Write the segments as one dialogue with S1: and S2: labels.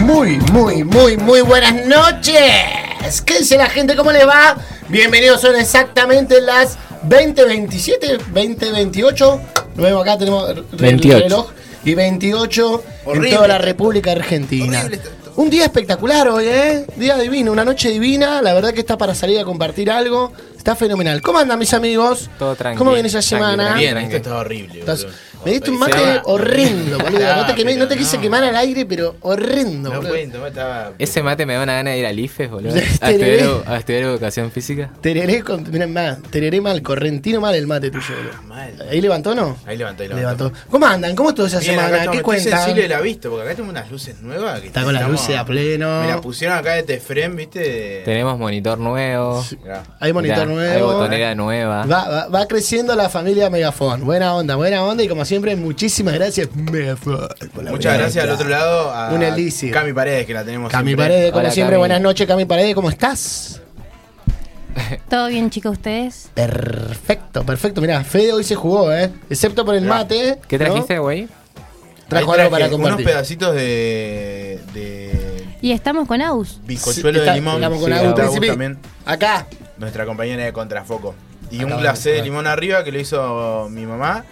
S1: Muy, muy, muy, muy buenas noches. ¿Qué dice la gente? ¿Cómo les va? Bienvenidos, son exactamente las 20.27, 20.28. Lo vemos acá, tenemos el
S2: 28.
S1: reloj. Y 28
S3: Horrible.
S1: en toda la República Argentina.
S3: Horrible está esto.
S1: Un día espectacular hoy, ¿eh? Día divino, una noche divina. La verdad que está para salir a compartir algo. Está fenomenal. ¿Cómo andan mis amigos?
S2: Todo tranquilo,
S1: ¿Cómo viene esa
S2: tranquilo,
S1: semana?
S2: tranquilo.
S3: Bien, Ah, esto está horrible.
S1: Estás-
S3: boludo.
S1: me diste un
S3: Se
S1: mate
S3: va.
S1: horrendo, boludo. No te, quemé- no te
S3: Ah,
S1: quise
S3: pero
S1: quemar al aire, pero horrendo,
S3: No
S1: boludo.
S3: cuento, no estaba.
S2: Ese mate me da una gana de ir al IFES, boludo.
S1: Ya
S2: A
S1: te
S2: estudiar,
S1: ve.
S2: a estudiar educación física.
S1: Tereré, con, mirá, más, tereré mal, correntino mal el mate tuyo, boludo.
S3: mal.
S1: ¿Ahí levantó o no?
S3: Ahí levantó, ahí levantó.
S1: levantó. ¿Cómo andan? ¿Cómo estuvo esa
S3: Bien, acá
S1: semana?
S3: estamos,
S1: ¿Qué
S3: estoy
S1: cuentan?
S3: sensible de la vista, porque acá tengo unas luces nuevas. Que
S1: Está con las
S3: estamos-
S1: luces a pleno.
S3: Me la pusieron acá de Tefrem, viste.
S2: Tenemos monitor nuevo.
S3: Mirá.
S1: Hay
S2: Mirá,
S1: monitor
S2: Hay
S1: nuevo.
S2: botonera ¿eh? nueva.
S1: Va, va- va creciendo la familia Megafon. Buena onda, buena onda. Y como siempre, muchísimas gracias, Megafon. por la buena
S3: Muchas gracias al
S1: onda.
S3: otro lado a
S1: Un elixir.
S3: Cami Paredes, que la tenemos
S1: Cami
S3: siempre.
S1: Paredes, como
S2: Hola,
S1: siempre,
S2: Cami.
S1: buenas noches, Cami Paredes, ¿cómo estás?
S4: ¿Todo bien, chicos, ustedes?
S1: Perfecto, perfecto. Mirá, Fede hoy se jugó, ¿eh? Excepto por el
S3: Mirá.
S1: mate.
S2: ¿Qué
S1: ¿no?
S2: trajiste, güey?
S1: Trajo
S3: Ahí
S1: algo
S3: traje
S1: para
S3: Unos
S1: compartir.
S3: pedacitos de. de
S4: Y estamos con Aus.
S3: bizcochuelo
S1: Sí,
S3: de
S1: está-
S3: limón.
S1: estamos con
S3: Sí,
S1: Agus
S3: Agus
S1: Principi.
S3: también.
S1: Acá.
S3: nuestra compañera de Contrafoco. Y
S1: Acá
S3: un
S1: va,
S3: glacé
S1: acá.
S3: de limón arriba que lo hizo mi mamá.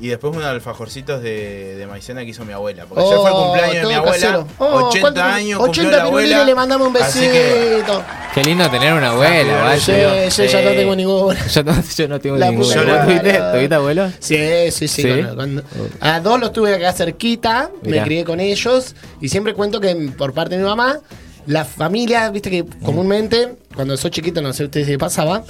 S3: Y después unos alfajorcitos de, de maicena que hizo mi abuela. Porque ayer fue el
S1: Oh,
S3: cumpleaños de
S1: todo
S3: mi abuela.
S1: casero. Oh,
S3: 80
S1: ¿cuánto-
S3: años,
S1: 80
S3: cumplió la abuela.
S1: pirulines, le mandamos un
S3: Así que
S1: besito.
S2: Qué lindo tener una abuela,
S3: Ah,
S2: vaya.
S1: Sí,
S3: llegó.
S1: sí, ya no
S3: Sí.
S1: tengo ninguna.
S2: Yo no, yo no tengo
S1: La
S2: ninguna.
S1: puta
S2: ¿Vos
S3: madre.
S2: tuviste, tuviste abuelo?
S1: Sí, sí, sí.
S2: ¿Sí?
S1: cuando- cuando- a dos los tuve acá cerquita, me
S2: Mirá.
S1: crié con ellos y siempre cuento que mm, por parte de mi mamá, la familia, viste que comúnmente, cuando sos chiquito, no sé ustedes si les pasaba,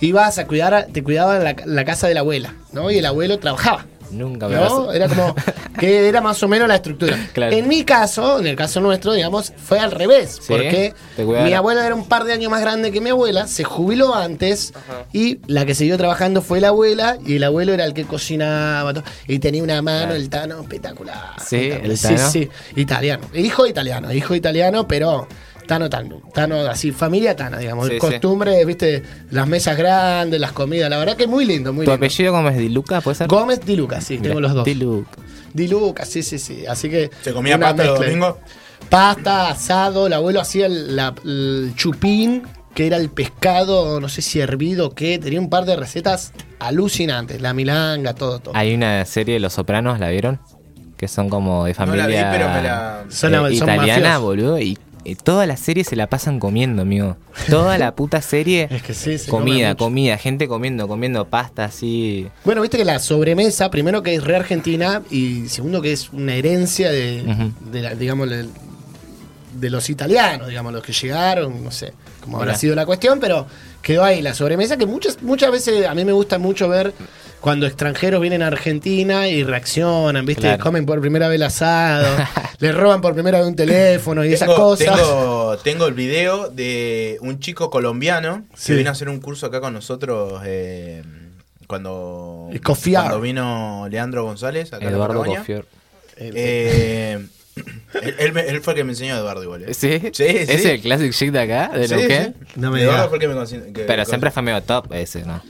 S1: ibas a cuidar, a- te cuidaban la, la casa de la abuela, ¿no? Y el abuelo trabajaba.
S2: Nunca me
S1: ¿No?
S2: vas a-
S1: Era como que era más o menos la estructura.
S2: Claro.
S1: En mi caso, en el caso nuestro, digamos, fue al revés.
S2: Sí,
S1: Porque
S2: te cuidaba
S1: mi
S2: la-
S1: abuela era un par de años más grande que mi abuela, se jubiló antes y la que siguió trabajando fue la abuela y el abuelo era el que cocinaba todo, y tenía una mano,
S2: Claro.
S1: el tano, espectacular.
S2: Sí,
S1: Espectacular.
S2: el Tano.
S1: Sí, sí, italiano. Hijo italiano, hijo italiano, pero... Tano, tano, tano, así, familia tana, digamos.
S2: Sí, sí.
S1: Costumbres, viste, las mesas grandes, las comidas, la verdad que muy lindo, muy
S2: ¿Tu
S1: lindo.
S2: apellido cómo es? ¿Diluca? ¿Puede ser?
S1: Gómez Di Lucas, sí, tengo los dos.
S2: Diluca.
S1: Di Luca, sí, sí, sí. Así que.
S3: se comía
S1: una
S3: pasta los
S1: mezcla.
S3: domingos.
S1: Pasta, asado, el abuelo hacía el, la- el chupín, que era el pescado, no sé si hervido o qué. Tenía un par de recetas alucinantes. La milanga, todo, todo.
S2: Hay una serie de Los Sopranos, ¿la vieron? Que son como de
S3: No la
S2: familia
S3: vi, pero me la.
S1: Son-
S2: eh,
S1: son
S2: italiana,
S1: mafiosos.
S2: boludo. Y eh, toda la serie se la pasan comiendo, amigo. Toda la puta serie.
S1: Es que sí, se come
S2: comida,
S1: mucho.
S2: comida, gente comiendo, comiendo pasta así.
S1: Bueno, viste que la sobremesa, primero que es re argentina y segundo que es una herencia de,
S2: Ujú.
S1: de la- digamos, de, de los italianos, digamos, los que llegaron, no sé cómo habrá
S2: Mirá.
S1: sido la cuestión, pero quedó ahí la sobremesa que muchas muchas veces a mí me gusta mucho ver cuando extranjeros vienen a Argentina y reaccionan, viste,
S2: Claro.
S1: comen por primera vez el asado, le roban por primera vez un teléfono y esas
S3: Tengo,
S1: cosas.
S3: tengo, tengo el video de un chico colombiano
S1: Sí.
S3: que vino a hacer un curso acá con nosotros eh, cuando,
S1: Y Cofiar.
S3: cuando vino Leandro González acá a la
S2: Eduardo
S3: Patagonia.
S2: Cofior.
S3: Eh, él, él me- él fue el que me enseñó a Eduardo igual. eh.
S2: ¿Sí?
S3: Sí,
S2: ¿Es
S3: sí.
S2: el classic chic de acá? ¿De
S3: Sí,
S2: Neuquén?
S3: sí.
S1: No me
S3: Eduardo
S1: digas.
S3: fue el que me consi- que-
S2: Pero
S3: que-
S2: siempre fue medio top ese, ¿no?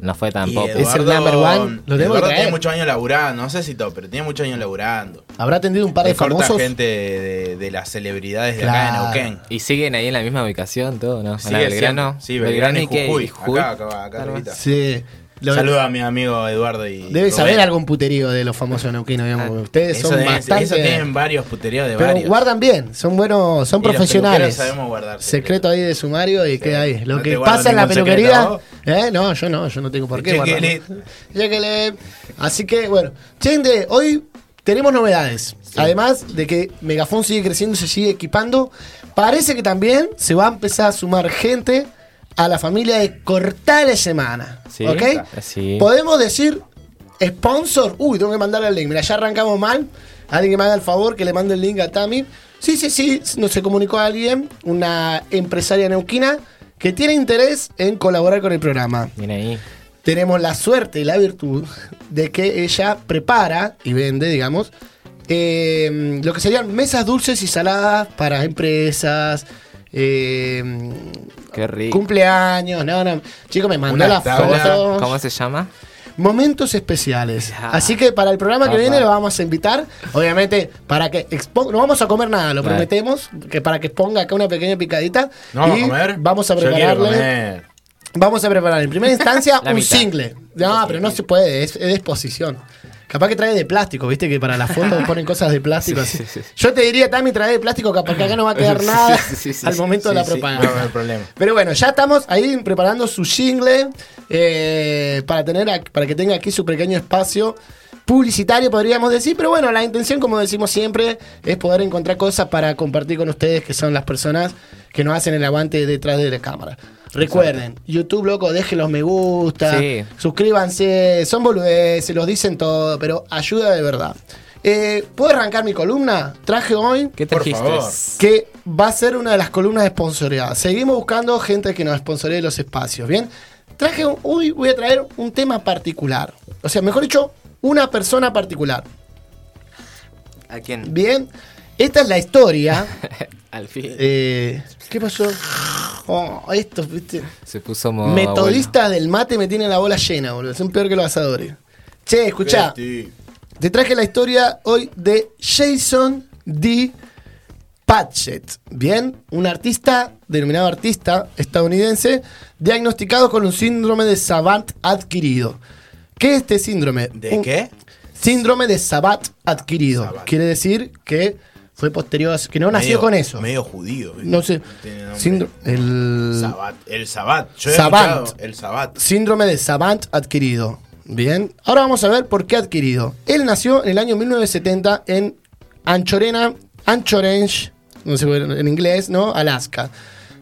S2: No fue
S3: Y
S2: tampoco.
S1: Es el number one, lo tengo que
S3: Eduardo
S1: traer.
S3: tiene muchos años laburando, no sé si todo, pero tiene muchos años laburando.
S1: Habrá atendido un par de
S3: Le corta
S1: famosos.
S3: gente de, de- de las celebridades de
S1: Claro.
S3: acá de Neuquén.
S2: Y siguen ahí en la misma ubicación, todo, ¿no? En
S3: Sigue
S2: la Belgrano.
S3: siendo- sí, Belgrano y
S2: qué?
S3: Jujuy. Acá, acá, acá arribita.
S1: Sí. Lo-
S3: Saluda a mi amigo Eduardo y
S1: Debe
S3: Rubén.
S1: saber algún puterío de los famosos neuquinos, digamos. porque ustedes
S3: Eso,
S1: son
S3: deben-
S1: bastante.
S3: eso tienen varios puteríos de
S1: pero
S3: varios.
S1: guardan bien, son buenos, son
S3: Y los
S1: profesionales.
S3: peluqueros sabemos guardar
S1: Secreto ahí de sumario y queda ahí. Lo
S3: No te
S1: que
S3: guardan
S1: pasa en la
S3: ningún
S1: peluquería.
S3: secreto,
S1: ¿eh? No, yo no, yo no tengo por qué guardarlo.
S3: Chequele.
S1: Chequele. Así que, bueno, gente, hoy tenemos novedades. Además de que Megafon sigue creciendo, se sigue equipando. Parece que también se va a empezar a sumar gente a la familia de Cortales Semana.
S2: Sí,
S1: ¿Ok?
S3: ah,
S2: sí.
S1: Podemos decir sponsor. Uy, tengo que mandarle el link. Mira, ya arrancamos mal. Alguien que me haga el favor, que le mande el link a Tami. Sí, sí, sí, nos se comunicó a alguien, una empresaria neuquina, que tiene interés en colaborar con el programa.
S2: Viene ahí.
S1: Tenemos la suerte y la virtud de que ella prepara y vende, digamos, eh, lo que serían mesas dulces y saladas para empresas, eh,
S2: Qué rico.
S1: cumpleaños, no, no. Chicos, me mandó
S3: Una
S1: la
S3: tabla.
S1: foto.
S2: ¿Cómo se llama?
S1: momentos especiales.
S2: Ya.
S1: Así que para el programa que
S2: Papá.
S1: viene lo vamos a invitar, obviamente, para que exponga. No vamos a comer nada, lo
S2: Claro.
S1: prometemos, que para que exponga acá una pequeña picadita.
S3: ¿No vamos
S1: y
S3: a comer?
S1: Vamos a
S3: Yo quiero
S1: prepararle.
S3: comer.
S1: Vamos a preparar en primera instancia
S2: La
S1: un
S2: mitad.
S1: single. No, pero no se puede, es, es de exposición. Capaz que trae de plástico, viste que para las fotos ponen cosas de plástico. así.
S2: sí, sí.
S1: Yo te diría, Tami, trae de plástico, capaz que acá no va a quedar
S2: Sí,
S1: nada
S2: sí, sí, sí,
S1: al
S2: sí,
S1: momento
S2: sí,
S1: de la
S2: sí.
S1: propaganda.
S3: No, no hay problema.
S1: Pero bueno, ya estamos ahí preparando su jingle eh, para, tener, ac- para que tenga aquí su pequeño espacio publicitario, podríamos decir. Pero bueno, la intención, como decimos siempre, es poder encontrar cosas para compartir con ustedes, que son las personas que nos hacen el aguante detrás de la cámara. Recuerden, YouTube, loco, dejen los me gusta,
S2: Sí.
S1: suscríbanse, son boludeces, los dicen todo, pero ayuda de verdad. Eh, ¿Puedo arrancar mi columna? Traje hoy
S2: ¿Qué
S3: Por
S2: trajiste?
S3: favor.
S1: que va a ser una de las columnas sponsoreadas. Seguimos buscando gente que nos sponsoree los espacios, ¿bien? Traje, un- hoy voy a traer un tema particular. O sea, mejor dicho, una persona particular.
S2: ¿A quién?
S1: Bien, esta es la historia.
S2: Al fin.
S1: eh, ¿Qué pasó? Ah, Oh, esto, viste.
S2: Se puso modo
S1: Metodistas del mate me tienen la bola llena, boludo. Son peor que los asadores. Che, escuchá.
S3: Sí.
S1: Te traje la historia hoy de Jason D. Patchett, bien, un artista, denominado artista estadounidense, diagnosticado con un síndrome de Savant adquirido. ¿Qué es este síndrome?
S3: ¿De
S1: Un
S3: qué?
S1: Síndrome de Savant adquirido.
S3: Savant.
S1: Quiere decir que fue posterior, a- que no nació
S3: Medio-
S1: con eso.
S3: Medio judío. ¿viste?
S1: no sé.
S3: Tiene nombre.
S1: síndrome, el
S3: Sabat. El Sabat. Yo he
S1: Sabat.
S3: escuchado El Sabat.
S1: síndrome de Savant adquirido. Bien, ahora vamos a ver por qué adquirido. Él nació en el año 1970 en Anchorena, Anchorage, no sé en inglés, ¿no? Alaska.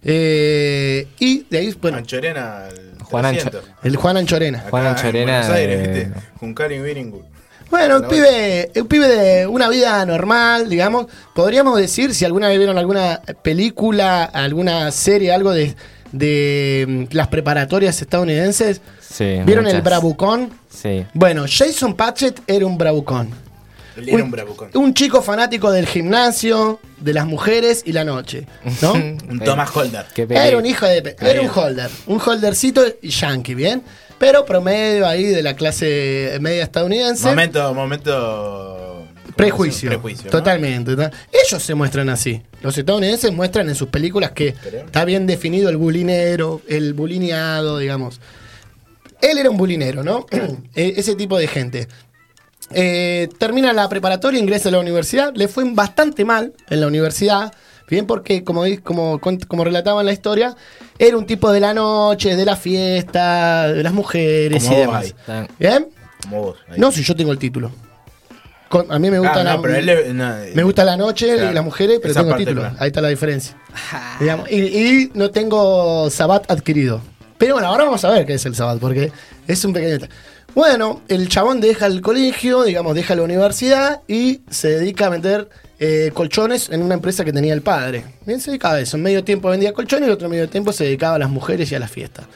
S1: Eh, y de ahí, bueno,
S3: Anchorena. el
S2: Juan Ancho-
S3: 300.
S1: el Juan Anchorena.
S3: Acá
S2: Juan Anchorena,
S3: En Buenos Aires,
S2: eh,
S3: ¿viste? Juncal y Biringur.
S1: Bueno, un
S3: La
S1: pibe, un pibe de una vida normal, digamos. Podríamos decir, si alguna vez vieron alguna película, alguna serie, algo de, de mm, las preparatorias estadounidenses,
S2: Sí,
S1: ¿vieron el
S2: muchas.
S1: Bravucón?
S2: Sí.
S1: Bueno, Jason Patchett era un bravucón.
S3: Él era un bravucón.
S1: Un chico fanático del gimnasio, de las mujeres y la noche, ¿no?
S3: Un Thomas Holder.
S2: Qué peli.
S1: era un hijo de... pe- Era un holder, un holdercito y yankee, ¿bien? Pero promedio ahí de la clase media estadounidense.
S3: Momento, momento.
S1: Prejuicio.
S3: Prejuicio. ¿no?
S1: Totalmente. ¿no? Ellos se muestran así. Los estadounidenses muestran en sus películas que
S3: Creo.
S1: está bien definido el bulinero, el bulineado, digamos. Él era un bulinero, ¿no? E- Ese tipo de gente. Eh, termina la preparatoria, ingresa a la universidad. Le fue bastante mal en la universidad. Bien, porque como, di- como, cont- como relataba en la historia, era un tipo de la noche, de la fiesta, de las mujeres
S3: Como
S1: y
S3: vos,
S1: demás.
S3: ahí.
S2: Está-
S1: ¿Bien?
S3: Como vos. ahí.
S1: No, si yo tengo el título. Con- a mí me
S3: Ah,
S1: gusta la,
S3: no, pero él le- no, eh,
S1: me gusta la noche
S3: Claro.
S1: y las mujeres, pero
S3: Esa
S1: tengo
S3: parte,
S1: título.
S3: claro.
S1: Ahí está la diferencia.
S2: Ah.
S1: Digamos, y, y no tengo Sabat adquirido. Pero bueno, ahora vamos a ver qué es el Sabat, porque es un pequeño... detalle. Bueno, el chabón deja el colegio, digamos, deja la universidad y se dedica a vender eh, colchones en una empresa que tenía el padre. Bien, se dedicaba a eso. Medio tiempo vendía colchones y el otro medio tiempo se dedicaba a las mujeres y a las fiestas.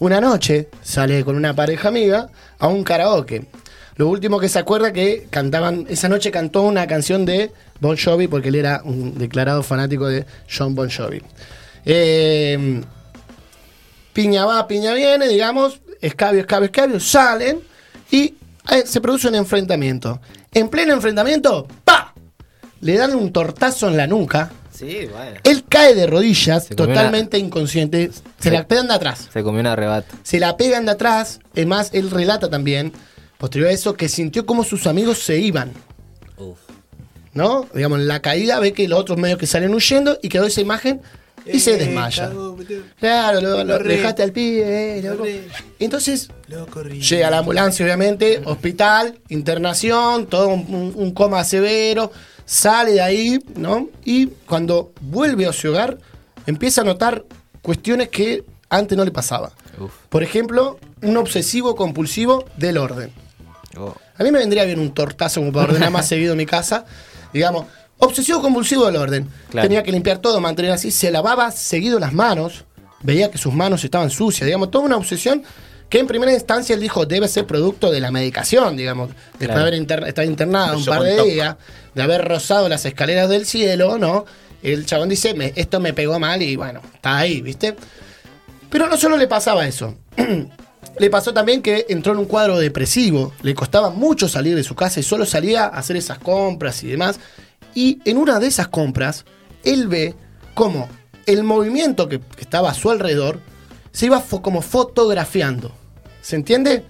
S1: Una noche sale con una pareja amiga a un karaoke. Lo último que se acuerda que cantaban, esa noche cantó una canción de Bon Jovi porque él era un declarado fanático de John Bon Jovi. Eh, piña va, piña viene, digamos, escabio, escabio, escabio, salen y eh, se produce un enfrentamiento. En pleno enfrentamiento, ¡pa! Le dan un tortazo en la nuca.
S2: Sí, bueno.
S1: Él cae de rodillas,
S2: Se comió
S1: totalmente inconsciente. Se
S2: Se-
S1: la pegan de atrás.
S2: Se comió un arrebato.
S1: Se la pegan de atrás. Es más, él relata también, posterior a eso, que sintió como sus amigos se iban. ¿No? Digamos, en la caída ve que los otros medios que salen huyendo y quedó esa imagen y se
S3: Eh,
S1: desmaya.
S3: cago, boludo.
S1: Claro, lo, lo
S3: Corre.
S1: dejaste al pibe, eh, loco.
S3: Corre.
S1: Entonces,
S3: Lo corrí.
S1: llega la ambulancia, obviamente, hospital, internación, todo un, un- un coma severo, sale de ahí, ¿no? Y cuando vuelve a su hogar, empieza a notar cuestiones que antes no le pasaba.
S2: Uf.
S1: Por ejemplo, un obsesivo compulsivo del orden.
S2: Oh.
S1: A mí me vendría bien un tortazo como para ordenar más seguido mi casa. Digamos, obsesivo compulsivo del orden.
S2: Claro.
S1: Tenía que limpiar todo, mantener así. Se lavaba seguido las manos. Veía que sus manos estaban sucias. Digamos, toda una obsesión que en primera instancia él dijo debe ser producto de la medicación, digamos. Después
S2: Claro.
S1: de haber inter- estado internado
S3: Empezó
S1: un par
S3: con
S1: de
S3: toc.
S1: días, de haber rozado las escaleras del cielo, ¿no? El chabón dice, "Me- esto me pegó mal y bueno, está ahí, ¿viste? Pero no solo le pasaba eso. le pasó también que entró en un cuadro depresivo, le costaba mucho salir de su casa y solo salía a hacer esas compras y demás. Y en una de esas compras, él ve como el movimiento que, que estaba a su alrededor se iba fo- como fotografiando. ¿Se entiende?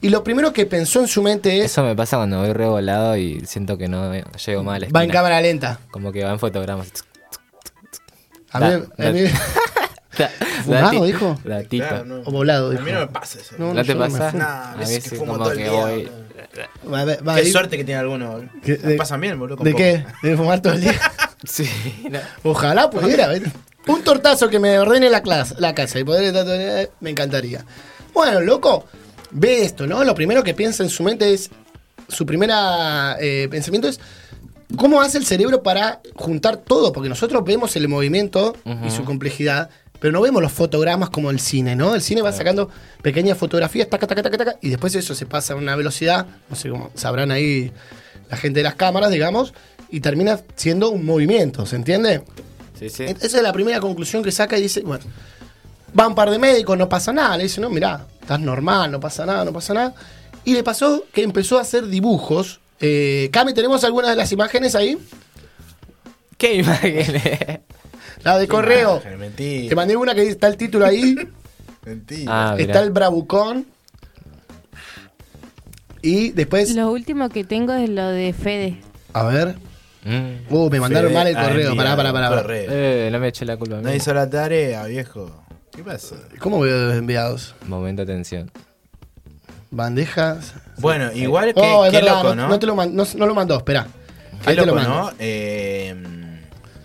S1: Y lo primero que pensó en su mente es,
S2: Eso me pasa cuando voy revolado y siento que no eh, llego mal.
S1: va en cámara lenta.
S2: Como que va en fotogramas.
S1: A
S2: Da-
S1: mí- a mí-
S2: Da-
S1: ¿Fumado,
S2: dati-
S1: dijo?
S2: datito.
S3: Claro, no.
S1: O volado,
S3: A
S1: dijo.
S3: mí no me pasa eso.
S1: No,
S2: ¿No te
S1: yo me
S2: pasa?
S1: fumo.
S3: Nah,
S2: a
S3: veces
S2: veces
S3: que fumo
S2: como
S3: todo el
S2: que
S3: día,
S2: voy-
S3: boludo.
S1: Va- va- va
S3: Qué
S1: ahí-
S3: suerte que tiene alguno, boludo.
S1: ¿Qué-
S3: Me pasan bien, boludo. con
S1: ¿De
S3: poco.
S1: qué? ¿De fumar todo el día?
S2: Sí, no.
S1: Ojalá pudiera, ¿ves? Un tortazo que me ordene la, clase, la casa y poder estar todo el día, eh, me encantaría. Bueno, loco, ve esto, ¿no? Lo primero que piensa en su mente es, su primer pensamiento es, ¿cómo hace el cerebro para juntar todo? Porque nosotros vemos el movimiento y su complejidad, pero no vemos los fotogramas como el cine, ¿no? El cine va sacando pequeñas fotografías, taca, taca, taca, taca, y después eso se pasa a una velocidad, no sé cómo sabrán ahí la gente de las cámaras, digamos, y termina siendo un movimiento, ¿se entiende?
S2: Sí, sí.
S1: Esa es la primera conclusión que saca y dice, bueno, va un par de médicos, no pasa nada. Le dice, no, mirá, estás normal, no pasa nada, no pasa nada. Y le pasó que empezó a hacer dibujos. Eh, Cami, ¿tenemos algunas de las imágenes ahí?
S2: ¿Qué imágenes?
S1: La de correo.
S3: Imagen, Mentira.
S1: Te mandé una que está el título ahí,
S3: Mentira.
S2: Ah, mirá.
S1: está el bravucón. Y después,
S4: Lo último que tengo es lo de Fede.
S1: a ver,
S2: Mm.
S1: uh, me mandaron
S3: Fede,
S1: mal el
S3: ah,
S1: correo,
S3: envía,
S1: pará, pará, pará. pará.
S3: correo.
S2: Eh, no me eché la culpa a mí.
S3: No hizo la tarea, viejo. ¿Qué pasa?
S1: ¿Cómo veo los enviados?
S2: Momento de tensión.
S1: Bandejas.
S3: Bueno, igual que
S1: Oh, es
S3: qué
S1: verdad,
S3: loco,
S1: no,
S3: ¿no?
S1: no te lo man- no- no lo mandó, espera.
S3: Qué
S1: Ahí te lo
S3: loco,
S1: mando.
S3: ¿no? Eh,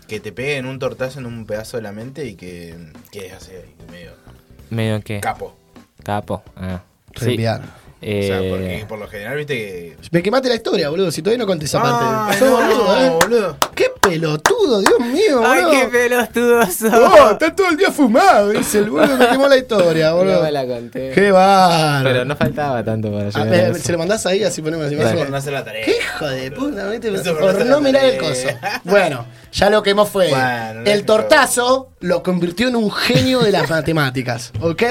S3: que te peguen un tortazo en un pedazo de la mente y que quedes así, medio
S2: Medio que.
S3: capo.
S2: Capo. Ah. Sí.
S1: Reenviar.
S3: O sea,
S2: Eh,
S3: porque por lo general, viste que.
S1: Me quemaste la historia, boludo. Si todavía no conté esa parte.
S2: Ah,
S3: Ay,
S1: Sos
S3: no,
S1: boludo, ¿eh?
S3: boludo.
S1: ¡Qué pelotudo, Dios mío,
S2: ¡Ay,
S1: boludo!
S2: qué pelostudoso!
S1: Oh, está todo el día fumado, dice el boludo. Me quemó la historia,
S2: no
S1: boludo.
S2: me la conté.
S1: ¡Qué bárbaro!
S2: Pero no faltaba tanto para
S1: Ah,
S2: llegar a
S1: eh,
S2: eso.
S1: se lo mandás ahí, así ponemos así.
S3: Eso
S1: más o
S3: por no
S1: menos.
S3: hacer la tarea.
S1: ¡Qué hijo de puta! ¿viste?
S3: Eso por
S1: Por
S3: hacer
S1: no
S3: la
S1: mirar el
S3: tarea.
S1: coso. Bueno, ya lo quemó fue.
S3: Bueno, no
S1: el
S3: es
S1: tortazo lo convirtió en un genio de las matemáticas, ¿ok?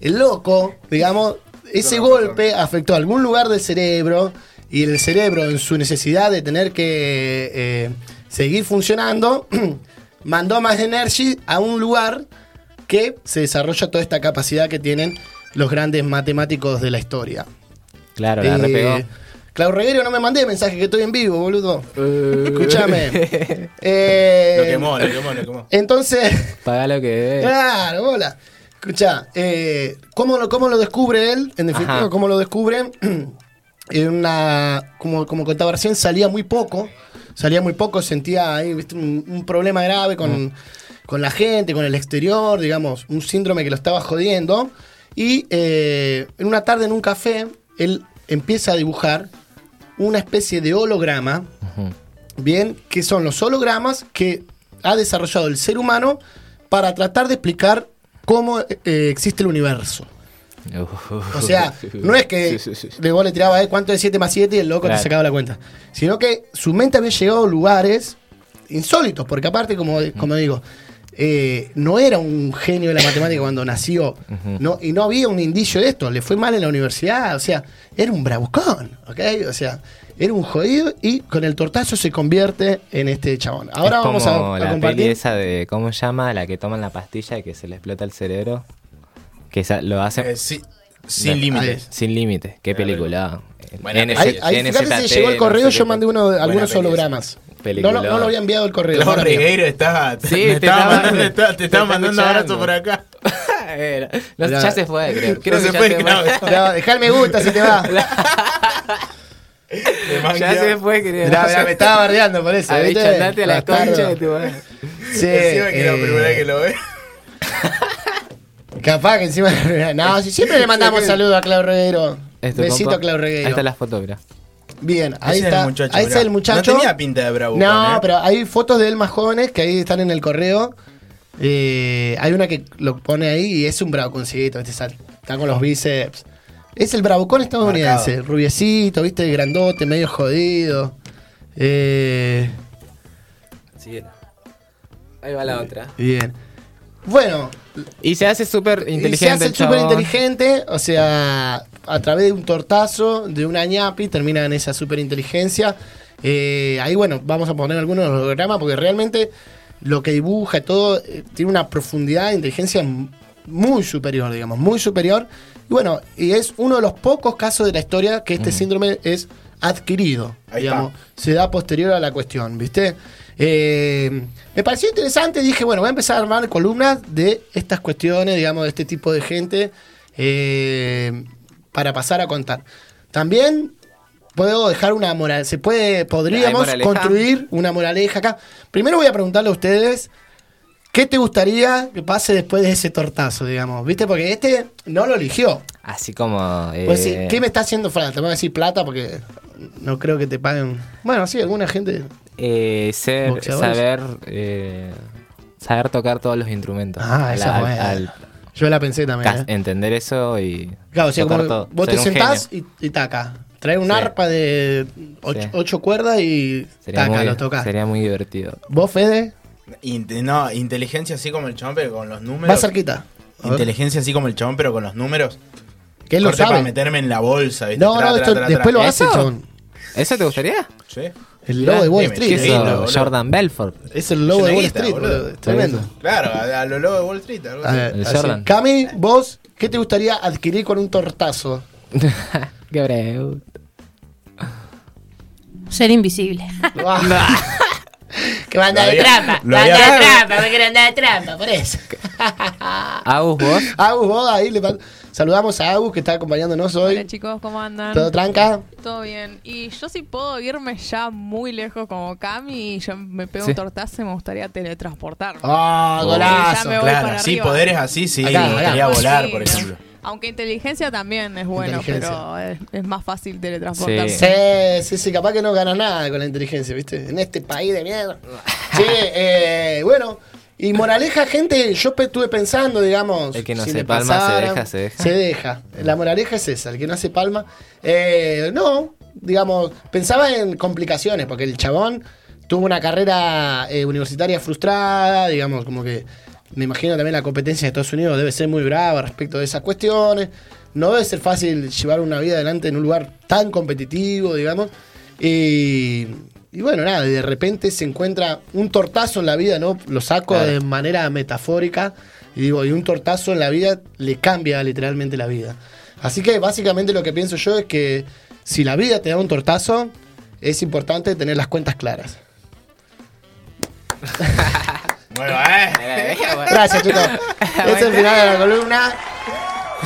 S1: El loco, digamos, ese
S3: No, no,
S1: golpe afectó a algún lugar del cerebro y el cerebro en su necesidad de tener que eh, seguir funcionando, mandó más energía a un lugar que se desarrolla toda esta capacidad que tienen los grandes matemáticos de la historia.
S2: Claro, la
S1: Eh,
S2: repegó.
S1: Clau Reguero, no me mandé mensaje que estoy en vivo, boludo.
S2: Eh.
S1: Escúchame. Eh,
S3: Lo quemó, lo quemó, lo quemó.
S1: Entonces,
S2: Pagá lo que debes.
S1: claro, bola. Escucha, ¿cómo, lo, ¿cómo lo descubre él? En definitiva,
S2: Ajá.
S1: ¿cómo lo descubre? en una, como, como contaba recién, salía muy poco. Salía muy poco, sentía ahí, ¿viste? Un, un problema grave con, con la gente, con el exterior, digamos, un síndrome que lo estaba jodiendo. Y eh, en una tarde en un café, él empieza a dibujar una especie de holograma,
S2: Ujú.
S1: Bien, que son los hologramas que ha desarrollado el ser humano para tratar de explicar cómo eh, existe el universo. O sea, no es que
S2: Sí, sí, sí.
S1: de vos le tiraba, eh, ¿cuánto es 7 más 7? Y el loco
S2: Claro.
S1: te sacaba la cuenta. Sino que su mente había llegado a lugares insólitos, porque aparte, como, como digo, eh, no era un genio de la matemática cuando nació, no, y no había un indicio de esto, le fue mal en la universidad, o sea, era un bravucón, ¿ok? O sea, era un jodido y con el tortazo se convierte en este chabón. Ahora
S2: es
S1: vamos
S2: como
S1: a, a
S2: la peli
S1: compartir.
S2: esa de cómo llama la que toman la pastilla y que se le explota el cerebro que esa- lo hacen
S3: Eh, sí, sin límites.
S2: sin límites qué película
S3: Buena
S2: NZ-
S1: Ahí, ahí fíjate si
S2: NZT,
S1: llegó el
S2: no
S1: correo,
S2: sé
S1: yo
S2: qué.
S1: mandé uno, de- algunos
S3: peli esa.
S1: hologramas. No,
S2: Peliculón.
S1: lo- no lo había enviado el correo.
S3: Clau
S1: ahora bien.
S3: Regueiro está.
S2: Sí,
S3: me
S2: te
S3: estaba
S2: estaba-
S3: mandando, está- te
S2: te
S3: estaba
S2: está
S3: mandando
S2: escuchando.
S3: abrazo por acá.
S2: Eh, no, ya se fue creo, creo
S3: No
S2: que
S3: se
S2: ya
S3: fue,
S2: se
S3: creo.
S2: fue
S1: No, dejá el me gusta si te va.
S3: Te manquea.
S2: ya se fue creo
S1: Mirá, mirá, me estaba bardeando por eso. ¿viste?
S2: Abichonate a la
S1: Bastardo.
S2: concha de tu madre.
S1: Sí,
S3: Encima que era la
S1: eh,
S3: primera vez que lo ve.
S1: Capaz que encima. No, si siempre le mandamos saludos a Clau Reguero.
S2: Esto,
S1: Besito
S2: Este, compa.
S1: a Clau Reguero.
S2: Ahí está la foto, mirá.
S1: Bien, ahí
S3: Ese era
S1: está.
S3: el muchacho,
S1: ahí está
S3: mirá.
S1: el muchacho.
S3: No tenía pinta de bravucón,
S1: No,
S3: ¿eh?
S1: pero hay fotos de él más jóvenes que ahí están en el correo. Eh, hay una que lo pone ahí y es un bravuconcito, ¿viste? Está, está con los bíceps. Es el bravucón estadounidense,
S3: Marcado.
S1: rubiecito, viste, grandote, medio jodido. Eh,
S2: Ahí va la otra.
S1: bien. Bueno,
S2: Y se hace súper
S1: y
S2: inteligente.
S1: se hace
S2: el chabón.
S1: súper inteligente, o sea, a través de un tortazo, de una ñapi, termina en esa súper inteligencia. ahí, bueno, vamos a poner algunos hologramas porque realmente lo que dibuja y todo eh, tiene una profundidad de inteligencia m- muy superior, digamos, muy superior. Y bueno, y es uno de los pocos casos de la historia que
S2: Mm.
S1: este síndrome es adquirido,
S3: Ahí está.
S1: digamos, se da posterior a la cuestión, ¿viste? Eh, me pareció interesante, dije, bueno, voy a empezar a armar columnas de estas cuestiones, digamos, de este tipo de gente, eh, para pasar a contar. También puedo dejar una moral, se puede, podríamos
S2: moraleja?
S1: construir una moraleja acá. Primero voy a preguntarle a ustedes, ¿qué te gustaría que pase después de ese tortazo, digamos? ¿Viste? Porque este no lo eligió.
S2: Así como. eh,
S1: Pues sí, ¿qué me está haciendo falta? Te voy a decir plata porque no creo que te paguen. Bueno, sí, alguna gente.
S2: eh, ser-
S1: Boxeadores.
S2: saber. eh, saber tocar todos los instrumentos.
S1: Ah, esa
S2: Al-
S1: es buena.
S2: al-
S1: Yo la pensé también.
S2: ca-
S1: ¿eh?
S2: Entender eso y.
S1: Claro, o sea,
S2: tocar
S1: como que
S2: todo,
S1: vos te
S2: ser un
S1: sentás
S2: genio.
S1: y, y taca. Trae un
S2: Sí.
S1: arpa de ocho,
S2: Sí.
S1: ocho cuerdas y
S2: Sería,
S1: taca,
S2: muy,
S1: lo tocas.
S2: sería muy divertido.
S1: Vos, Fede,
S3: Inte- no, inteligencia así como el chabón, pero con los números.
S1: vas cerquita. A ver.
S3: Inteligencia así como el chabón, pero con los números.
S1: Que él lo
S3: Corte para
S1: sabe.
S3: meterme en la bolsa, ¿viste?
S1: No,
S3: Tra,
S1: no,
S3: tra,
S1: esto
S3: tra, tra.
S1: después lo hace,
S2: ¿Eso?
S1: chabón.
S2: ¿Eso te gustaría?
S3: Sí.
S1: El lobo de Wall
S3: Dime,
S1: Street.
S2: ¿Qué
S3: Sí,
S1: eh.
S2: hizo
S3: lindo, boludo.
S2: Jordan Belfort?
S1: Es el lobo
S3: Es
S1: de
S3: una
S1: Wall
S3: guita,
S1: Street,
S3: boludo.
S1: boludo. Es Tremendo.
S3: Claro, a, a lo lobo de Wall Street. algo
S1: A
S3: así.
S1: ver,
S2: El
S1: así.
S2: Jordan.
S1: Cami, vos, ¿qué te gustaría adquirir con un tortazo?
S2: Qué breve.
S4: Ser invisible.
S1: que van a de
S3: Lo había-
S1: trampa.
S3: lo
S1: Van a
S3: había-
S1: de trampa, porque eran de trampa, por eso.
S2: Agus, vos.
S1: Agus, vos ahí le man- saludamos a Agus que está acompañándonos
S5: Hola
S1: hoy.
S5: chicos, ¿cómo andan?
S1: Todo tranca.
S5: Todo bien. Y yo sí puedo irme ya muy lejos como Cami y yo me pego
S2: Sí.
S5: un tortazo y me gustaría teletransportarme.
S1: Ah,
S2: Oh.
S1: golazo.
S5: Ya me voy para
S3: Claro, sí,
S5: arriba.
S3: poderes así, sí.
S1: Acá,
S3: me
S1: acá.
S3: gustaría
S5: Sí,
S3: volar, por
S5: ¿no?
S3: ejemplo.
S5: Aunque inteligencia también es bueno,
S1: Inteligencia.
S5: pero es, es más fácil teletransportarse.
S1: Sí, sí, sí, capaz que no ganas nada con la inteligencia, ¿viste? En este país de mierda. Sí, eh, bueno. Y moraleja, gente, yo pe- estuve pensando, digamos.
S2: El que no
S1: si
S2: hace
S1: le
S2: palma se
S1: pasaran,
S2: deja, se deja.
S1: Se deja. La moraleja es esa, el que no hace palma. Eh, no, digamos, pensaba en complicaciones, porque el chabón tuvo una carrera eh, universitaria frustrada, digamos, como que. Me imagino también la competencia de Estados Unidos debe ser muy brava respecto de esas cuestiones. No debe ser fácil llevar una vida adelante en un lugar tan competitivo, digamos. Y, y bueno, nada, de repente se encuentra un tortazo en la vida, ¿no? Lo saco
S2: Claro.
S1: de manera metafórica y digo, y un tortazo en la vida le cambia literalmente la vida. Así que básicamente lo que pienso yo es que si la vida te da un tortazo, es importante tener las cuentas claras.
S3: Bueno, eh.
S1: Gracias, chicos. Este es el final de la columna.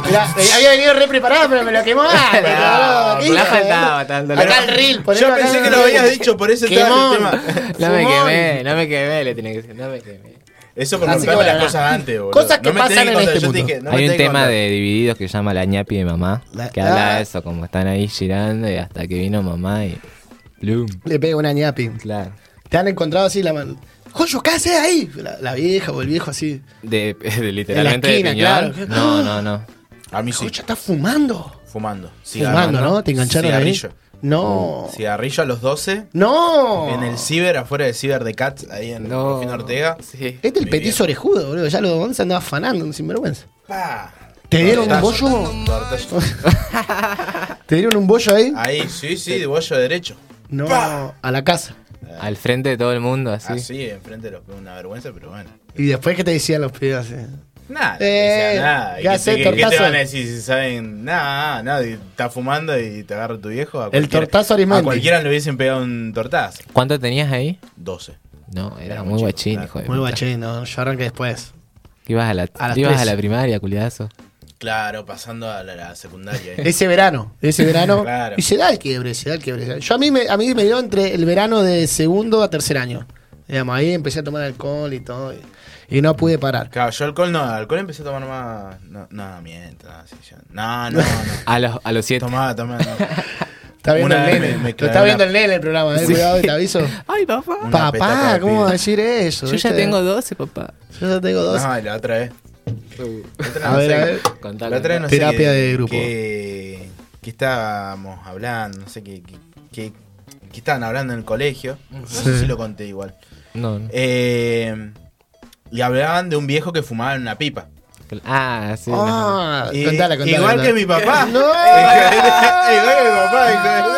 S1: Mirá, eh, había venido re preparado, pero me lo quemó. antes, boludo. ¿Qué
S2: la
S1: hijo de
S2: faltaba
S1: puta?
S2: tanto,
S1: Acá
S2: la-
S1: el reel. ponelo
S3: Yo
S1: acá
S3: pensé
S1: en
S3: que
S1: el
S3: lo
S1: reel.
S3: habías dicho, por eso estaba
S1: Quemón.
S3: el tema.
S2: No me
S1: Fumón.
S2: quemé, no me quemé, le tiene que decir. No me quemé.
S3: Eso por
S1: Así que
S3: contarme
S1: bueno,
S3: las
S1: nada.
S3: cosas antes, boludo.
S1: Cosas que
S3: me
S1: pasan
S3: tenés
S1: en
S3: contar,
S1: este
S3: yo te
S1: mundo.
S3: dije, no me
S2: Hay un
S3: tenés que
S2: tema
S3: contar.
S2: de divididos que se llama La ñapi de mamá,
S1: La-
S2: que habla
S1: ah.
S2: de eso, como están ahí girando y hasta que vino mamá y. Bloom.
S1: Le pego una ñapi.
S2: Claro.
S1: Te han encontrado así la mano. Joyo, ¿qué haces ahí? La, la vieja o el viejo así.
S2: De, de- literalmente
S1: esquina,
S2: de piñón.
S1: claro.
S2: No, no, no.
S3: A mí sí.
S1: Joyo, está fumando.
S3: Fumando.
S1: fumando, ¿no? Oh, Te engancharon ahí.
S3: Cigarrillo.
S1: No.
S3: Cigarrillo a los 12.
S1: No.
S3: En el ciber, afuera del ciber de Cats, ahí en
S2: No.
S3: Rufino Ortega.
S2: Sí.
S1: Este es el
S3: Mi
S1: petizo orejudo, boludo. Ya los once andaba afanando, un sinvergüenza. Ah,
S3: Pa.
S1: ¿Te dieron un
S3: Tortazo,
S1: bollo?
S3: tortazo.
S1: ¿Te dieron un bollo ahí?
S3: Ahí, sí, sí, de bollo derecho.
S1: No,
S3: Pa.
S1: a la casa.
S2: Al frente de todo el mundo, así.
S1: Ah,
S3: Así, Ah, enfrente de los pibes, una vergüenza, pero bueno.
S1: Y después, ¿qué te decían los pibes? eh?
S3: Nada,
S1: Eh,
S3: o sea, nada. ¿Y
S1: ¿qué
S3: qué,
S1: haces,
S3: te- qué te
S1: tortazo?
S3: van a decir si saben? Nada, nada. y Está fumando y te agarra tu viejo. A
S1: El
S3: cualquiera-
S1: tortazo Arismendi.
S3: A cualquiera le hubiesen pegado un tortazo.
S2: ¿Cuánto tenías ahí?
S3: 12.
S2: No, era,
S3: Era muy
S2: muy
S3: chico,
S2: guachín,
S3: claro.
S2: hijo de
S1: Muy
S2: puta.
S1: guachín, no, yo arranqué después.
S2: Ibas a la,
S1: A las
S2: ibas a
S1: tres.
S2: la primaria, culiazo.
S3: Claro, pasando a la, la secundaria. ¿eh?
S1: Ese verano, ese verano.
S3: Claro.
S1: Y se da el quiebre, se da el quiebre. Yo a mí, me, a mí me dio entre el verano de segundo a tercer año. Digamos, ahí empecé a tomar alcohol y todo. Y, y no pude parar.
S3: Claro, yo alcohol no, alcohol empecé a tomar más. No, no miento, no, sí, ya- no, no. no.
S2: A los, a los siete.
S3: Tomá, tomá. no.
S1: Está viendo
S3: Una
S1: el
S3: vez
S1: nene.
S3: me- me
S1: Lo
S3: clavé
S1: está
S3: una-
S1: viendo el nene el programa, eh, cuidado, te aviso.
S2: Ay, papá.
S3: Una petaca
S1: Papá,
S3: de
S1: ¿cómo
S3: pibe.
S1: va a decir eso?
S2: Yo ya
S1: viste?
S2: tengo 12, papá.
S1: Yo ya tengo dos.
S3: No, la otra vez. La otra
S1: A
S3: no
S1: ver,
S3: sé-
S1: a ver.
S2: Contá,
S3: La otra vez
S2: contá.
S3: no sé
S1: Terapia
S3: qué-
S1: de grupo.
S3: qué- qué estábamos hablando, no sé qué, qué, qué- qué estaban hablando en el colegio. No sé
S1: Sí.
S3: si lo conté igual.
S2: No, no.
S3: Eh, Y hablaban de un viejo que fumaba en una pipa.
S2: Ah, sí. no.
S1: Ah,
S3: Y-
S1: contala, contala,
S3: igual
S1: contala.
S3: que mi papá.
S1: ¡No!
S3: igual que mi papá.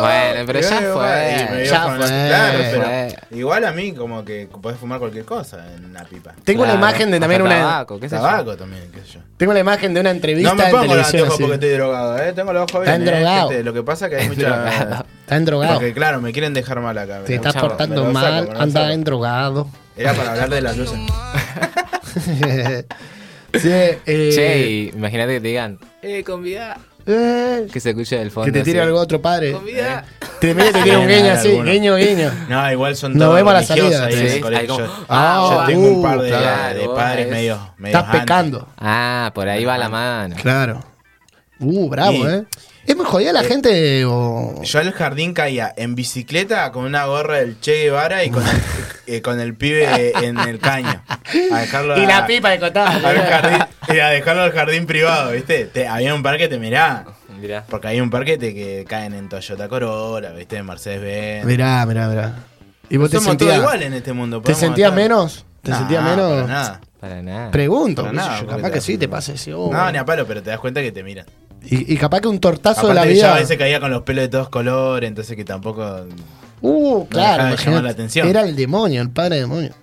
S2: Bueno, pero ya
S3: Igual que mi papá. Eh, Y me
S2: fue.
S3: dio
S1: ya
S3: con-
S1: fue.
S3: claro, pero
S2: Fue.
S3: igual a mí como que podés fumar cualquier cosa en una pipa.
S1: Tengo una
S2: Claro,
S1: imagen de
S2: hasta
S1: también una.
S2: Tabaco, qué sé yo.
S3: Tabaco también, qué sé yo.
S1: Tengo la imagen de una entrevista
S3: No me
S1: en
S3: pongo los
S1: televisión.
S3: anteojos
S1: así.
S3: porque estoy drogado, ¿eh? Tengo los ojos
S1: Están
S3: bien. ¿eh?
S1: drogado.
S3: Gente, Lo que pasa es que hay mucha...
S2: drogado.
S1: Están drogados.
S3: Porque claro, me quieren dejar mal
S1: Te
S3: acá. me lo
S1: estás
S3: saco,
S1: portando
S3: me lo saco,
S1: mal,
S3: me lo
S1: anda
S3: saco.
S1: en drogado.
S3: Era para hablar de las luces.
S1: Sí, eh,
S2: Che, y imagínate que te digan, eh, convida.
S1: eh,
S2: Que se escuche del fondo.
S1: que te tire
S2: así.
S1: algo otro padre.
S2: Convida.
S1: Te mira y te tira un
S3: Sí,
S1: guiño
S3: nada,
S1: así,
S3: alguno.
S1: guiño, guiño.
S3: No, igual son
S1: Nos
S3: todos
S1: vemos a la
S3: religiosos
S1: salida,
S3: ahí en el
S2: Sí,
S3: colegio.
S2: ahí como,
S3: Yo-
S1: ah,
S3: yo tengo un par
S1: uh,
S3: de,
S2: claro,
S3: de
S2: vos
S3: padres
S2: es-
S3: medios medios
S1: Estás
S3: antes.
S1: pecando.
S2: Ah, por ahí va la mano.
S1: Claro. Uh, bravo,
S3: Y-
S1: ¿eh? ¿Es muy jodida la gente o...?
S3: Yo al jardín caía en bicicleta con una gorra del Che Guevara y con el, eh, con el pibe en el caño. A dejarlo a-
S1: de cotado.
S3: al jardín, y a dejarlo al jardín privado, ¿viste? Te- había un parque que te miraba.
S2: Mirá.
S3: Porque hay un parque te- que caen en Toyota Corolla, ¿viste? En Mercedes Benz.
S1: Mirá, mirá, mirá. ¿Y vos te
S3: Somos todos
S1: sentías,
S3: iguales en este mundo.
S1: te
S3: podemos
S1: sentías
S3: estar-
S1: menos? ¿Te
S3: No,
S1: sentías
S3: para
S1: menos?
S3: nada.
S2: Para nada.
S1: Pregunto,
S3: Para
S1: qué sé
S3: nada,
S1: yo,
S3: porque
S1: capaz
S3: te-
S1: que sí, te pasa ese oh.
S3: No, ni a palo, pero te das cuenta que te miran.
S1: y, y capaz que un tortazo
S3: Aparte
S1: de la
S3: que yo a
S1: vida.
S3: veces caía con los pelos de todos colores, entonces que tampoco...
S1: Uh, claro,
S3: dejaba de
S1: imagínate.
S3: llamar la atención.
S1: Era el demonio, el padre demonio.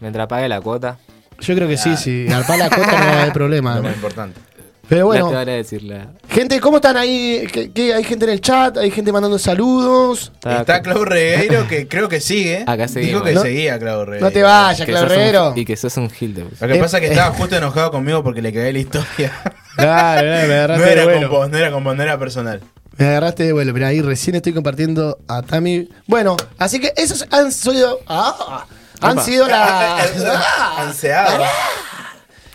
S2: Mientras pague la cuota.
S1: Yo creo que sí,
S3: Claro.
S1: sí. Al par la cuota no va a haber problema.
S3: Lo más importante.
S1: Pero
S2: No te
S1: bueno,
S2: van a decir la-
S1: gente, ¿cómo están ahí? ¿Qué, qué- hay gente en el chat? ¿Hay gente mandando saludos?
S2: Está-
S3: Está Clau Regueiro que creo que sigue.
S2: Acá
S3: Dijo
S2: seguimos.
S3: que
S1: No-
S3: seguía Clau Regueiro.
S1: No te Eh. vayas,
S2: que sos un-
S1: Claudio
S2: Y que sos un Hilde.
S3: Lo que pasa es que estaba justo enojado conmigo porque le cagué la historia.
S1: Claro, me
S3: No
S1: agarraste
S3: era
S1: de
S3: con
S1: vuelo.
S3: vos, no era con vos, no era personal.
S1: Me agarraste de vuelo. Mira, ahí recién estoy compartiendo a Tami. Bueno, así que esos han sido. ah, han
S2: Opa.
S1: sido las.
S3: Anseado.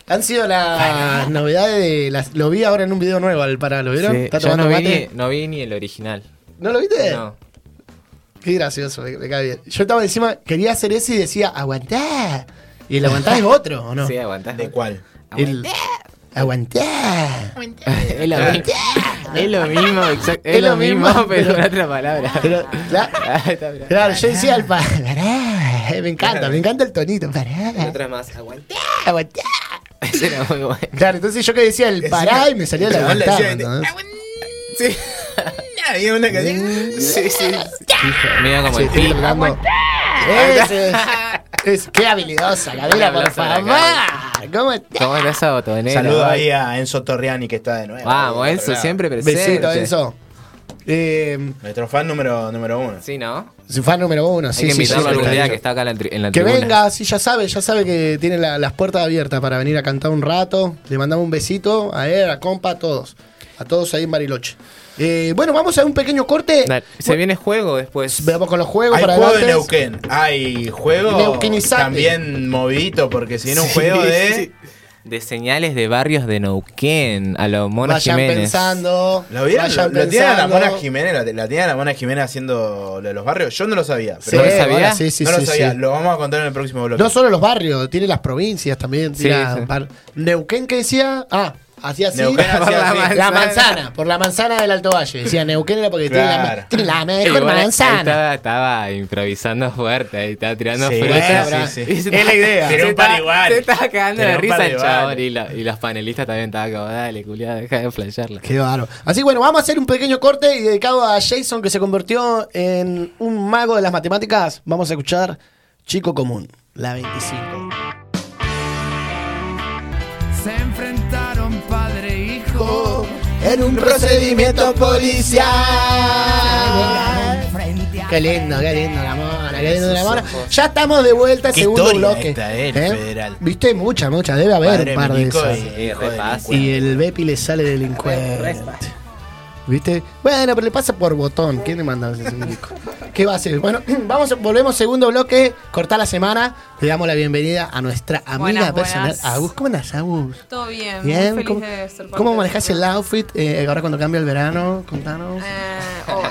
S1: Han sido las novedades de las. Lo vi ahora en un video nuevo al pará, ¿lo vieron?
S2: Sí,
S1: Está
S2: yo
S1: tomando
S2: no vi,
S1: mate.
S2: ni, no vi ni el original.
S1: ¿No lo viste?
S2: No.
S1: Qué gracioso, me, me cae bien. Yo estaba encima, quería hacer ese y decía, aguantá. Y el aguantá es otro, ¿o no?
S2: Sí, aguantás.
S3: ¿De cuál?
S1: El- aguantá.
S2: Es lo mismo. Es lo mismo, exacto. Es, lo mismo, pero con otra palabra.
S1: Pero, la-
S2: Ah, está bien.
S1: claro, yo decía al pa- pará. Me encanta, me encanta el tonito. Pará,
S2: Otra más, aguantá.
S1: aguantá.
S2: Ese era muy bueno.
S1: Claro, entonces yo que decía el pará y me salía el
S3: Pero vos le
S1: aguantá.
S2: este,
S3: decías,
S1: ¿no?
S2: "Ah, Sí.
S3: Había una que decía-
S2: Sí, sí. Mira como
S1: Sí,
S2: el
S1: estoy
S2: pi.
S1: tocando. Ese es- es- qué habilidosa la vela, por
S2: aplauso a la
S1: favor. ¿Cómo está?
S2: ¿Cómo era esa botonera?
S3: Saludo ahí a Enzo Torriani que está de nuevo.
S2: Vamos,
S3: Ahí, del
S2: Enzo,
S3: otro
S2: siempre presente.
S1: Besito, eso. Eh,
S3: lado. Nuestro fan número, número uno.
S2: Sí, ¿no?
S1: su fan número uno, sí,
S2: Hay que
S1: sí,
S2: invitarlo
S1: sí,
S2: algún
S1: sí.
S2: día que está acá en la, tri- en la
S1: Que
S2: tribuna.
S1: venga, sí, ya sabe, ya sabe que tiene la- las puertas abiertas para venir a cantar un rato. Le mandamos un besito a él, a compa, a todos. A todos ahí en Bariloche. Eh, bueno, vamos a un pequeño corte.
S2: Dale, Se viene juego después.
S1: Veamos con los juegos
S3: Hay
S1: para
S3: juego de
S1: adelante.
S3: Neuquén, hay juego
S1: Neuquinizate.
S3: también movidito porque si viene un
S2: Sí,
S3: juego de...
S2: sí. De señales de barrios de Neuquén a los Mona
S1: Vayan
S2: Jiménez.
S1: pensando.
S3: ¿Lo vieron?
S1: vayan
S3: ¿Lo- lo tiene a la
S1: pensando.
S3: Mona Jiménez, la, la tiene a la Mona Jiménez haciendo lo de los barrios. Yo no lo sabía.
S1: Sí,
S3: Pero
S2: lo sabía?
S1: ahora sí, sí,
S3: no lo
S1: sí,
S3: sabía.
S1: sí.
S3: Lo vamos a contar en el próximo bloque.
S1: No solo los barrios, tiene las provincias también.
S2: Sí,
S1: tiene la-
S2: sí.
S1: par- Neuquén que decía, ah, hacía así.
S3: Neuquén hacía
S1: por la,
S3: así.
S1: manzana. la manzana, por la manzana del Alto Valle. Decía Neuquén era porque tiene, la,
S3: Claro.
S1: ma- tiene la
S2: Eh,
S1: mejor
S2: igual ahí
S1: manzana.
S2: Estaba, estaba improvisando fuerte, ahí estaba tirando
S3: Sí,
S2: fruta.
S3: bueno, sí, sí.
S2: Y se
S1: Es la idea.
S2: se
S3: Era un
S2: estaba-
S3: parigual.
S2: Se estaba cagando
S3: Era
S2: de
S3: un
S2: risa el
S3: parigual.
S2: chabón. Y, lo- y los panelistas también estaban como, dale, culiada, deja de flashearla. Eh,
S1: Qué bárbaro. Así que bueno, vamos a hacer un pequeño corte y dedicado a Jason que se convirtió en un mago de las matemáticas. Vamos a escuchar Chico Común, la 25.
S6: Se enfrentaron padre e hijo.
S1: En un procedimiento policial.
S6: Frente a
S1: Qué lindo, qué lindo la mona, qué lindo la mona.
S2: Esos ojos.
S1: Ya estamos de vuelta al
S3: Qué
S1: segundo
S3: historia
S1: bloque.
S3: esta, eh, el federal.
S1: Viste mucha, mucha, debe haber
S3: Padre
S1: un par de
S3: Milico
S1: esas.
S3: y-
S2: Sí,
S3: hijo
S2: re
S3: de
S2: fácil.
S1: Y el Bepi le sale delincuente. ¿Viste? Bueno, pero le pasa por botón. ¿Quién le manda ese milico? ¿Qué va a hacer? Bueno, vamos, volvemos segundo bloque, cortar la semana. Le damos la bienvenida a nuestra amiga
S5: Buenas,
S1: personal,
S5: buenas.
S1: Agus. ¿Cómo andás, Agus?
S5: Todo bien,
S1: Bien,
S5: muy feliz
S1: ¿cómo,
S5: de ser parte
S1: cómo
S5: de
S1: manejás
S5: esto.
S1: el outfit eh, ahora cuando cambia el verano? Contanos.
S5: Eh, oh.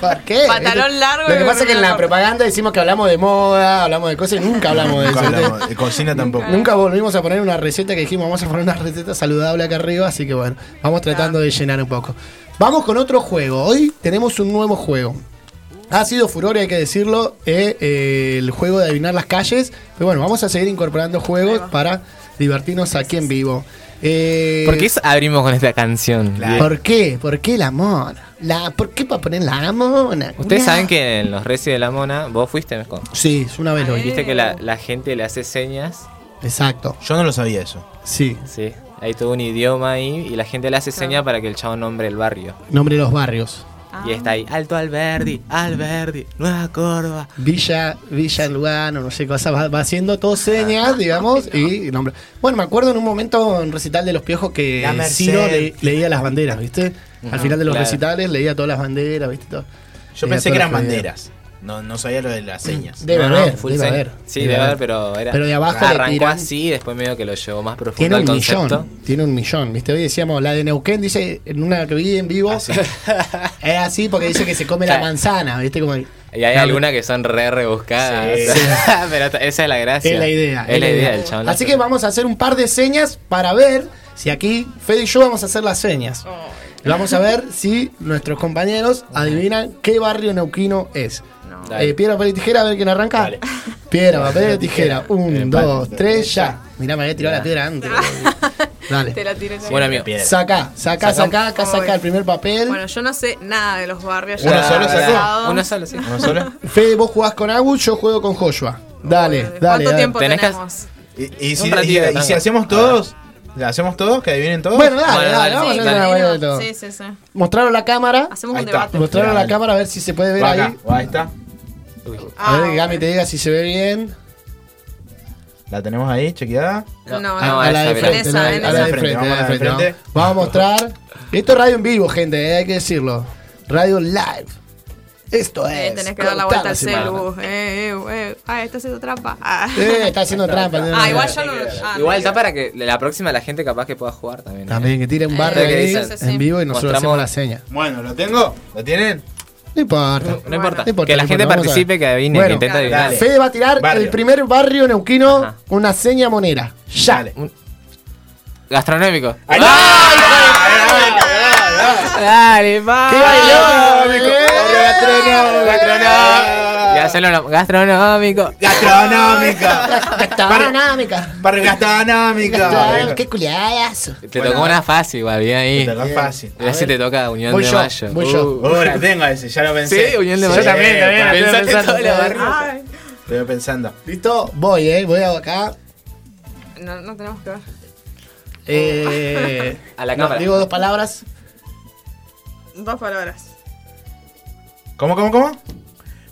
S1: ¿Por qué?
S5: Pantalón largo
S1: Lo
S5: y
S1: que pasa es que en la
S5: remera corta.
S1: propaganda decimos que hablamos de moda, hablamos de cosas y nunca hablamos de
S3: Nunca
S1: eso. ¿eh?
S3: hablamos de cocina tampoco.
S1: Nunca volvimos a poner una receta que dijimos, vamos a poner una receta saludable acá arriba, así que bueno, vamos tratando de llenar un poco. Vamos con otro juego. Hoy tenemos un nuevo juego. Ha sido furor, hay que decirlo, eh, eh, el juego de adivinar las calles. Pero bueno, vamos a seguir incorporando juegos para divertirnos aquí en vivo. Eh,
S2: ¿Por qué es- abrimos con esta canción?
S3: Claro.
S1: ¿Por qué? ¿Por qué la mona? La, ¿Por qué para poner la mona?
S2: Ustedes
S1: No.
S2: saben que en los Reci de la Mona, vos fuiste, Mezco.
S1: Sí, es una vez lo vi.
S2: Viste que la, la gente le hace señas.
S1: Exacto.
S3: Yo no lo sabía eso.
S1: Sí.
S2: Sí. Hay todo un idioma ahí y la gente le hace señas para que el chavo nombre el barrio.
S1: Nombre de los barrios.
S2: Y está
S7: Ah.
S2: ahí, Alto Alberdi, Alberdi, Nueva Córdoba.
S1: Villa, Villa Lugano, no sé qué cosa, va, va haciendo todo señas, digamos, y nombre. Bueno, me acuerdo en un momento en recital de los piojos que
S3: La Merced.
S1: Ciro le- leía las banderas, ¿viste? Al
S2: Ajá,
S1: final de los
S2: claro.
S1: recitales leía todas las banderas, ¿viste? Todo.
S3: Yo
S1: Leía
S3: pensé
S1: todas
S3: que
S1: las
S3: eran banderas. No, no sabía lo de las señas.
S1: Debe
S2: No, no,
S1: haber,
S2: full
S1: debe
S2: señas.
S1: haber.
S2: Sí, debe haber, pero era.
S1: Pero de abajo le
S2: Arrancó
S1: tiran-
S2: así y después medio que lo llevó más profundo
S1: Tiene
S2: al
S1: un
S2: concepto.
S1: millón, tiene un millón, ¿viste? Hoy decíamos, la de Neuquén dice, en una que vi en vivo, es así porque dice que se come la
S2: Ah, Claro.
S1: manzana, ¿viste? Como,
S2: Y hay algunas que son re rebuscadas.
S3: Sí.
S2: pero t- esa es la gracia.
S1: Es la idea.
S2: Es la idea del chabón. este.
S1: Así que vamos a hacer un par de señas para ver si aquí Fede y yo vamos a hacer las señas. Y Vamos a ver si nuestros compañeros adivinan qué barrio neuquino es.
S2: Dale.
S1: Eh, piedra, papel y tijera, a ver quién arranca.
S3: Dale.
S1: Piedra, papel y tijera. Un,
S3: Empate.
S1: dos, tres, ya. Mirá, me había tirado la piedra antes.
S7: Ah. Te
S1: Dale.
S7: la tiré yo.
S2: Bueno, amigo.
S3: Piedra.
S1: Sacá, sacá, sacá, acá saca
S7: Ay.
S1: el primer papel.
S7: Bueno, yo no sé nada de los barrios.
S3: Uno
S7: ya
S3: solo
S7: he
S3: sacó.
S7: pasado.
S2: Uno solo, sí.
S3: ¿Uno solo?
S1: Fede, vos jugás con Agus, yo juego con Joshua. Dale,
S7: ¿Cuánto
S1: dale. dale.
S7: tiempo
S2: Tenés que-
S7: tenemos?
S3: Y, y
S2: Un
S3: si,
S2: ratito
S3: y-
S2: de
S3: y si
S2: tango.
S3: hacemos todos, ¿la hacemos todos? ¿Que adivinen todos?
S1: Bueno, dale,
S2: Bueno,
S1: dale,
S2: dale,
S1: vamos a
S7: sí,
S1: hacer una
S2: dale.
S1: buena de
S7: no,
S1: todo.
S7: sí, sí, sí.
S1: Mostraron la cámara.
S7: Hacemos
S3: Ahí
S7: un
S3: está.
S7: debate.
S1: Mostraron la
S3: Dale.
S1: cámara a ver si se puede ver
S3: Va acá,
S1: ahí.
S3: va, ahí está.
S1: A ver
S7: Ah,
S1: que Gami te diga si se ve bien.
S3: La tenemos ahí, chequeada.
S7: No, no,
S2: Ah,
S1: a,
S7: no.
S1: a la de
S2: esa,
S1: frente,
S7: esa,
S1: la de-
S7: en
S1: a la
S7: esa.
S1: de frente,
S3: Vamos
S1: a la de frente,
S3: frente.
S1: vamos. Vamos a mostrar. Esto es radio en vivo, gente, eh, hay que decirlo. Radio live. Esto
S7: Eh,
S1: es.
S7: tenés que dar la vuelta al
S1: Cortar la
S7: celu. Eh, eh, eh. Ah, está haciendo trampa. Ah,
S1: semana. Eh, está haciendo trampa. no, no,
S7: Ah,
S1: no.
S7: igual yo no. ah, no.
S2: Igual está para que la próxima la gente capaz que pueda jugar también. ¿eh?
S1: También que tire un barrio
S2: Eh, que
S1: ahí
S2: dicen,
S1: en vivo y nosotros
S2: Mostramos-
S1: hacemos la seña.
S3: Bueno, ¿lo tengo? ¿Lo tienen?
S1: No importa.
S2: No importa.
S1: No importa,
S2: Que la
S1: no importa, vamos
S2: gente
S1: a ver.
S2: participe, que adivine,
S1: Bueno,
S2: que intente
S7: dale.
S2: adivinar.
S3: Dale.
S1: Fede va a tirar
S3: Barrio.
S1: el primer barrio neuquino
S2: Ajá.
S1: una seña monera. Ya. ¡Ah!
S3: Dale.
S2: Gastronómico.
S3: ¡Ay,
S7: Ah.
S2: Dale, va.
S1: ¡Qué bailón! ¡Eh!
S3: ¡Gastronómico!
S2: Eh. Y
S3: ¡Gastronómico!
S2: hacerlo no- gastronómico.
S3: ¡Gastronómico!
S1: Gastronómica.
S3: ¡Para el
S1: Gastronómica.
S3: gastronómico!
S1: ¡Qué culiadazo!
S2: Te
S3: Bueno.
S2: tocó una fácil, igual, bien ahí.
S3: Te tocó fácil.
S2: A ver si te toca Unión
S1: Voy
S2: de
S1: yo,
S2: Mayo.
S1: voy yo.
S2: Uh.
S3: Oh, la tengo ese, ya lo pensé.
S2: Sí, Unión de
S3: Sí,
S2: Mayo.
S3: también, también, la
S2: Pensaste
S1: estoy pensando.
S2: todo la barra.
S7: Ay,
S3: Estoy pensando.
S1: Listo, voy, eh. Voy
S2: Oh.
S1: acá.
S7: No, no tenemos que ver.
S1: Eh,
S2: A la
S1: no,
S2: cámara.
S1: digo dos palabras.
S7: Dos palabras.
S3: ¿Cómo, cómo, cómo?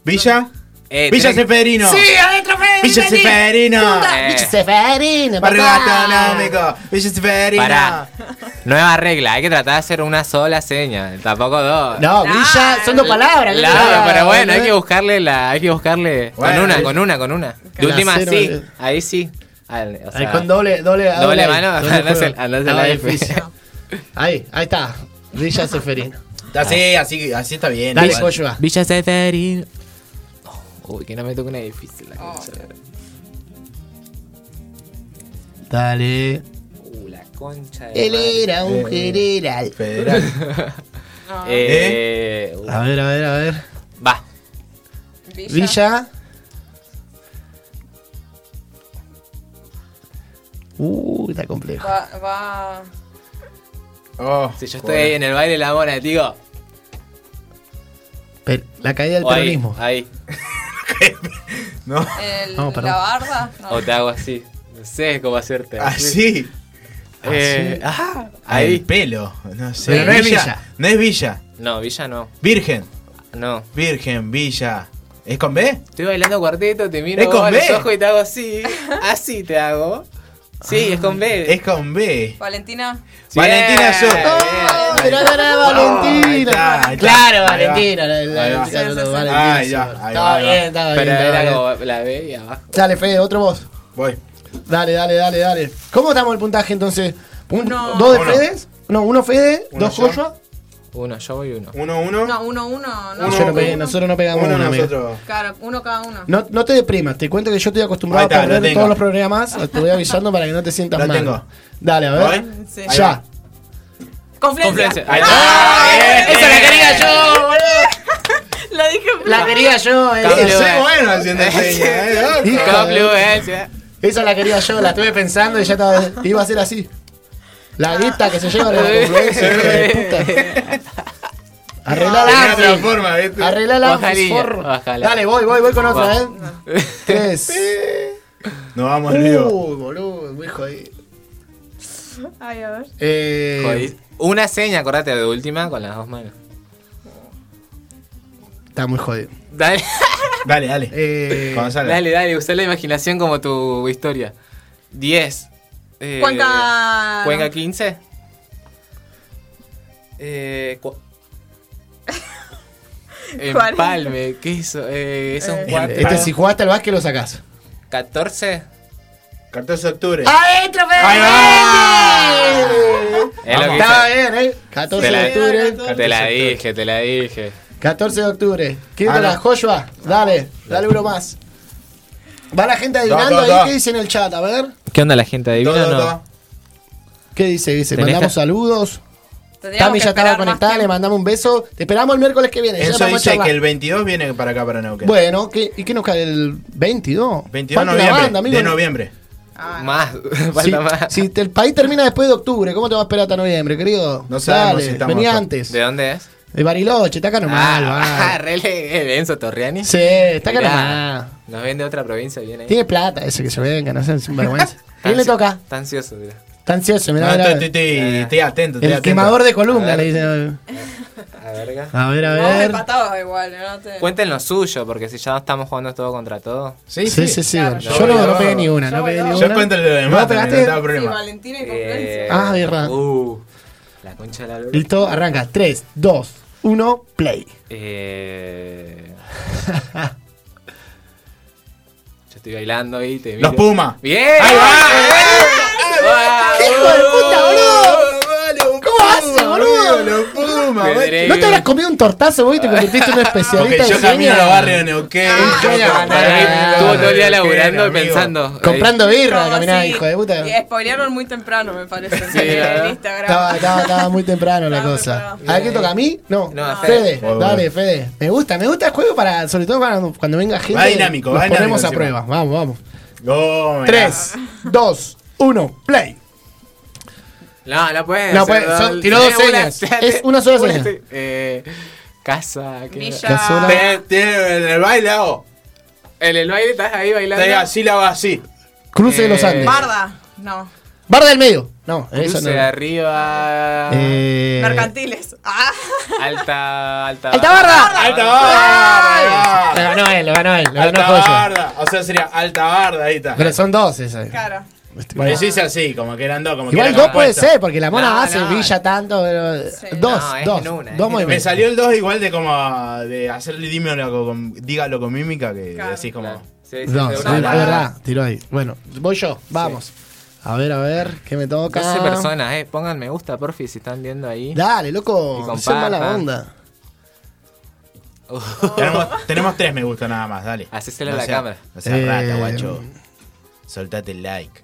S3: Villa.
S2: Eh,
S3: Villa
S2: tenés-
S3: Seferino.
S1: adentro Fede.
S3: Villa Seferino.
S2: Eh.
S1: Villa Seferino.
S3: Barrio
S1: papá.
S3: gastronómico. Villa Seferino.
S2: Pará. eh, Nueva regla, hay que tratar de hacer una sola seña, tampoco dos.
S1: No, Villa, son dos palabras. ¿qué
S2: Ah, Claro,
S1: tal?
S2: pero bueno, hay que buscarle la, hay que buscarle
S3: Bueno,
S2: con una,
S3: es-
S2: con una, con una. De
S1: La
S2: última
S1: cero,
S2: sí,
S1: eh.
S2: ahí sí. Al- o
S1: Ahí
S2: sea,
S1: con doble, doble,
S2: doble mano,
S1: ahí,
S2: andás
S1: doble
S2: el-
S1: juego.
S2: andás el
S1: Estaba
S2: AF.
S1: difícil. Ahí, ahí está. Villa Seferino.
S3: Así, así, así está bien.
S1: Dale,
S3: igual.
S1: Coyuba.
S2: Villa Seferino. Oh, uy, que no me toque una difícil. La concha.
S1: Dale.
S2: Uh, la concha de
S1: Él
S2: madre.
S1: era un general.
S3: Federal.
S2: Eh, uh,
S1: A ver, a ver, a ver.
S2: va.
S1: Villa. Uh, está
S2: Ah.
S1: complejo.
S7: Va. va...
S3: Oh,
S2: Si yo estoy ahí en el baile de la mona, digo.
S1: Pero la caída del
S2: o ahí,
S1: peronismo.
S2: ahí.
S3: No.
S7: El,
S1: No, perdón.
S7: la barda. No.
S2: O te hago así. No sé cómo hacerte.
S3: Ah, Así. Ah,
S2: Eh, ajá,
S3: Ahí.
S2: ahí.
S3: pelo. No sé.
S1: Pero no es Villa.
S3: No es Villa.
S2: No, Villa no.
S3: Virgen.
S2: No.
S3: Virgen, Villa. ¿Es con B?
S2: Estoy bailando cuarteto, te miro
S3: Es con
S2: a los
S3: B.
S2: ojos y te hago así. Así te hago. Sí, es con B.
S3: Ah, Es con B.
S7: Valentina.
S2: Sí.
S3: Valentina Yo.
S2: Bien.
S1: ¡Oh, mirá, mirá,
S3: Ahí
S1: Valentina!
S3: está, ahí está.
S1: Claro,
S3: Ahí va.
S1: Valentina. la- la-
S3: Ahí va.
S1: la chica de los Valentinos.
S3: Ahí va, ahí
S1: Estaba
S3: va.
S1: bien, estaba bien.
S2: Pero
S1: estaba
S2: era
S1: bien.
S2: como la B y abajo.
S1: Dale, Fede, otro vos.
S3: Voy.
S1: Dale, dale, dale, dale. ¿Cómo estamos el puntaje entonces? Un-
S7: Uno.
S1: ¿Dos de
S3: Uno.
S1: Fede? No, uno Fede,
S3: Uno
S1: dos
S3: yo.
S1: Joshua.
S2: Uno, yo voy uno.
S3: Uno, uno.
S7: No, uno, uno. No,
S3: Uno,
S1: Yo no
S3: uno.
S1: pegué, nosotros no pegamos
S3: Uno,
S1: uno, amigo.
S3: nosotros.
S7: Claro, uno cada uno.
S1: No, no te deprimas, te cuento que yo estoy acostumbrado
S3: Ahí está,
S1: a
S3: lo
S1: perder
S3: tengo.
S1: todos los programas. Te voy avisando para que no te sientas
S3: Lo
S1: mal.
S3: tengo.
S1: Dale, a ver.
S3: ¿Voy?
S7: Sí.
S3: Ahí
S1: Ya.
S3: va.
S7: Confluencia. Ah,
S2: Confluencia.
S3: Ahí está.
S2: ¡Eso la quería yo, boludo!
S5: La dije
S8: La quería yo, eh.
S2: Cable,
S3: Soy
S2: eh.
S3: bueno haciendo señas, eh, loco.
S1: Hijo
S2: WS.
S1: Esa la quería yo, la estuve pensando y ya estaba- iba a ser así. La guita que se lleva la confluencia, hijo de puta. Arreglá
S3: Tenía
S1: la
S3: otra
S1: Anfi.
S3: forma, ¿viste?
S1: Arreglá la Anfi,
S2: Bájale,
S1: forro.
S2: bájala.
S1: Dale, voy, voy, voy con otra, ¿eh? Tres.
S3: Nos vamos, Leo.
S1: Uy, boludo, muy jodido.
S7: Ay, a ver.
S1: Eh,
S2: Jodid- Una seña, acordate, de última, con las dos manos.
S1: Está muy jodido.
S2: Dale,
S3: Dale, dale.
S1: Eh,
S3: Gonzalo.
S2: dale, dale, usá la imaginación como tu historia. 10. Eh,
S7: Cuenca-
S2: Cuenca 15. Eh, cua- Empalme, ¿qué hizo? Eh, eso es un
S7: Eh.
S2: cuarto.
S1: este, si jugaste al básquet, lo sacás.
S2: 14.
S3: 14 de octubre.
S8: ¡Adentro, Fede!
S3: Ahí va.
S2: Es lo que
S1: Estaba
S2: hice.
S1: bien, ¿eh? 14
S2: Te la-
S1: de octubre.
S2: Te la dije, te la dije.
S1: 14 de octubre. ¿Quién de
S3: Ah,
S1: la
S3: no.
S1: Joshua? Dale, dale uno más. Va la gente adivinando
S3: Dos, dos,
S1: ahí.
S3: dos.
S1: ¿Qué dice en el chat? A ver.
S2: ¿Qué onda la gente
S3: Todo,
S2: adivina o no?
S3: todo.
S1: ¿Qué dice? Dice,
S2: Tenés
S1: mandamos
S2: que-
S1: saludos.
S7: Tendríamos
S1: Tami
S7: que
S1: ya estaba
S7: esperar más
S1: conectada, le
S7: tiempo.
S1: mandamos un beso. Te esperamos el miércoles que viene. ya
S3: Enzo
S1: vamos a
S3: dice
S1: charlar.
S3: que el 22 viene para acá, para Neuquén.
S1: Bueno, ¿qué- ¿y qué nos cae? ¿El 22?
S3: 22 de
S1: Falta una
S3: noviembre.
S1: banda, amigo.
S3: de noviembre.
S7: Ah, no.
S2: Más, falta
S1: Si,
S2: más.
S1: si te- el país termina después de octubre, ¿cómo te vas a esperar hasta noviembre, querido?
S3: No sabemos si estamos
S1: vení
S3: acá.
S1: antes.
S2: ¿De dónde es?
S1: De Bariloche, está acá nomás.
S2: ah,
S1: va.
S2: rele, el Enzo Torriani.
S1: Sí, está acá
S2: Mirá,
S1: nomás.
S2: Nos vende otra provincia, viene ahí.
S1: Tiene plata ese que se venga, no sean sinvergüenza.
S2: Está
S1: ¿Quién le
S2: ansi-
S1: toca?
S2: Está ansioso, mira.
S1: Está ansioso,
S3: No,
S1: mirá, mirá.
S3: Ah, estoy, estoy- estoy- estoy atento, estoy
S1: El
S3: atento.
S1: quemador de columna,
S2: A
S1: le
S2: ver.
S1: dice.
S2: A verga.
S1: A ver, a
S7: Vos
S1: ver.
S7: empatabas igual, no te...
S2: Cuenten lo suyo, porque si ya no estamos jugando todo contra todo.
S3: Sí,
S1: Sí,
S3: sí,
S1: sí, sí.
S7: Claro,
S1: bueno,
S3: yo
S1: yo no,
S3: voy,
S1: no
S3: yo
S1: pegué
S3: voy.
S1: ni una, no
S7: Yo
S1: pegué ni
S7: voy, yo
S1: una.
S3: Yo cuento lo
S1: ¿No
S3: demás, también, no
S1: pegaste?
S3: tengo
S7: Sí,
S3: problema.
S7: Valentina y
S2: Eh,
S7: Conferencia.
S1: Ah, birra.
S2: Uh, la concha de la lora.
S1: Listo, arranca. 3, 2, 1, play.
S2: Eh... Yo estoy bailando y te miro.
S3: Los Pumas.
S2: ¡Bien!
S3: Ahí
S2: ¡Vamos!
S1: ¡Qué hijo de puta, boludo! ¿Cómo hace, boludo?
S3: Los Pumas,
S2: Qué
S3: güey.
S2: derecho.
S1: ¿No te habrás comido un tortazo, vos? y Te convertiste en un especialista
S3: Porque yo
S1: en
S3: camino
S1: señas?
S3: a los barrios de Neuquén. yo
S1: genio,
S3: compro-
S1: pará,
S2: Estuvo todo el día
S3: Neuquén,
S2: laburando y
S3: amigo.
S2: pensando. eh,
S1: Comprando birra,
S7: No,
S1: caminaba,
S7: sí.
S1: hijo de puta.
S7: Y spoilearon muy temprano, me parece.
S2: Sí,
S7: en
S2: ¿verdad?
S7: el Instagram.
S1: Estaba, estaba, estaba muy temprano la
S7: Estaba
S1: cosa.
S7: preparado.
S1: ¿A ver qué toca a mí? No.
S2: No, a
S1: Fede.
S2: Fede.
S3: Voy, voy.
S1: Dale, Fede. Me gusta, me gusta el juego para, sobre todo para cuando venga gente.
S3: Va dinámico,
S1: nos
S3: va dinámico
S1: ponemos a
S3: encima.
S1: prueba. Vamos, vamos.
S3: No, mirá.
S1: 3, 2, 1, play.
S2: No, no puede.
S1: No
S2: hacer
S1: puede,
S2: dos-
S1: son- tiró dos
S2: Eh, una-
S1: señas. Es una sola seña.
S2: sí. Eh, casa. ¿qué?
S7: Villa.
S1: ¿Qué suena?
S3: Te- te- En el baile hago.
S2: En el baile estás ahí bailando.
S3: Te así, la hago así.
S1: Cruce de los
S2: Eh,
S1: Andes.
S7: Barda. No.
S1: Barra del medio. No, eso
S2: Cruce
S1: no.
S2: de arriba.
S1: Eh,
S7: Mercantiles. Ah.
S2: Alta, alta.
S1: ¡Alta barra!
S3: ¡Alta barda!
S1: Lo ganó él, lo ganó él, lo ganó
S3: Alta
S1: Joya.
S3: barda. O sea, sería alta barda, ahí está.
S1: Pero son dos esas.
S7: Claro.
S1: Este,
S3: Bueno, decís así, como que eran dos, como que
S1: Igual
S3: eran
S1: dos puede
S3: compuestas.
S1: ser, porque la mona
S2: No,
S1: hace
S2: no.
S1: Villa tanto, pero.
S7: Sí.
S1: Dos,
S2: No, es
S1: dos.
S2: en una, es
S1: dos
S2: en
S1: movimientos.
S3: Me salió el 2 igual de como de hacerle dímelo con, dígalo con mímica que
S7: Claro.
S3: decís como
S2: Claro. Sí, sí,
S1: Dos,
S2: sí,
S1: es
S2: una
S1: verdad,
S2: barra.
S1: tiró ahí. Bueno, voy yo, vamos. A ver, a ver, ¿qué me toca?
S2: 12 personas, eh. Pongan me gusta, porfi, si están viendo ahí.
S1: Dale, loco,
S2: Y
S1: no seas mala
S2: compartan.
S1: onda.
S3: tenemos, tenemos tres me gusta nada más, dale.
S2: Hacéselo
S3: No
S2: a la
S3: sea-
S2: cámara.
S3: No seas
S1: Eh,
S3: rata, guacho. Soltate el like.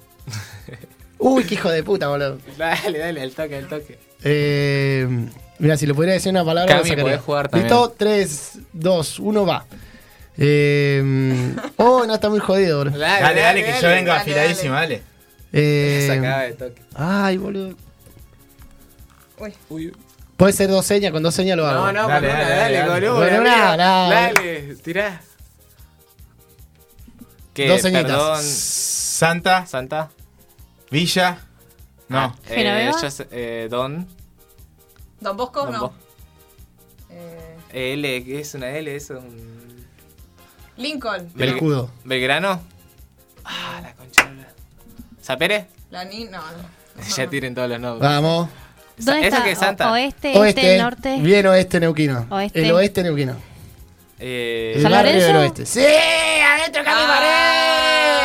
S1: Uy, qué hijo de puta, boludo.
S2: Dale, dale, al toque, al toque.
S1: Eh, mira, si le pudiera decir una palabra,
S2: Cami,
S1: lo sacaría.
S2: podés jugar también.
S1: Listo, 3, 2, 1, va. Eh, oh, no, está muy jodido, boludo.
S3: Dale, dale, que yo vengo
S7: dale,
S3: afiladísimo, dale.
S1: Eh,
S2: Sacaba de toque.
S1: ay, boludo.
S7: Uy.
S2: Uy.
S1: Puede ser dos señas, con dos señas lo hago.
S2: No, no,
S3: Dale,
S2: con una,
S3: dale,
S2: dale,
S3: dale.
S2: con
S1: Con
S2: una.
S1: una,
S2: mira.
S1: dale.
S2: Dale, tirá. ¿Qué?
S1: Dos señitas.
S2: Perdón,
S3: Santa,
S2: Santa.
S3: Villa. No.
S2: Eh,
S4: ¿Genoveva?
S2: yo sé- eh, Don.
S7: Don Bosco,
S2: Don
S7: no.
S2: Bosco.
S7: Eh,
S2: L, ¿qué es una L? Eso es un.
S7: Lincoln.
S1: El escudo.
S2: ¿Belgrano? Ah, la concha. de la- ¿Sapere?
S7: La ni... No, no.
S2: Ya tiren todos los nombres.
S1: Vamos.
S4: ¿Dónde
S2: ¿Esa
S4: está?
S2: que es Santa?
S4: O- oeste,
S1: Oeste,
S4: este, norte.
S1: bien oeste neuquino.
S4: Oeste.
S1: El oeste neuquino.
S2: Eh,
S1: El
S4: ¿San
S1: barrio
S4: Lorenzo?
S1: del oeste. Sí, adentro Cami
S7: Ah.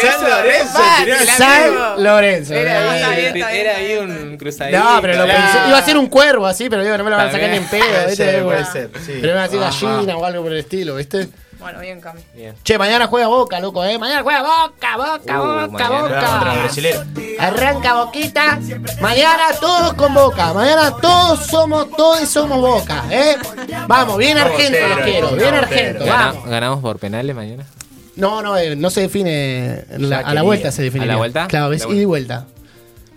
S2: San Lorenzo,
S1: Moreno.
S2: tirá.
S1: San Lorenzo.
S2: Era
S7: Ah, está
S2: ahí,
S7: bien, está bien,
S2: era
S7: está
S2: ahí
S7: bien, está
S2: un
S7: bien.
S2: cruzadito.
S1: No, pero lo
S2: Claro.
S1: pensé. Iba a ser un cuervo así, pero digo, no me lo van a
S2: Está
S1: sacar ni en
S2: bien.
S1: pedo.
S3: Puede
S1: ¿viste?
S3: ser, puede
S1: Bueno,
S3: ser, sí.
S1: Pero me van a decir
S2: Ajá.
S1: gallina o algo por el estilo, ¿viste?
S7: Bueno, bien, Cami.
S2: Bien.
S1: Che, mañana juega Boca, loco, ¿eh? Mañana juega Boca, Boca,
S2: Uh,
S1: Boca,
S2: mañana
S3: Contra
S1: Boca.
S3: brasilero.
S1: Arranca Boquita. Mañana todos con Boca. Mañana todos somos, todos somos Boca, ¿eh? Vamos, bien argento
S3: Botero,
S1: lo quiero, bien
S3: botero.
S1: argento,
S2: eh, Gana-
S1: vamos.
S2: ¿Ganamos por penales mañana?
S1: No, no, eh, no se define. la- a la
S3: quería.
S1: vuelta se define.
S2: ¿A la vuelta?
S1: Claro, es
S2: La
S1: ida y vuelta.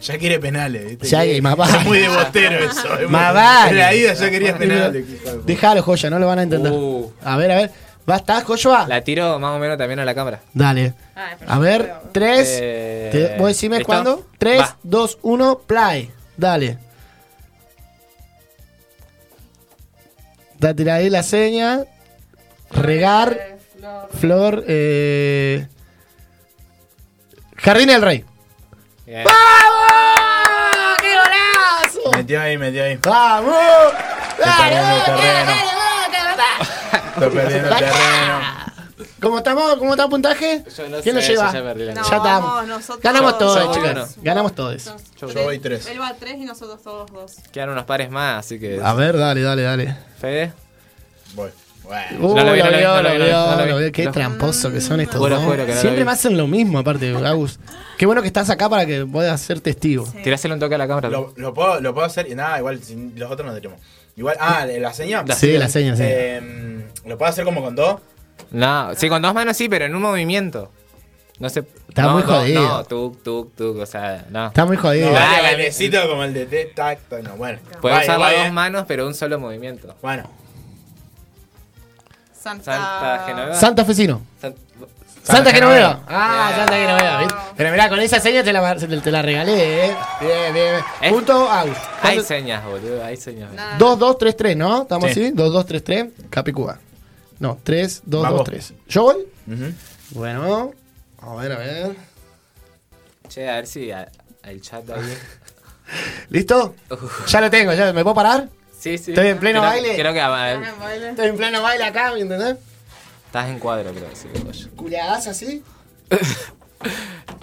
S3: Ya quiere penales, ¿viste?
S1: Ya, y más vale.
S3: Es muy de botero eso. es
S1: Más
S3: muy-
S1: vale.
S3: En la ida ya querías penales.
S1: Dejalo, Joya, no lo van a entender.
S2: Uh.
S1: A ver, a ver. ¿Va a estar, Joshua?
S2: La tiro más o menos también a la cámara.
S1: Dale.
S7: Ah, pero
S1: A
S7: yo
S1: ver,
S7: creo.
S1: tres.
S2: Eh,
S1: Te- vos decime
S2: ¿listo?
S1: cuándo. Tres,
S2: Va.
S1: dos, uno, play. Dale. Date ahí la seña. Regar,
S7: Eh, Flor.
S1: flor, eh. Jardín del Rey.
S2: Bien.
S1: ¡Vamos! ¡Qué golazo!
S3: Metió ahí, metió ahí.
S1: ¡Vamos! ¡Dale,
S3: perdiendo
S1: Boca,
S3: terreno.
S1: dale, Boca, papá!
S3: Está perdiendo terreno.
S1: ¿Cómo estamos? ¿Cómo está el puntaje?
S2: Yo no
S1: ¿Quién lo
S2: sé,
S1: lleva?
S2: yo ya perdí la
S7: No,
S1: ya estamos.
S7: vamos, nosotros
S1: Ganamos
S2: yo
S1: todos,
S2: voy
S1: chicos.
S2: uno.
S1: Ganamos todos.
S2: Yo-
S3: yo voy tres.
S7: Él va a tres y nosotros todos dos.
S2: Eh, Quedan unos pares más, así que.
S1: A ver, dale, dale, dale.
S2: Fede.
S3: Voy. Bueno.
S1: Uh,
S2: No
S1: lo
S2: lo vi,
S1: vio,
S2: no lo vi, no
S1: lo
S2: lo vi, no lo vi.
S1: vio, lo vio. Qué
S2: Lo-
S1: tramposo que son estos
S2: Juro,
S1: dos. ¿eh?
S2: juro que no lo
S1: Siempre
S2: vi.
S1: me hacen lo mismo, aparte, Agus. Qué bueno que estás acá para que puedas ser testigo.
S2: Tiráselo un toque a la cámara.
S3: Lo, lo puedo, lo puedo hacer y nada, igual sin- los otros no tenemos. Igual, ah, la señal.
S1: Sí, la seña, sí.
S3: ¿Lo puedo hacer como con dos?
S2: No, sí, con dos manos sí, pero en un movimiento. No sé.
S1: Está
S2: no,
S1: muy
S2: no,
S1: jodido.
S2: No, tuk, tuk, tuk, o sea, no.
S1: Está muy jodido.
S3: No, vale,
S2: Ay,
S3: bailecito como el de T, tac, tac, no, bueno.
S2: Puedes
S3: Vaya,
S2: usar las
S3: vaya.
S2: dos manos, pero un solo movimiento.
S3: Bueno,
S7: Santa, Ah.
S2: Santa Genoveva.
S1: Santa Fecino.
S2: San-
S1: Santa que no veo.
S3: Genoveva.
S1: Ah, Santa que no veo. Pero mirá, con esa seña te la, te- te la regalé, eh. Bien, bien, bien.
S2: Es-
S1: Punto Agus.
S2: Hay señas, boludo, hay señas.
S1: 2-2-3-3, ¿no? ¿Estamos
S3: Sí.
S1: así? 2-2-3-3, Capicúa. No, 3-2-2-3.
S3: Vamos.
S1: ¿Yo voy?
S3: Ujú.
S1: Bueno, a ver, a ver.
S2: Che, a ver si a- el chat da bien.
S1: ¿Listo? Ya lo tengo, ya. ¿Me puedo parar?
S2: Sí, sí.
S1: Estoy en pleno
S2: Creo-
S1: baile.
S2: Creo que a-
S1: Estoy en pleno baile acá, ¿me entendés?
S2: estás en cuadro, creo. Sí, que voy.
S1: Culeadas así.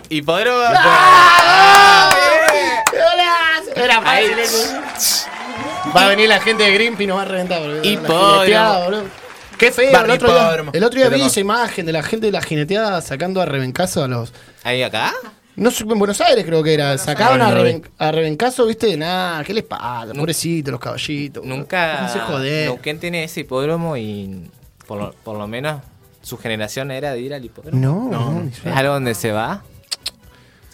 S2: Y podremos.
S3: ¡Ah!
S1: ¡Golazo! Era
S2: Ahí.
S1: fácil eso. Va a venir la gente de Greenpeace y nos va a reventar, boludo.
S2: Y
S1: La
S2: podremos.
S1: jineteada, boludo. Qué feo, el
S3: Barney
S1: otro, día,
S3: Podremos.
S1: el otro día vi
S3: Podremos.
S1: esa imagen de la gente de la jineteada sacando a rebencazo a los...
S2: Ahí acá.
S1: No sé, en Buenos Aires creo que era. Sacaban
S3: Aires.
S1: a,
S3: No, no lo
S1: Reben- a Rebencazo, viste, nada, ¿qué les pasa? Pobrecitos, los caballitos. boludo.
S2: Nunca.
S1: No se joder.
S2: Neuquén tiene ese hipódromo y por lo, por lo menos su generación era de ir al hipódromo.
S1: No, no, ni
S2: Es
S1: suena.
S2: algo donde se va.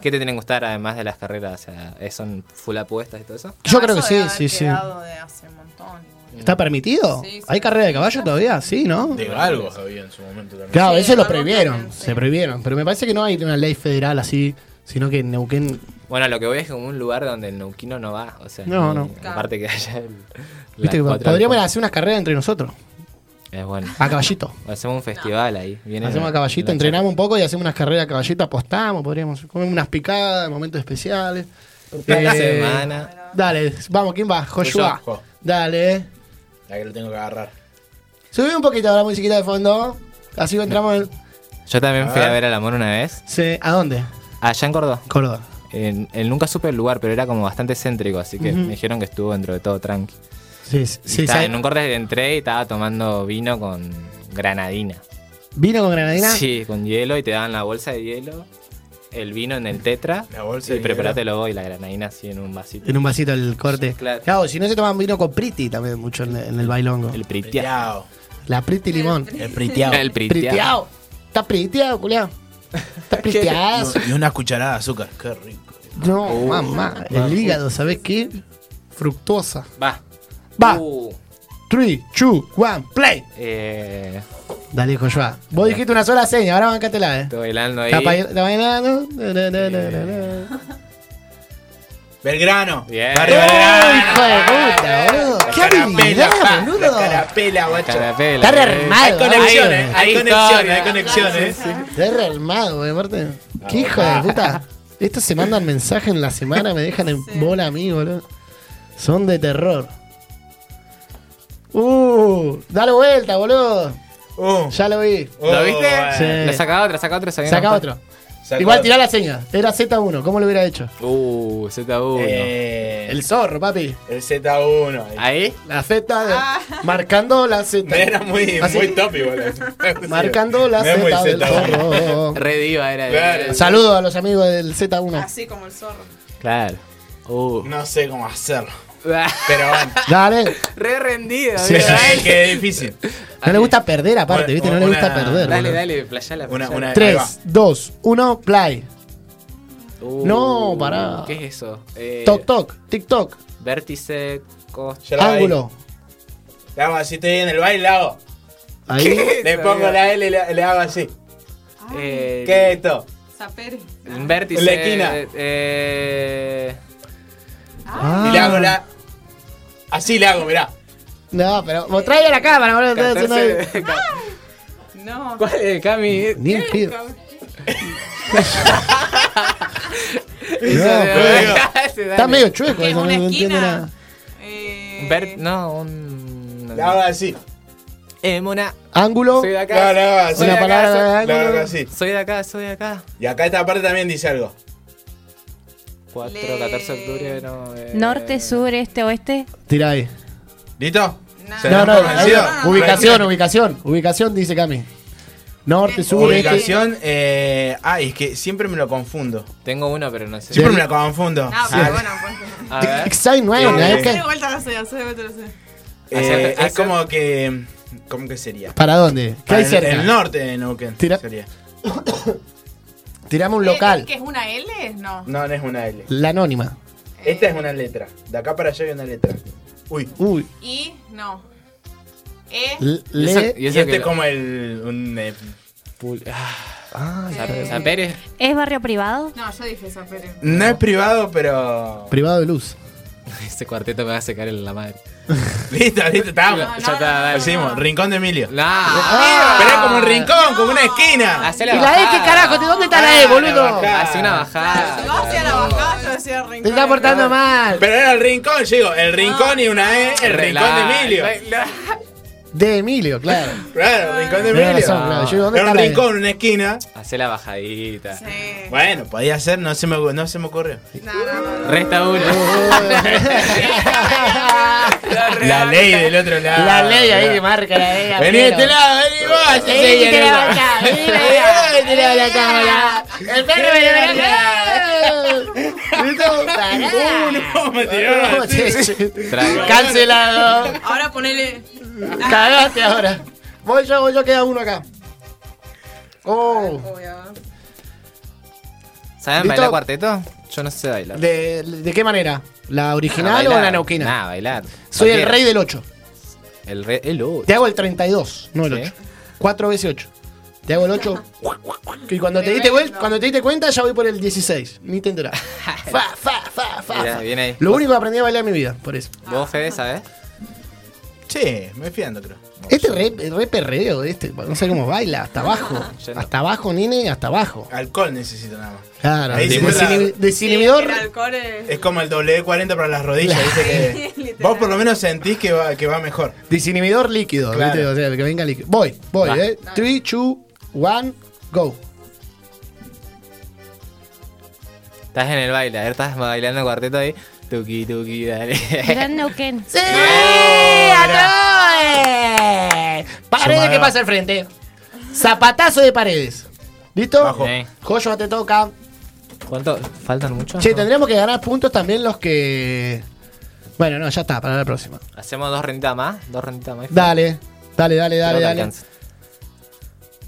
S2: ¿Qué te tienen que gustar además de las carreras? O sea, ¿es- ¿son full apuestas y todo eso?
S1: Yo creo que
S7: Eso
S1: sí,
S7: debe
S1: sí,
S7: haber
S1: sí.
S7: quedado de hace un montón, igual.
S1: ¿Está permitido?
S7: Sí, sí.
S1: ¿Hay carrera de caballo todavía? Sí, ¿no?
S3: De galgos había en su momento también.
S1: Claro,
S7: Sí,
S1: eso lo
S7: algo
S1: prohibieron,
S7: también, sí.
S1: se prohibieron. Pero me parece que no hay una ley federal así, sino que en Neuquén...
S2: Bueno, lo que voy es como un lugar donde el neuquino no va. O sea,
S1: No,
S2: ni-
S1: no.
S2: Aparte que haya el.
S1: Viste que
S2: las cuatro
S1: podríamos
S2: alfombras.
S1: hacer unas carreras entre nosotros,
S2: Es bueno.
S1: a caballito.
S2: Hacemos un festival ahí. Viene
S1: Hacemos a
S2: la-
S1: caballito,
S2: la-
S1: entrenamos un poco y hacemos unas carreras a caballito, apostamos, podríamos comer unas picadas, momentos especiales.
S2: La
S1: Eh,
S2: semana.
S1: Dale, vamos, ¿quién va? Joshua.
S3: Jo.
S1: Dale.
S3: La que lo tengo que agarrar.
S1: Subí un poquito la musiquita de fondo. Así que entramos en...
S2: Yo también
S3: A
S2: fui a
S3: ver.
S2: ver al amor una vez.
S1: Sí, ¿A dónde?
S2: Allá en Córdoba.
S1: Córdoba.
S2: En- en- nunca supe el lugar, pero era como bastante céntrico, así que me dijeron que estuvo dentro de todo tranqui.
S1: Sí,
S2: Y
S1: sí,
S2: estaba-
S1: sí.
S2: en un corte entré y estaba tomando vino con granadina.
S1: ¿Vino con granadina?
S2: Sí, con hielo y te daban la bolsa de hielo, el vino en el tetra
S3: La bolsa
S2: y
S3: de
S2: preparátelo vos y la granadina así en un vasito.
S1: En un vasito el corte. Claro.
S2: Claro.
S1: si no se toman vino con priti también mucho en, en el bailongo.
S2: El priteado.
S3: Priteado.
S1: La priti limón.
S3: El priteado.
S2: El priteado.
S1: Priteado. Está priteado, culiao. Está priteado.
S3: Y una cucharada de azúcar. Qué rico.
S1: No,
S2: Uh.
S1: mamá. El hígado, ¿sabes qué? Fructuosa.
S2: Va.
S1: Va.
S2: Uh,
S1: 3, 2, 1, play.
S2: eh,
S1: Dale, Joshua. Vos dijiste una sola seña, ahora bancatela, eh.
S2: estoy bailando ahí.
S1: Está pa- está bailando. Na, na, na, na, na, na.
S3: Belgrano.
S2: Bien.
S3: Barrio
S2: ¡Oh,
S1: ¡Oh,
S3: Belgrano.
S1: hijo de puta, boludo! ¡Qué habilidad,
S3: pa,
S1: boludo!
S3: La carapela, guacho.
S2: Carapela,
S1: Está re
S2: eh.
S1: armado.
S3: Hay conexiones,
S2: Hay
S3: hay conexiones,
S2: historia.
S3: hay eh. conexiones.
S1: Está re armado, güey, aparte. ¡Qué hijo de puta! Estos se mandan mensajes en la semana, me dejan en bola a mí, boludo. Son de terror. ¡Uh! ¡Dale vuelta, boludo!
S3: Uh, Oh,
S1: Ya lo vi.
S2: ¿Lo viste?
S1: Sí.
S2: Le saca otro, saca otro. se viene
S1: Saca
S2: un-
S1: otro.
S3: Sacó-
S1: Igual tirá la seña. Era Z1, ¿cómo lo hubiera hecho?
S2: Uh, Z1.
S3: Eh,
S1: El zorro, papi.
S3: el Z1. ahí.
S2: Ahí.
S1: La Z, de- marcando la Z.
S3: Me era muy,
S1: Así.
S3: muy top igual.
S1: Ah,
S3: eh.
S1: Marcando la
S3: Me era muy
S1: Z del
S3: Z1.
S1: zorro.
S2: Re diva era.
S3: Claro.
S2: era-
S1: Saludos a los amigos del Z1.
S7: Así como el zorro.
S2: Claro. Uh.
S3: No sé cómo hacerlo. Pero bueno.
S1: Dale.
S2: Re rendido.
S1: Sí,
S3: Pero
S2: mira,
S1: sí,
S3: ahí
S2: dale.
S3: que es difícil.
S1: No le gusta perder aparte,
S3: Bueno,
S1: ¿viste? No le
S3: una-
S1: gusta perder.
S2: Dale,
S1: boludo.
S2: dale, playala.
S3: Una,
S2: playala.
S3: una, ahí va.
S1: 3, 2, 1, play.
S2: Uh,
S1: No, pará.
S2: ¿Qué es eso? Eh,
S1: Toc, toc, tic-toc,
S2: Vértice, costa.
S3: Yo la
S1: ángulo.
S3: bailo. La hago así, estoy en el baile, la hago.
S1: Ahí.
S3: Le pongo la L y le, le hago así.
S7: Ah.
S2: Eh,
S3: ¿Qué es esto?
S7: Sapere.
S2: Un vértice.
S3: La esquina.
S2: Eh,
S1: Ah.
S3: Y le hago la. Así le hago, mirá.
S1: No, pero vos trae a la cámara, Ah, boludo. estás haciendo ahí.
S2: catorce-
S7: No.
S2: ¿Cuál es, Cami?
S1: Ni en pedo.
S2: Se-
S1: No,
S2: se-
S1: está
S2: dale.
S1: medio chueco
S7: ¿Qué es
S1: eso, no
S7: una
S1: entiendo
S7: esquina?
S1: nada.
S7: Eh,
S2: Un ver- no, un.
S3: Le hago así.
S2: Eh, mona.
S1: Ángulo,
S2: Soy de acá.
S3: No, le hago así.
S2: Soy de
S1: una
S2: acá,
S1: palabra de
S3: Le hago
S1: ángulo.
S3: así.
S2: soy- Soy de acá, soy de acá.
S3: Y acá esta parte también dice algo.
S2: 4,
S7: Le-
S2: 14 de octubre, no. eh,
S4: Norte, sur, este, oeste.
S1: Tira ahí.
S3: ¿Listo?
S7: No.
S3: ¿Se
S1: No,
S3: dan
S1: no,
S3: por
S7: no,
S1: ahí
S3: vencido?
S1: va. ubicación, ubicación, ubicación, dice Cami. Norte, sur, este.
S3: Ubicación, eh. Ay, es que siempre me lo confundo.
S2: Tengo uno, pero no sé.
S3: Siempre me lo confundo.
S7: Ah,
S1: Sí.
S7: pero bueno, pues.
S2: A ver.
S1: Exile 9,
S3: Eh,
S1: ¿eh?
S7: Hacé de
S1: ¿Qué?
S7: vuelta la sé, hacé de vuelta la sé.
S3: Eh,
S2: Acerca-
S3: es
S2: acerca-
S3: como que. ¿Cómo que sería?
S1: ¿Para dónde? ¿Qué hay
S3: Para El, el
S1: cerca?
S3: norte de Neuquén.
S1: Tira.
S3: Sería.
S1: Tirame un
S7: Eh,
S1: local.
S7: ¿Que es una L? No.
S3: No, no es una L.
S1: La anónima.
S3: Esta es una letra. De acá para allá hay una letra. Uy.
S1: Uy.
S7: I, no. E.
S1: l-
S2: Y eso-
S1: Le.
S2: y
S3: Y
S2: eso
S3: este
S2: que-
S3: es como el. Un, eh,
S2: Pul- ah,
S1: Ah,
S2: San- San Pérez.
S4: ¿Es barrio privado?
S7: No, yo dije Sapere.
S3: no es privado, pero.
S1: privado de luz.
S2: Este cuarteto me va a secar en la madre.
S3: listo, listo, estábamos.
S7: No, no,
S2: Ya está,
S7: no,
S2: dale.
S3: Lo hicimos, Rincón de Emilio.
S2: No.
S3: Pero es como un rincón, como una
S7: Ah,
S3: esquina.
S2: Hacé
S1: Ah. ¿Y
S2: la
S1: la E qué
S2: bajada.
S1: carajo? ¿De dónde está la E,
S3: Ah, la
S1: boludo?
S3: bajada.
S2: Hace una
S7: Si
S1: Ah.
S7: vas
S2: bajada.
S7: hacia la bajada, yo decía rincón.
S1: Te está portando mal.
S3: Pero era el rincón, yo digo, el rincón y una E, el rincón de Emilio.
S1: De Emilio, claro.
S3: Claro, el rincón de
S1: Tenés
S3: Emilio.
S1: razón, claro. Yo digo, ¿dónde
S3: Era
S1: está
S3: un
S1: la E?
S3: rincón, una esquina.
S2: Hacé la bajadita.
S7: Sí.
S3: Bueno, podía ser, no se me, no se me ocurrió.
S7: No, no, no.
S2: Resta uno.
S3: La ley del otro lado.
S1: La ley ahí que marca la E.
S3: Vení de este lado, vení vos. sí, señorita.
S1: este Vení de este lado de la cámara. El perro me lo
S3: Uno, me tiró.
S2: Trago.
S1: Cancelado.
S7: Ahora ponele.
S1: Cagaste ahora. Voy yo, voy yo, queda uno acá. Oh.
S2: ¿Saben
S1: ¿Listo?
S2: bailar cuarteto? Yo no sé bailar.
S1: ¿De, de qué manera? ¿La
S2: Ah,
S1: original
S2: bailar.
S1: o la neuquina?
S2: Nah, bailar.
S1: Soy el
S2: Cualquiera.
S1: rey del 8.
S2: El rey. El uh,
S1: Te hago el 32, no el
S2: Sí.
S1: 8. 4 veces 8. Te hago el 8. Y cuando te, diste, vuel- cuando te diste cuenta, ya voy por el 16. Ni te enterás. Fa, fa, fa, fa.
S2: Mirá,
S1: fa.
S2: viene ahí.
S1: Lo único que aprendí a bailar en mi vida, por eso.
S2: Vos, Fede, ¿sabés?
S3: Che, me fiando, creo.
S1: Este re, re perreo, este. No sé cómo baila. Hasta abajo.
S2: Yo no.
S1: Hasta abajo, nene, hasta abajo.
S3: Alcohol necesito nada más.
S1: Claro.
S3: Ahí se
S1: Desinhibi-
S3: trata.
S1: Desinhibidor.
S7: El alcohol es.
S3: Es como el W40 para las rodillas. Dice que
S7: literal.
S3: vos por lo menos sentís que va, que va mejor.
S1: Disinhibidor líquido,
S3: Claro.
S1: ¿viste? O sea, que venga líquido. Voy, voy,
S2: Va.
S1: eh. 3, 2, 1, go.
S2: Estás en el baile, a ver, estás bailando cuarteto ahí. Tuki, tuki, dale.
S4: Gran Neuquén.
S1: ¡Sí!
S3: mirá.
S1: ¡Atrás! Paredes
S3: Sumado.
S1: que pasa al frente. Zapatazo de paredes. ¿Listo?
S3: Bajo.
S2: Eh,
S1: Joyo te toca.
S2: ¿Cuánto? ¿Faltan muchos?
S1: Che,
S2: No.
S1: tendríamos que ganar puntos también los que. Bueno, no, ya está, para la próxima.
S2: Hacemos dos renditas más. Dos renditas más.
S1: Dale, dale, dale,
S2: Creo
S1: dale,
S2: que
S1: dale.
S2: alcanza.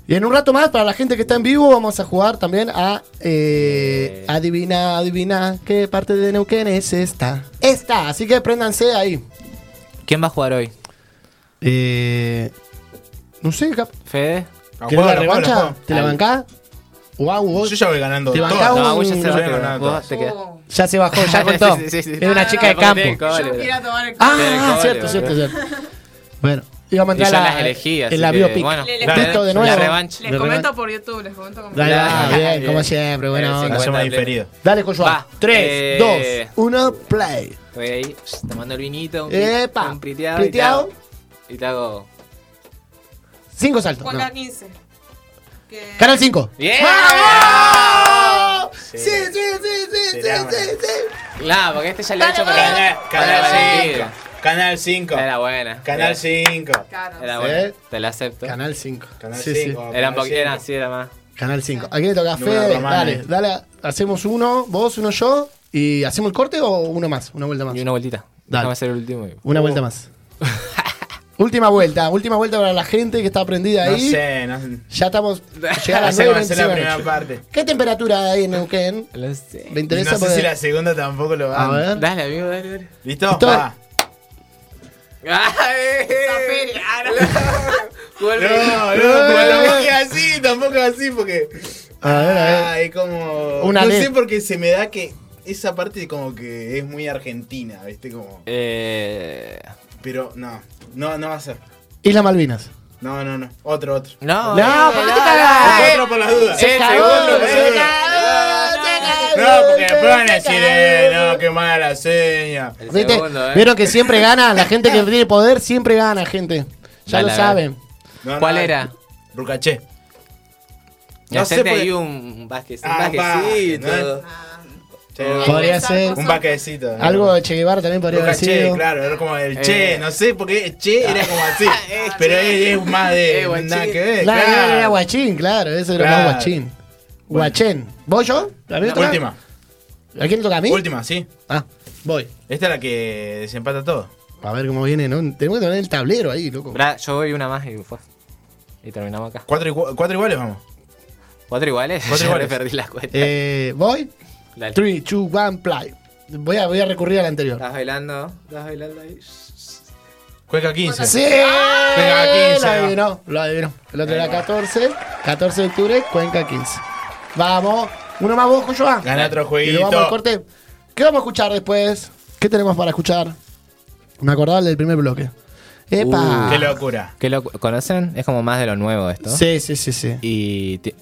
S1: Y en un rato más, para la gente que está en vivo, vamos a jugar también a eh,
S2: Eh.
S1: Adivina, adivina qué parte de Neuquén es esta. Esta, así que préndanse ahí.
S2: ¿Quién va a jugar hoy?
S1: Eh, no sé, cap-
S2: ¿Fede?
S1: ¿querés la
S3: Juega, juega,
S1: revancha?
S3: juega.
S1: ¿Te la
S2: Al-
S1: bancás? Guau, vos-
S3: Yo ya voy ganando
S1: Te
S3: todo.
S1: bancás un-
S2: No, vos ya
S1: yo
S2: se va,
S3: voy
S2: pero
S3: ganando.
S2: vos te quedás.
S7: Oh,
S1: Ya se bajó, ya contó.
S2: Sí, sí, Ah, sí, sí.
S1: Es una
S7: No,
S1: chica de
S2: no, porque
S1: campo.
S2: tenés
S7: yo quería tomar el
S1: Ah,
S2: Tiene cobre,
S1: cierto, cierto,
S2: boludo.
S1: cierto. Bueno, íbamos a
S2: Y yo
S1: entrar a
S2: las
S1: la,
S2: elegí, así
S1: en la
S2: que,
S1: biopic.
S2: Bueno,
S7: Le- le-
S1: Tito de nuevo.
S2: La revancha.
S1: Me
S7: Les comento
S1: reman-
S7: por YouTube, les comento como.
S1: Dale,
S2: Dale,
S1: bien,
S2: bien.
S1: como siempre,
S2: Pero
S1: buena
S2: sí,
S1: onda.
S3: Hacemos
S2: Cuéntale.
S3: diferido.
S1: Dale, Joshua.
S2: Va.
S1: 3,
S2: Eh.
S1: 2, 1, play.
S2: Voy ahí, shh, tomando el vinito. Un,
S1: Epa,
S2: un priteado.
S1: priteado.
S2: Y te hago.
S1: Cinco saltos. no.
S7: Juega 15. Que-
S1: Canal 5.
S2: y te hago- ¡Yeah!
S1: sí, sí, sí, sí, sí,
S3: Será
S1: sí,
S3: buena.
S1: sí.
S2: Claro, porque este ya lo he hecho para,
S3: Canal,
S2: para
S3: canal
S2: venir.
S3: 5. Canal 5.
S2: Era buena.
S3: Canal
S2: Era-
S3: 5.
S7: Claro.
S2: Era
S1: Sí.
S2: buena. Te la acepto.
S1: Canal 5.
S3: Canal
S1: sí,
S3: 5.
S1: sí.
S2: Era un
S3: Canal
S2: poquito, era
S3: cinco.
S2: así, era más.
S1: Canal 5. ¿A quién le toca?
S3: Número
S1: Fede,
S3: romano.
S1: dale, dale. Hacemos uno, vos, uno yo. ¿Y hacemos el corte o uno más? Una vuelta más.
S2: Y
S1: Una,
S2: una vueltita.
S1: Dale.
S2: Déjame hacer el último. y-
S1: vuelta más. última vuelta, última vuelta para la gente que está prendida
S3: No
S1: ahí.
S3: sé, no sé.
S1: Ya estamos. Llegar a las
S3: No sé cómo
S1: 9,
S3: hacer la
S1: 25,
S3: primera
S1: ocho.
S3: parte.
S1: ¿Qué temperatura hay en Neuquén?
S2: Lo sé.
S1: Me interesa
S3: no sé
S1: porque-
S3: si la segunda tampoco lo va
S1: A ver.
S2: Dale, amigo, dale, dale.
S3: ¿Listo?
S1: Estoy-
S3: Va.
S2: ¡Ay!
S7: Ah,
S3: No,
S1: Eh.
S3: no, pero tampoco es así, tampoco es así, porque.
S1: A ver, a ver.
S3: Ah, es como.
S1: Una
S3: no
S1: ley.
S3: sé porque se me da que esa parte como que es muy argentina, ¿viste? Como.
S2: Eh,
S3: Pero no, no, no va a ser.
S1: Islas Malvinas.
S3: No, no, no. Otro, otro.
S2: No, eh,
S1: No, ¿por qué te
S2: cagás?
S3: Otro por las dudas.
S2: Se cagó,
S3: Otro por
S2: se
S3: las dudas. No, porque después van a decir, eh, no, qué mala seña.
S2: El
S1: ¿Viste?
S2: segundo, eh.
S1: Vieron que siempre gana, la gente que tiene poder siempre gana, gente. Ya
S2: Dale,
S1: lo
S2: a ver.
S1: saben.
S3: No, no,
S2: ¿Cuál era?
S3: Rucaché.
S2: Y
S3: No sé
S2: hacerte
S3: por-
S2: ahí un basquecito.
S3: Ah,
S2: Un basquecito.
S3: va, Che,
S1: Podría ser
S3: Un vaquecito. ¿no?
S1: algo de Che Guevara también podría
S3: Luca
S1: haber
S3: Che,
S1: sido.
S3: claro, era como el
S2: Eh.
S3: Che, no sé por qué Che era como así. pero es, es más de
S2: Eh, guachín.
S3: nada que ver.
S1: Claro,
S3: claro.
S1: era guachín, claro, eso era
S3: Claro.
S1: más guachín. Guachén. ¿Vos yo? ¿A mí me toca?
S3: Última,
S1: ¿A quién le toca a mí?
S3: última, sí.
S1: Ah, voy.
S3: Esta es la que desempata todo.
S1: A ver cómo viene, ¿no? Tenemos que tener el tablero ahí, loco.
S2: Bra, yo voy una más y fue. Y terminamos acá.
S3: Cuatro, igu- cuatro iguales, vamos.
S2: ¿Cuatro iguales?
S3: Cuatro
S2: Ya
S3: iguales.
S2: le perdí la cuenta.
S1: Eh, voy.
S2: Dale.
S1: 3, 2, 1, play. Voy a, voy a recurrir al anterior.
S2: Estás bailando, estás bailando ahí.
S3: Cueca 15.
S1: Sí,
S3: Venga, 15,
S1: lo
S3: va.
S1: adivinó, lo adivinó. El otro era 14, 14 de octubre, Cuenca 15. Vamos, uno más vos, Joan.
S3: Gana otro
S1: Y lo vamos al
S3: jueguito.
S1: corte. ¿Qué vamos a escuchar después? ¿Qué tenemos para escuchar? Me acordaba del primer bloque. ¡Epa!
S3: Qué locura.
S2: Uh, ¿Qué lo conocen? Es como más de lo nuevo esto.
S1: Sí, sí, sí, sí.
S2: Y ti-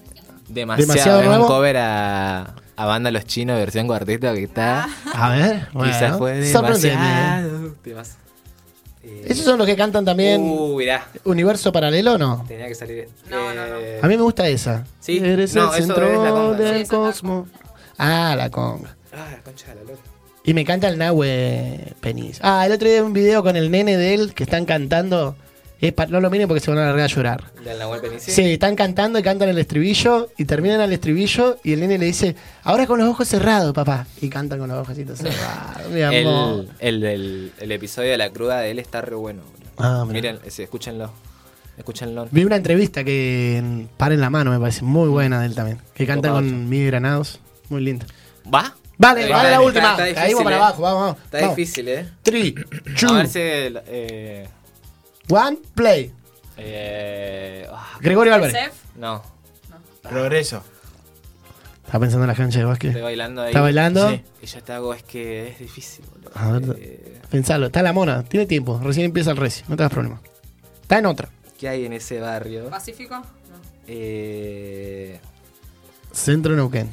S2: demasiado,
S1: ¿Demasiado
S2: es
S1: nuevo?
S2: un cover a, a banda Los Chinos versión cuarteto que está.
S1: A ver, bueno.
S2: Quizás fue
S1: Sorprendeme.
S2: demasiado. Ah. Te vas. Eh,
S1: ¿Esos son los que cantan también
S2: Uh, mirá,
S1: Universo Paralelo o no?
S2: tenía que salir.
S7: No, no, no.
S2: Eh,
S1: A mí me gusta esa.
S2: Sí.
S1: Eres
S2: No,
S1: el
S2: eso
S1: centro
S2: es la conga. Sí,
S1: del
S7: esa es la
S1: cosmos. Ah, la conga.
S2: Ah, la concha de la lora.
S1: Y me canta el Nahue Penis. Ah, el otro día vi un video con el nene de él que están cantando. Es pa- no lo miren porque se van a largar a llorar.
S2: Del Nahuel Penici.
S1: Sí. están cantando y cantan el estribillo y terminan al estribillo y el nene le dice, ahora con los ojos cerrados, papá. Y cantan con los ojos cerrados, mi amor.
S2: El, el, del- el episodio de la cruda de él está re bueno, boludo.
S1: Ah, mirá.
S2: Miren, sí, escúchenlo. Escúchenlo.
S1: Vi una entrevista que en Par en la mano me parece muy buena de él también. Que canta
S2: Copado.
S1: con Miguel Granados. Muy lindo.
S2: ¿Va?
S1: Vale,
S2: Eh,
S1: vale la
S2: está-
S1: última.
S2: está
S1: Ahí
S2: difícil,
S1: vamos para
S2: eh.
S1: abajo, vamos, vamos.
S2: Está
S1: Vamos.
S2: difícil, eh.
S1: Three,
S2: A
S1: two,
S2: ver si. el- Eh,
S1: one, play.
S2: eh, ah,
S1: Gregorio Álvarez.
S7: Sef.
S2: no,
S3: Progreso.
S1: Está pensando en la cancha de
S2: estoy
S1: básquet.
S2: bailando ahí.
S1: ¿Está bailando?
S3: Sí.
S2: Y yo te hago, es que es difícil, boludo.
S1: A ver.
S2: Eh,
S1: Pensalo, está la mona, tiene tiempo. Recién empieza el reci, no te das problema. Está en otra.
S2: ¿Qué hay en ese barrio?
S7: Pacífico. No.
S2: Eh,
S1: Centro Neuquén.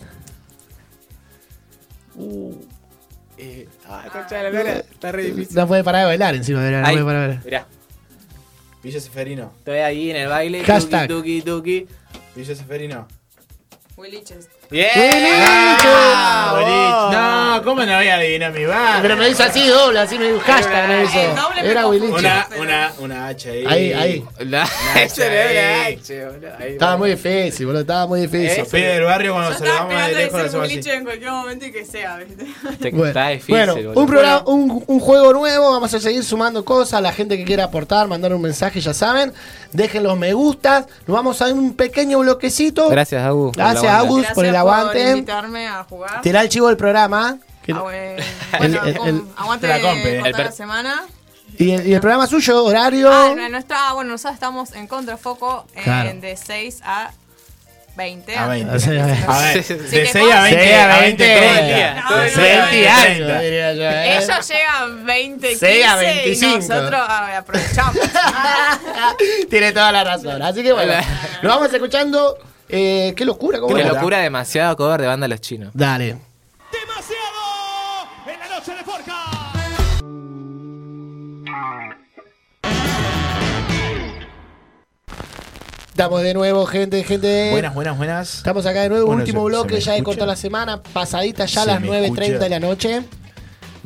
S2: eh, ah, concha de la lora, está re difícil.
S1: No puede parar de bailar encima, mirá, no
S2: Ahí.
S1: puede parar de bailar.
S2: Mirá,
S3: Villa Seferino.
S2: estoy ahí en el baile.
S1: Hashtag.
S2: Tuki, tuki, tuki.
S3: Villa Seferino.
S7: Williches.
S2: ¡Bien!
S3: Ah, boliche. No, ¿cómo no voy a adivinar mi
S1: Pero
S3: bar?
S1: me dice así doble, así me dijo hashtag, me hizo.
S7: eh, doble me
S1: Era
S7: confundí.
S1: Willy.
S3: Una, una, una H ahí.
S1: Ahí, ahí.
S2: La
S3: Nacha, ahí.
S1: Estaba muy difícil, boludo, estaba muy difícil.
S3: Los pibes del barrio
S7: Yo
S3: cuando
S7: estaba
S3: saludamos de lejos
S7: esperando
S3: lo
S7: de ser
S3: hacemos así.
S7: Wiliche en cualquier momento y que sea, ¿viste?
S1: Bueno,
S2: Está difícil,
S1: bueno,
S2: boludo.
S1: un, programa, un, un juego nuevo, vamos a seguir sumando cosas, la gente que quiera aportar, mandar un mensaje, ya saben, dejen los me gustas, nos vamos a un pequeño bloquecito.
S2: Gracias, Agus. por la
S1: Gracias,
S2: banda.
S1: Agus. Gus, por el aguante.
S7: Por invitarme a jugar.
S1: Tirá el chivo del programa. ¿eh? que-
S7: Ah, bueno,
S1: El-
S7: bueno,
S1: el-
S7: con-
S1: el-
S7: aguante
S3: Te la compe, eh.
S7: con
S2: El per-
S7: la semana.
S1: y, el, y el programa suyo, horario.
S7: Ah, no, no está, bueno, nosotros estamos en contrafoco en-
S1: Claro.
S7: de 6 a 20.
S3: A 20.
S1: Sí,
S3: A
S2: Sí,
S3: ver,
S7: sí,
S3: de
S7: sí.
S3: 6 a 20.
S1: Sí, a
S3: a 20 todo el
S1: 20.
S3: día. De
S7: No, no,
S3: 6 a
S7: no.
S3: 20, 30.
S1: diría yo, ¿eh?
S7: Ellos llegan 20, 15
S1: Sí, a
S7: y
S1: 25.
S7: nosotros ah, aprovechamos.
S1: Tiene toda la razón. Así que bueno, nos vamos escuchando. Eh, qué locura, cómo
S2: Una
S1: era.
S2: locura demasiado cover de banda Los Chinos.
S1: Dale. Estamos de nuevo, gente, gente.
S3: Buenas, buenas, buenas.
S1: Estamos acá de nuevo,
S3: Bueno,
S1: último
S3: se- se
S1: bloque
S3: me
S1: ya de
S3: escucha.
S1: corta la semana, pasadita ya a
S3: Se
S1: las
S3: me
S1: 9.30 de
S3: escucha.
S1: la noche,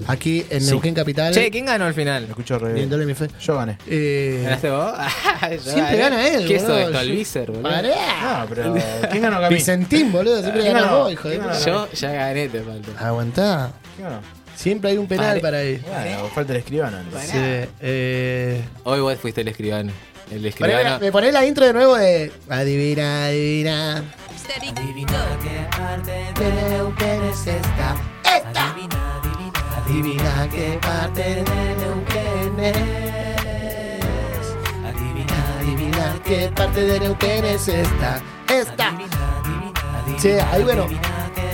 S1: aquí en
S3: Sí.
S1: Neuquén Capital.
S2: Che, ¿quién ganó al final?
S3: Lo escucho re bien.
S1: Viéndole mi fe.
S3: Yo gané.
S1: Eh,
S2: ¿Ganaste vos? Ah,
S1: siempre gana él,
S2: ¿Qué soy?
S1: boludo.
S2: Colvícer, boludo.
S1: Pará.
S3: Ah, pero ¿quién ganó Camilo?
S1: Vicentín, boludo, siempre
S3: ¿Quién
S1: ganás
S3: ganó?
S1: vos, hijo de
S3: ¿Quién
S1: puta.
S3: ganó?
S2: Yo ya gané, te falta.
S1: Aguantá.
S3: ¿Quién ganó?
S1: Siempre hay un penal
S2: Pare-
S1: para él.
S3: Bueno, falta el escribano. entonces.
S1: Sí, eh,
S2: Hoy vos fuiste el escribano. El
S1: poné
S2: escribano.
S1: la- me ponés la intro de nuevo de Adivina, adivina. de Neuquén es esta. ¡Esta! Adivina, adivina, qué parte de Neuquén es. Adivina, adivina qué parte de Neuquén es esta. ¡Esta! Che, ahí bueno.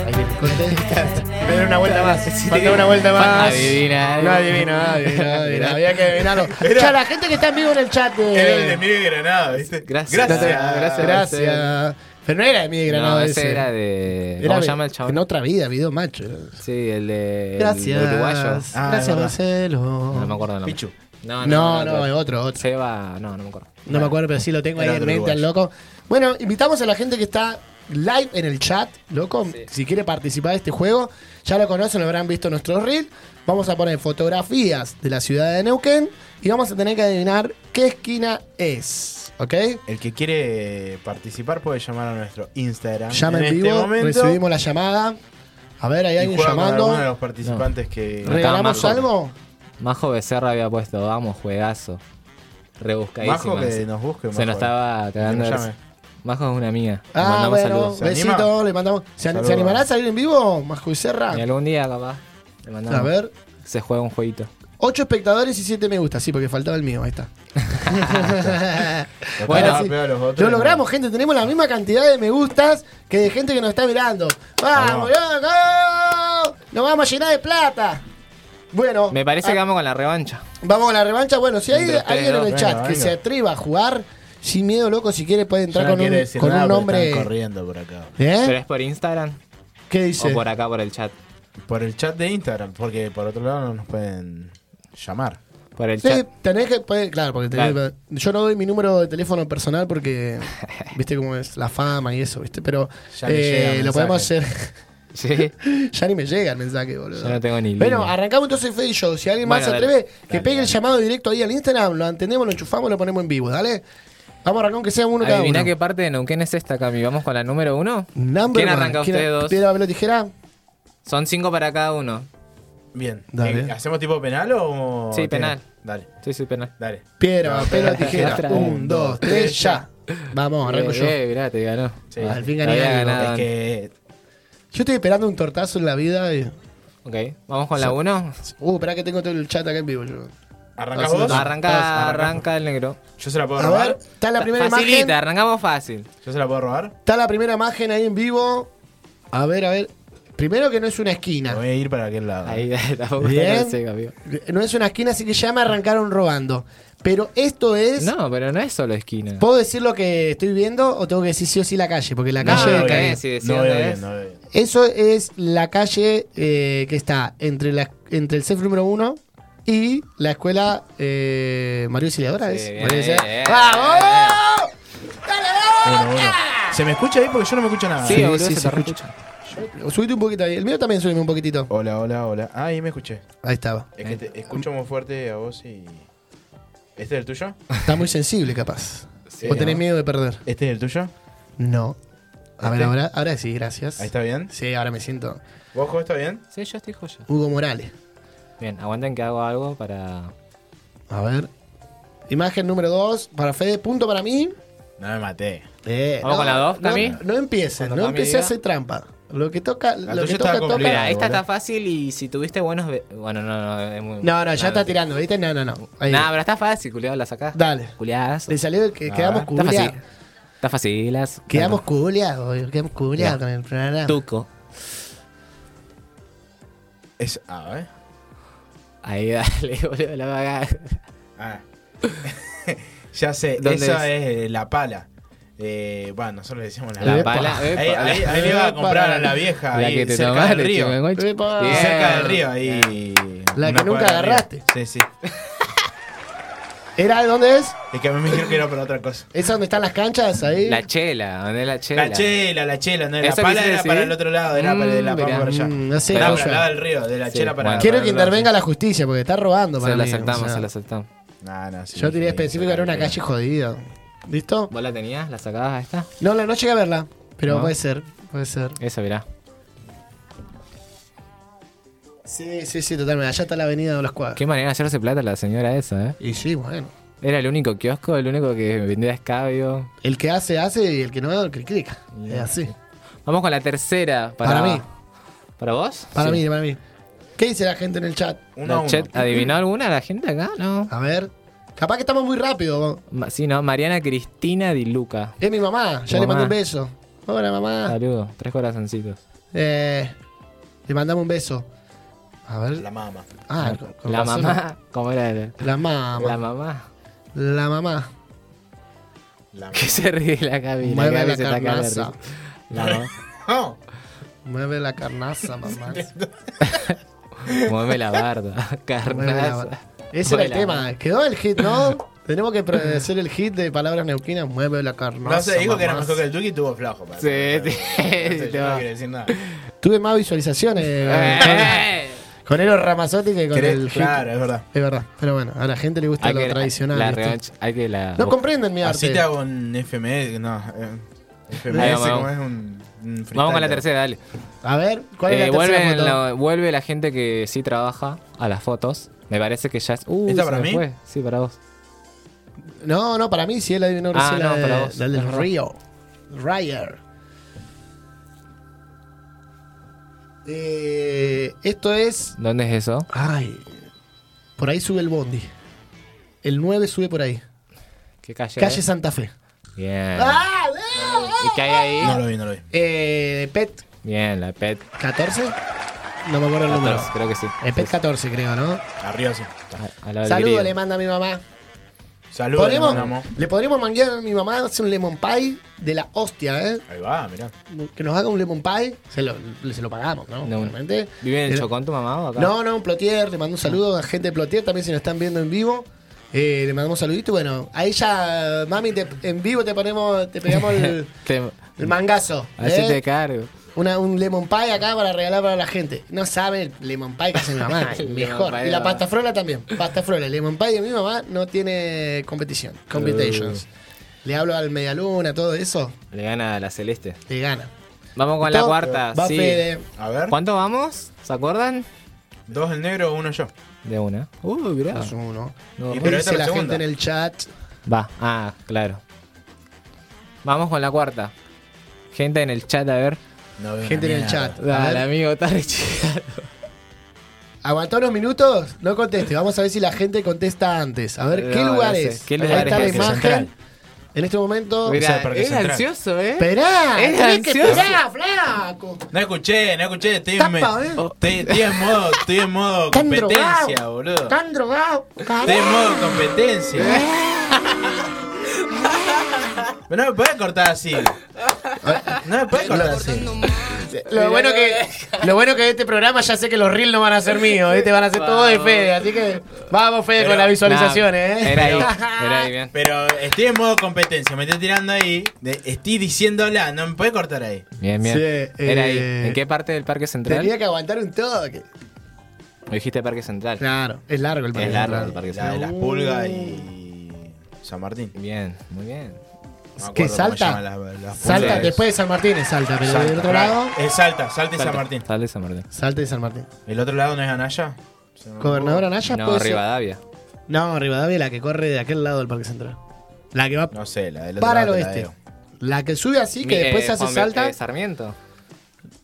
S1: Ahí les conté. Dale una vuelta más. Falta una vuelta más.
S2: Adivina,
S1: No
S2: adivina.
S1: adivina, adivina, adivina. Había que adivinarlo. Ya, la gente que está en vivo en el chat. de-
S3: Era el de Miguel Granada, ¿viste?
S2: Gracias.
S7: ah,
S1: Gracias. Gracias. Pero no era de mi granado
S2: No, ese,
S1: ese.
S2: era de.
S1: Era
S2: ¿Cómo
S1: de-
S2: se llama el chabón?
S1: En otra vida, video macho.
S2: Sí, el de. el
S1: Gracias.
S2: uruguayo.
S3: Ah, es
S1: Gracias,
S3: verdad.
S1: Marcelo.
S2: No me acuerdo el nombre.
S3: Pichu.
S2: No,
S1: No,
S2: no,
S1: no,
S2: no.
S1: es otro, otro.
S2: Seba, no, no me acuerdo.
S1: No me acuerdo, pero sí lo tengo ahí
S3: Era
S1: en
S3: otro
S1: mente al loco. Bueno, invitamos a la gente que está live en el chat, loco. Si quiere participar de este juego, ya lo conocen, lo habrán visto en nuestro reel. Vamos a poner fotografías de la ciudad de Neuquén y vamos a tener que adivinar qué esquina es. ¿Ok?
S3: El que quiere participar puede llamar a nuestro Instagram.
S1: Llama en,
S3: este
S1: vivo,
S3: momento,
S1: recibimos la llamada. A ver, hay
S3: y
S1: alguien
S3: juega con alguno de
S1: llamando.
S3: los participantes que.
S1: ¿Regalamos
S2: Estaba Majo.
S1: algo?
S2: Majo Becerra había puesto, vamos, juegazo. Rebuscadísimo.
S3: Majo que nos
S2: Se
S3: busque. Majo.
S2: nos estaba cagando.
S3: Que
S2: de
S3: nos
S2: risa.
S3: llame.
S2: Majo es una amiga. Le
S1: Ah,
S2: mandamos
S1: bueno,
S2: saludos.
S3: ¿Se anima?
S1: besito, le mandamos. ¿Se, an-
S3: Saludos.
S1: ¿se animará a salir en vivo, Majo y
S3: Ah.
S1: Serra?
S2: Y algún día, capaz. Le mandamos.
S1: A ver,
S2: Se juega un jueguito.
S1: 8 espectadores y 7 me gusta, sí, porque faltaba el mío, ahí está.
S3: Capaz
S1: Bueno,
S3: le va a
S1: sí.
S3: pegar a Ah, los otros,
S1: Lo
S3: ¿no?
S1: logramos, gente. Tenemos la misma cantidad de me gustas que de gente que nos está mirando. ¡Vamos,
S3: Vamos.
S1: loco! ¡Nos vamos a llenar de plata!
S3: Oh.
S1: Bueno,
S2: Me parece
S1: ah,
S2: que vamos con la revancha.
S1: vamos a la revancha. Bueno, si hay
S2: Entre ustedes
S1: alguien en
S2: dos,
S1: el
S3: venga,
S1: chat que
S3: venga.
S1: se atreva a jugar, sin miedo, loco, si quiere puede
S3: Ya
S1: entrar
S3: no
S1: con
S3: quiere
S1: un,
S3: decir
S1: con
S3: nada
S1: un
S3: porque están
S1: nombre.
S3: corriendo por acá.
S2: Pero
S1: ¿Eh?
S2: es por Instagram
S1: ¿Qué dice?
S2: o por acá, por el chat.
S3: Por el chat de Instagram, porque por otro lado no nos pueden llamar.
S2: Por el
S1: Sí,
S2: chat.
S1: tenés que. puede- claro, porque tenés- yo no doy mi número de teléfono personal porque. Viste cómo es la fama y eso, ¿viste? Pero.
S3: Ya le
S1: eh,
S3: llega el
S1: lo
S3: mensaje.
S1: podemos hacer.
S2: Sí.
S1: ya ni me llega el mensaje, boludo.
S2: Yo no tengo ni
S1: Bueno,
S2: línea.
S1: arrancamos entonces Fede y yo. Si alguien más se
S2: Bueno,
S1: atreve,
S2: dale.
S1: que pegue el llamado directo ahí al Instagram, lo entendemos, lo enchufamos, lo ponemos en vivo, ¿dale? Vamos a arrancar aunque sea uno cada
S2: Adivina
S1: uno.
S2: qué parte de Neuquén es esta, Cami. ¿Vamos con la número uno?
S1: Number
S2: ¿Quién
S1: one.
S2: arranca ustedes dos?
S1: ¿Piedra, papel o tijera?
S2: Son cinco para cada uno.
S3: Bien.
S1: Dale.
S3: Eh, ¿Hacemos tipo penal o.?
S2: Sí, penal.
S3: Dale,
S2: Sí, sí, penal.
S3: dale.
S1: Piedra, papel o tijera.
S2: Otra.
S1: Un, dos, tres, ya. Vamos, arranco
S2: Eh,
S1: yo.
S2: eh, mirá, te ganó.
S3: Sí.
S1: Al fin gané
S2: Había
S1: algo.
S2: ganado.
S3: Es que.
S1: Yo estoy esperando un tortazo en la vida. y-
S2: Ok, vamos con la uno.
S1: Uh, esperá que tengo todo el chat acá en vivo. Yo.
S3: ¿Arrancás
S1: Hacemos-
S3: vos?
S2: Arranca,
S3: Arrancás.
S2: arranca el negro.
S3: Yo se la puedo
S1: A ver,
S3: robar.
S1: está la primera
S2: Facilita,
S1: imagen.
S2: arrancamos fácil.
S3: Yo se la puedo robar.
S1: Está la primera imagen ahí en vivo. A ver, a ver. Primero que no es una
S3: Me
S1: esquina.
S3: voy a ir para aquel lado.
S2: Ahí tampoco
S1: Bien.
S2: no sé, amigo.
S1: No es una esquina, así que ya me arrancaron robando. Pero esto es.
S2: No, pero no es solo esquina.
S1: ¿Puedo decir lo que estoy viendo o tengo que decir sí o sí la calle? Porque la
S2: No,
S1: calle.
S2: no,
S1: de
S2: no,
S1: Caín.
S2: es, sí, decí
S3: no
S2: dónde
S3: veo
S2: es.
S3: bien, no veo bien.
S1: Eso es la calle eh, que está entre, la, entre el CEF número 1 y la escuela eh, Mario Auxiliadora.
S2: Sí,
S1: ¿es?
S2: bien,
S1: Mario Auxiliadora.
S2: bien,
S1: ¡Vamos!
S3: Uno, uno. ¿Se me escucha ahí? Porque yo no me escucho nada.
S2: Sí,
S1: Sí,
S2: boludo,
S1: sí,
S2: se,
S1: se
S2: te re
S1: escucha.
S2: escucha.
S1: Subite un poquito ahí. El mío también subime un poquitito.
S3: Hola, hola, hola. Ah, ahí me escuché.
S1: Ahí estaba.
S3: Es que te escucho muy fuerte a vos y. ¿Este es el tuyo?
S1: Está muy sensible, capaz.
S3: Sí,
S1: ¿O tenés
S3: ¿no?
S1: miedo de perder?
S3: ¿Este es el tuyo?
S1: No. A ver,
S3: ¿Este?
S1: ahora, ahora sí, gracias.
S3: Ahí está bien.
S1: Sí, ahora me siento
S3: ¿Vos, Jo, está bien?
S2: Sí, yo estoy joya.
S1: Hugo Morales.
S2: Bien, aguanten que hago algo para.
S1: A ver. Imagen número 2 para Fede. Punto para mí.
S3: No me maté.
S1: Eh,
S2: ¿Vamos con la dos,
S1: no,
S2: Cami?
S1: No empieces,
S2: Cuando
S1: no
S2: Cami
S1: empecé a
S2: diga.
S1: hacer trampa. Lo que toca,
S3: La
S1: lo
S3: tuya
S1: que
S3: estaba
S1: toca, toca.
S3: complicada.
S2: Mira, esta
S3: boludo.
S2: está fácil y si tuviste buenos. ve- Bueno, no, no, es muy.
S1: No, no, ya está tirando,
S2: tirando.
S1: ¿viste? No, no, no. Ahí.
S2: Nah, pero está fácil, culiado, la sacás.
S1: Dale.
S2: Culiadas.
S1: Le salió el que
S3: Ah,
S1: quedamos
S3: está
S2: Está
S1: culiados.
S2: fácil. Está fácil. las-
S1: Quedamos
S2: Bueno,
S1: culiados, quedamos culiados
S2: Ya.
S1: con el programa.
S2: Tuco.
S3: Es. Ah, ¿eh?
S2: Ahí dale, boludo, la vaga.
S3: Ah. ya sé,
S2: ¿Dónde
S3: esa
S2: es?
S3: es, eh, la pala. Eh, bueno, nosotros le decimos la,
S2: La
S1: Epa.
S2: pala.
S3: Ahí,
S2: epa,
S3: ahí-
S2: la-
S3: ahí le iba a comprar
S1: Epa.
S3: a la vieja,
S2: La
S3: ahí
S2: que te
S3: cerca
S2: tomaste,
S3: del río.
S2: chimenguacha.
S1: Epa.
S2: Bien.
S3: Cerca del río, ahí.
S1: La
S3: una
S1: que nunca
S3: cuadra del río.
S1: agarraste.
S3: Sí, sí.
S1: ¿Era de dónde es?
S3: Es que a mí me dijeron que era para otra cosa.
S1: ¿Es donde están las canchas? Ahí.
S2: La chela, ¿dónde es la chela?
S3: La chela, la chela, no, la
S2: ¿Eso
S3: pala
S2: quise
S3: era
S2: decir?
S3: para el otro lado, era para el de la
S2: ¿eh? Mm,
S3: pala
S2: mirá.
S3: para allá.
S1: Mm, no sé,
S3: No,
S1: cosa.
S3: para el lado del río, de la chela para
S2: bueno.
S1: Quiero que
S3: para el otro
S1: intervenga la justicia porque está robando para
S2: Se la
S1: mí, o
S2: aceptamos,
S1: sea.
S2: se la aceptamos.
S3: lado. No, no, sí,
S1: Yo diría
S3: sí,
S1: específico era una
S3: sí.
S1: calle jodida. ¿Listo?
S2: ¿Vos la tenías? ¿La sacabas a esta?
S1: No, la- no llegué a verla, pero
S2: No.
S1: puede ser, puede ser.
S2: Esa, mirá.
S1: Sí, sí, sí, totalmente. Allá está la avenida de los cuadros.
S2: Qué manera de hacerse plata la señora esa, ¿eh?
S1: Y sí, bueno.
S2: Era el único kiosco, el único que vendía escabio.
S1: El que hace, hace y el que no, critica. Es así.
S2: Vamos con la tercera.
S1: Para,
S2: Para,
S1: mí,
S2: ¿Para vos?
S1: para
S2: Sí.
S1: mí, para mí. ¿Qué dice la gente en el chat?
S3: Uno a
S2: La
S3: uno.
S2: chat- ¿Adivinó alguna la gente acá? No.
S1: A ver. Capaz que estamos muy rápido.
S2: Ma- Sí, no. Mariana Cristina Di Luca.
S1: Es mi mamá, ya le
S2: Mamá.
S1: mando un beso. Hola, mamá.
S2: Saludos. Tres corazoncitos.
S1: Eh, le mandamos un beso. A ver.
S3: La mama.
S1: Ah, con- con
S2: la
S1: razón.
S2: mamá. ¿Cómo era? el-
S1: La mamá.
S2: La mamá.
S1: La mamá.
S3: La
S2: Que se ríe la cabina.
S1: Mueve la
S2: se está cagando de
S1: carnaza.
S2: risa. La mamá.
S3: No.
S1: Mueve la carnaza, mamá.
S2: Mueve la barda.
S1: Mueve la-
S2: Carnaza.
S1: Ese era el
S2: Mueve la
S1: tema. Quedó el hit, ¿no? Tenemos que pre- hacer el hit de palabras neuquinas. Mueve la carnaza.
S3: No se dijo que era
S1: mamás.
S3: mejor que el Duki y tuvo flajo. para-
S2: Sí,
S3: para-
S2: sí,
S3: para-
S2: sí,
S3: Yo
S2: no.
S3: no quiero decir nada.
S1: Tuve más visualizaciones eh,
S2: ¡Eh!
S1: con, con Eros Ramazzotti que con
S3: ¿Querés?
S1: el hit.
S3: Claro, es verdad.
S1: Es verdad. Pero bueno, a la gente le gusta
S2: Hay
S1: lo
S2: que-
S1: tradicional.
S2: La
S1: ¿viste?
S2: revancha. Hay que la.
S1: No comprenden mi arte.
S3: Así te hago un FMS. No, eh,
S2: Ahí
S3: FMS
S2: vamos.
S3: como es un, un
S2: Vamos con la
S3: freestyle.
S2: tercera, dale.
S1: A ver, ¿cuál es
S2: Eh,
S1: la tercera
S2: vuelven
S1: foto?
S2: la- vuelve la gente que sí trabaja a las fotos. Me parece que ya es. Uy,
S3: ¿Esta
S2: se
S3: para
S2: me
S3: mí?
S2: fue. Sí, para vos.
S1: No, no, para mí sí, él adivinó
S2: Ah,
S1: recién
S2: no,
S1: la, de-
S2: para vos.
S1: la del
S2: Es verdad.
S1: Río. Ryer. Eh, esto es.
S2: ¿Dónde es eso?
S1: Ay. Por ahí sube el Bondi. El 9 sube por ahí.
S2: ¿Qué calle?
S1: Calle
S2: es?
S1: Santa Fe.
S2: Bien.
S1: ¡Ah!
S2: ¿Y qué hay ahí?
S3: No lo vi, no lo vi.
S1: Eh, PET
S2: Bien, la PET.
S1: 14. No me acuerdo el número.
S2: 14, creo que sí.
S1: Eh, PET 14, creo, ¿no?
S3: Arriba sí.
S2: A- a la
S1: Saludos
S2: Olvido.
S1: le manda a mi mamá.
S3: Saludos, le
S1: ¿Podremos,
S3: mandamos.
S1: le podríamos manguear a mi mamá hacer un lemon pie de la hostia, ¿eh?
S3: Ahí va, mirá.
S1: que nos haga un lemon pie, se lo, se lo pagamos, ¿no?
S2: No.
S1: Obviamente.
S2: ¿Vive en el
S1: Pero-
S2: Chocón tu mamá o acá?
S1: No, no, un Plotier, le mando un saludo a gente de Plotier, también si nos están viendo en vivo. eh, le mandamos un saludito y bueno, a ella, mami, te- en vivo te ponemos, te pegamos el,
S2: Te-
S1: el mangazo.
S2: a veces
S1: ¿eh?
S2: te cargo.
S1: Una- un lemon pie acá para regalar para la gente. No sabe el lemon pie que hace mi mamá, el
S2: El
S1: mejor.
S2: lemon pie
S1: Y
S2: de
S1: la
S2: mamá.
S1: pasta frola también. Pasta frola, el lemon pie de mi mamá no tiene competición.
S2: Uh.
S1: Competitions. Le hablo al medialuna, todo eso,
S2: Le gana a la Celeste.
S1: le gana.
S2: Vamos con la
S1: Todo
S2: cuarta.
S1: Va
S2: sí.
S1: Fede.
S3: A ver,
S2: ¿Cuánto vamos? ¿Se acuerdan?
S3: dos el negro, uno yo.
S2: De una. Uh, mirá.
S1: Más uno.
S2: No,
S3: Y
S1: ¿Qué
S3: pero esta
S1: dice la
S3: es la
S1: gente
S3: segunda.
S1: en el chat?
S2: Va, ah, claro. Vamos con la cuarta. Gente en el chat, a ver.
S3: No veo
S1: Gente
S3: una
S1: en el
S3: mierda.
S1: chat. A
S2: Dale,
S1: ver,
S2: amigo, está re chido.
S1: Aguantá unos minutos, no conteste. Vamos a ver si la gente contesta antes. A ver, ¿qué
S2: No, no
S1: lugares?
S2: sé. ¿Qué
S1: Ahí
S2: lugares?
S1: está la
S2: Parque
S1: imagen.
S3: Central.
S1: En este momento.
S3: Mira.
S2: Mirá,
S3: el Parque
S2: es
S3: Central.
S2: ansioso, ¿eh?
S1: Esperá,
S2: Es
S1: tenés que
S2: ansioso.
S1: esperá, flaco.
S3: No escuché, no escuché. Estoy, en, me-
S1: Tapa, ¿eh?
S3: estoy, estoy en modo, estoy en modo
S1: Tan drogado.
S3: competencia, boludo.
S1: Tan drogado. Eh. carajo.
S3: Estoy en modo competencia. Pero no me puedes cortar así. No me puedes cortar así.
S1: Lo bueno, que, lo bueno que de este programa ya sé que los reels no van a ser míos, ¿viste? van a ser todo de Fede. Así que vamos, Fede, con
S3: Pero,
S1: las visualizaciones.
S2: Nah,
S1: ¿eh?
S2: Era ahí, era ahí, bien.
S3: Pero estoy en modo competencia, me estoy tirando ahí. de- estoy diciéndola, no me puedes cortar ahí.
S2: Bien, bien.
S1: Sí,
S2: era ahí.
S1: eh,
S2: ¿En qué parte del Parque Central?
S1: Tenía que aguantar un toque.
S2: ¿O dijiste Parque Central?
S1: Claro, es largo el
S2: Es largo
S1: programa.
S2: el Parque
S3: La de
S2: Central.
S3: las pulgas y San Martín.
S2: Bien, muy bien.
S3: No me
S1: ¿Qué,
S3: acuerdo cómo
S1: Salta?
S3: se llaman las- las
S1: Salta,
S3: pulgas.
S1: después de San Martín es Salta, pero del otro lado,
S3: Es Salta, Salta y San Martín.
S2: Sal de San Martín.
S1: Salta y San Martín.
S3: ¿El otro lado no es Anaya?
S1: Gobernadora Naya
S2: No,
S1: puede ser-
S2: Rivadavia.
S1: No, Rivadavia, la que corre de aquel lado del Parque Central. La que va
S3: No sé, la del otro
S1: para el
S3: lado te la
S1: oeste.
S3: debo.
S1: La que sube así, que
S2: Mi-
S1: después
S2: eh,
S1: se hace
S2: Juan Be-
S1: salta.
S2: eh, Sarmiento.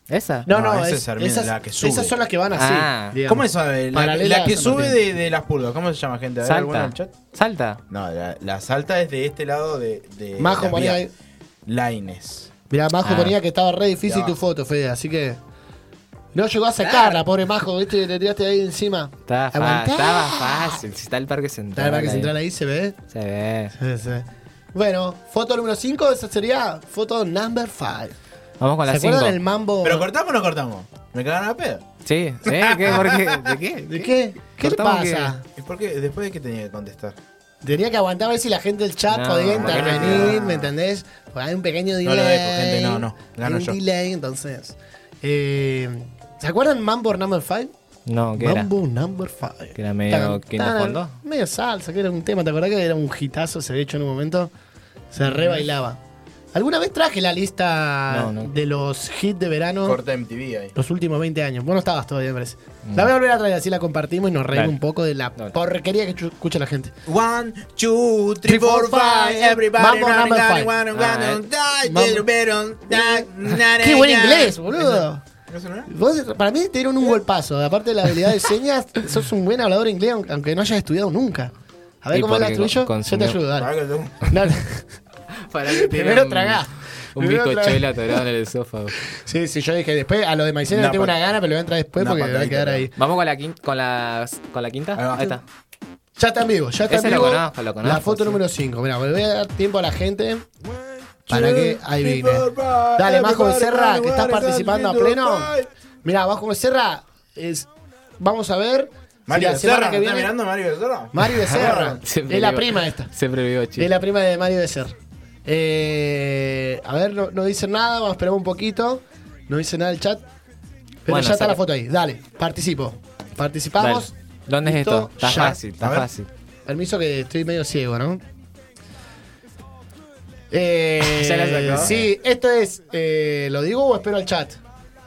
S2: ¿Esa?
S1: No, no,
S3: No, esa
S1: es-
S3: es Sarmiento,
S1: esas,
S3: la que sube.
S1: esas son las que van así.
S2: Ah.
S1: digamos.
S3: ¿Cómo es esa? La,
S1: Paralela
S3: la que
S1: a San
S3: sube
S1: Martín.
S3: de, de las pulgas. ¿Cómo se llama, gente? ¿Hay alguna en
S2: Salta.
S3: el chat?
S2: Salta.
S3: No, la, la Salta es de este lado de. de
S1: Majo
S3: la
S1: ponía
S3: vía.
S1: ahí.
S3: Laines.
S1: Mirá, Majo
S2: Ah.
S1: ponía que estaba re difícil
S3: Ya
S1: tu
S3: va.
S1: foto, Fede, así que. No llegó a sacarla, pobre Majo, viste, le tiraste ahí encima.
S2: Estaba, fa-
S1: Aguantá.
S2: estaba fácil. Si está el Parque Central.
S1: Está el Parque Central ahí, se ve.
S2: Se ve.
S1: Sí, sí. Bueno, foto número 5, esa sería foto number 5.
S2: Vamos con
S1: ¿Se
S2: la
S1: acuerdan del
S2: 5.
S1: mambo?
S3: ¿Pero cortamos o no cortamos? ¿Me cagaron a pedo?
S2: Sí, sí, ¿qué? ¿Por qué? ¿De qué?
S1: ¿De qué? ¿Qué te
S2: Cortamos
S1: pasa?
S3: ¿Y por qué? ¿Después de qué tenía que contestar?
S1: Tenía que aguantar a ver si la gente del chat
S2: No,
S1: podía
S2: ¿por qué no?
S1: intervenir, ¿me entendés? Porque hay un pequeño delay.
S3: No lo dejo, gente, no, no. Gano
S1: Hay un
S3: yo.
S1: delay, entonces. Eh, ¿Se acuerdan Mambo Number 5?
S2: No, ¿qué era?
S1: Mambo Number 5.
S2: Que era medio King de Fondo.
S1: Medio salsa, que era un tema. ¿Te acordás que era un hitazo? Se había hecho en un momento. Se re bailaba. ¿Alguna vez traje la lista
S2: Mm. No, no.
S1: de los hits de verano?
S3: Corta MTV ahí.
S1: Los últimos 20 años. Vos no estabas todavía, me parece. La voy a volver a traer, así la compartimos y nos reímos
S2: Dale.
S1: un poco de la
S2: Dale.
S1: porquería que chu- escucha la gente.
S3: One, two, three, four, five, everybody
S1: Mambo
S3: running,
S1: number
S3: running,
S1: five.
S3: running, running, die,
S1: Mambo-
S3: little bit on, die, na,
S1: ¡Qué buen
S3: na, na.
S1: inglés, boludo!
S3: ¿Eso no era?
S1: Vos, para mí te dieron un golpazo. Aparte de la habilidad de señas, sos un buen hablador de inglés, aunque no hayas estudiado nunca. A ver
S2: Y
S1: cómo es la
S2: porque con-
S1: tuya. Yo te
S2: consumió-
S1: ayudo, dale.
S3: Pará que tengo-
S1: No, no.
S2: Para que tiene
S1: Primero
S2: un-
S1: tragá.
S2: Un
S1: Primero
S2: bizcochuelo
S1: tragá.
S2: atorado en el esófago.
S1: Sí, sí, yo dije después. A lo de maicena
S3: Una
S1: le tengo
S3: pat-
S1: una gana, pero lo voy a entrar después
S3: una
S1: porque me va a
S3: patadita,
S1: quedar
S3: pero-
S1: ahí.
S2: Vamos con la, quin- con la, con la quinta.
S3: Ahí va.
S2: Ahí está.
S1: Ya está en vivo, ya está
S2: Ese
S1: en
S2: lo
S1: vivo.
S2: conozco, lo conozco,
S1: la foto
S2: sí.
S1: número 5. Mira, voy a dar tiempo a la gente para que ahí viene. Dale,
S3: Dale,
S1: Majo Becerra, que estás participando a pleno. Mira, Majo Becerra, es, vamos a ver. si
S3: Mario
S1: la semana
S3: Becerra,
S1: que
S3: ¿me está
S1: viene-
S3: mirando Mario Becerra?
S1: Mario Becerra.
S2: Siempre
S1: es la
S2: vivo-
S1: prima esta.
S2: Siempre vivo
S1: Es
S2: chido.
S1: la prima de Mario Becerra. Eh, a ver, no, no dicen nada, vamos a esperar un poquito. No dice nada el chat. Pero
S2: Bueno,
S1: ya está
S2: sale.
S1: la foto ahí. Dale, participo. Participamos.
S2: Dale. ¿Dónde es
S1: Listo,
S2: esto? Está
S1: ya.
S2: fácil,
S3: A
S2: está
S3: ver.
S2: fácil.
S1: Permiso que estoy medio ciego, ¿no? Eh,
S2: ¿Ya la sacó?
S1: Sí, esto es. eh, ¿Lo digo o espero al chat?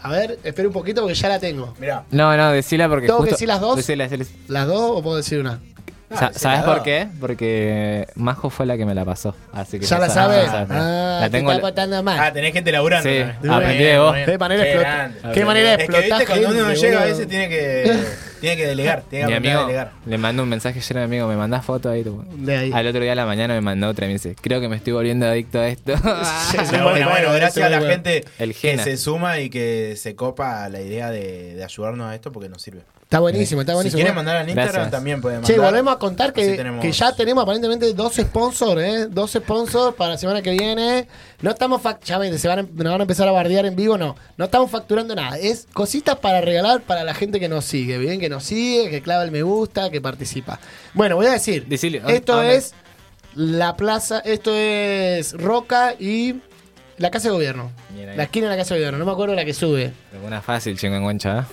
S1: A ver, espero un poquito porque ya la tengo.
S3: Mirá.
S2: No, no, decila porque.
S1: ¿Tengo que
S2: justo-
S1: decir las dos? Ah,
S2: decila, decila.
S1: ¿Las dos o puedo decir una?
S3: Ah,
S2: Sa- ¿Sabes
S3: nada.
S2: por qué? Porque Majo fue la que me la pasó. Así que
S1: ¿Ya la
S2: sabe,
S1: sabes?
S2: ya sabe.
S1: Ah,
S2: la
S1: te
S2: tengo.
S1: está matando
S3: Ah,
S1: mal.
S3: tenés gente laburando.
S2: Sí,
S3: también.
S1: aprendí
S3: Muy bien,
S2: de vos.
S3: muy bien.
S1: Qué manera de
S3: Qué
S1: explotar.
S3: grande.
S1: Qué
S2: Aprendí.
S1: manera de
S3: Es que
S1: explotar.
S3: viste, cuando uno
S1: gente,
S3: llega a
S1: boludo.
S3: veces tiene que, tiene que delegar. Tiene
S2: Mi
S3: que aprender a
S2: amigo
S3: delegar.
S2: le mandó un mensaje ayer a mi amigo, me mandás fotos ahí. tipo.
S1: De ahí.
S2: Al otro día a la mañana me mandó otra y me dice, creo que me estoy volviendo adicto a esto. Ah.
S1: Es muy
S3: Pero
S1: bueno,
S3: bueno, bueno,
S1: es muy
S3: gracias a la
S1: bueno.
S3: gente
S2: El
S3: que
S2: Gena.
S3: se suma y que se copa a la idea de, de ayudarnos a esto porque nos sirve.
S1: Está buenísimo, está
S3: Si
S1: buenísimo. ¿eh?
S3: quieren mandar al Instagram
S2: Gracias.
S3: también pueden mandar.
S1: Che, volvemos a contar que,
S3: Así tenemos-
S1: que ya tenemos aparentemente 12 sponsors, ¿eh? 12 sponsors para la semana que viene. No estamos fac- ya ven, se van a, nos van a empezar a bardear en vivo, no. No estamos facturando nada. Es cositas para regalar para la gente que nos sigue, bien, que nos sigue, que clava el me gusta, que participa. Bueno, voy a decir,
S2: Decile, ¿dónde-
S1: esto
S2: dónde?
S1: es la plaza, esto es Roca y la Casa de Gobierno.
S2: Bien ahí.
S1: La esquina de la Casa de Gobierno, no me acuerdo la que sube.
S2: Alguna fácil, chingo engancha. ¿eh?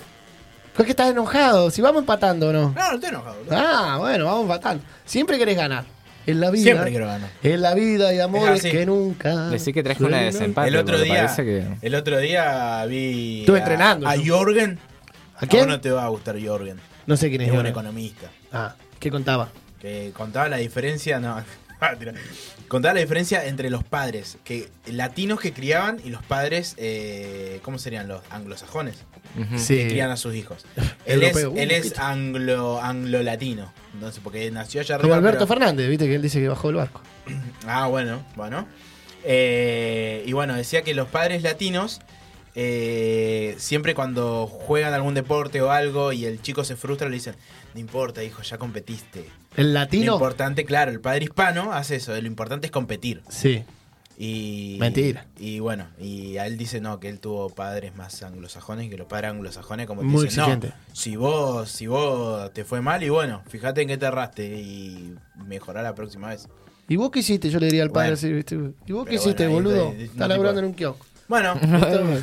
S1: Pues que estás enojado, si vamos empatando o no.
S3: No, no estoy enojado. boludo.
S1: Ah, bueno, vamos fatal. Siempre querés ganar. En la vida.
S3: Siempre quiero ganar.
S1: En la vida hay amores
S3: Es así.
S1: que
S3: Ah,
S1: nunca.
S2: Decí que traje una de
S1: suelen-
S2: desempate.
S3: el otro
S2: porque
S3: día,
S2: Parece que...
S3: el otro día vi
S1: Estuve
S3: a,
S1: entrenando,
S3: a
S1: yo.
S3: Jorgen.
S1: ¿A quién?
S3: vos no te va a gustar Jorgen.
S1: No sé quién es.
S3: Es un
S1: bueno.
S3: economista
S1: Ah, ¿qué contaba?
S3: que contaba la diferencia, no, mentira. contaba la diferencia entre los padres que latinos que criaban y los padres, eh, ¿cómo serían los anglosajones?
S2: Ujú.
S1: Sí.
S3: crían a sus hijos. Él es,
S1: Eh, Europeo, uh,
S3: él es
S1: poquito.
S3: anglo anglo-latino. Entonces, porque nació allá
S1: Como
S3: arriba.
S1: Alberto
S3: pero-
S1: Fernández, viste que él dice que bajó el barco.
S3: Ah, bueno, bueno. Eh, y bueno, decía que los padres latinos, eh, siempre cuando juegan algún deporte o algo y el chico se frustra, le dicen, no importa, hijo, ya competiste.
S1: El
S3: Lo
S1: latino.
S3: importante, claro, el padre hispano hace eso, lo importante es competir.
S1: Sí.
S3: Y,
S1: Mentira.
S3: Y bueno, y a él dice no, que él tuvo padres más anglosajones y que los padres anglosajones como que
S1: Muy
S3: dicen,
S1: exigente.
S3: no, si vos, si vos te fue mal y bueno, fíjate en qué te erraste y mejorá la próxima vez.
S1: ¿Y vos qué hiciste? Yo le diría al padre
S3: Bueno.
S1: así, ¿viste? ¿Y vos qué
S3: Pero
S1: hiciste,
S3: bueno, ahí
S1: boludo?
S3: estoy-
S1: Estás
S3: no te
S1: laburando
S3: puedo.
S1: en un kiosco.
S3: Bueno,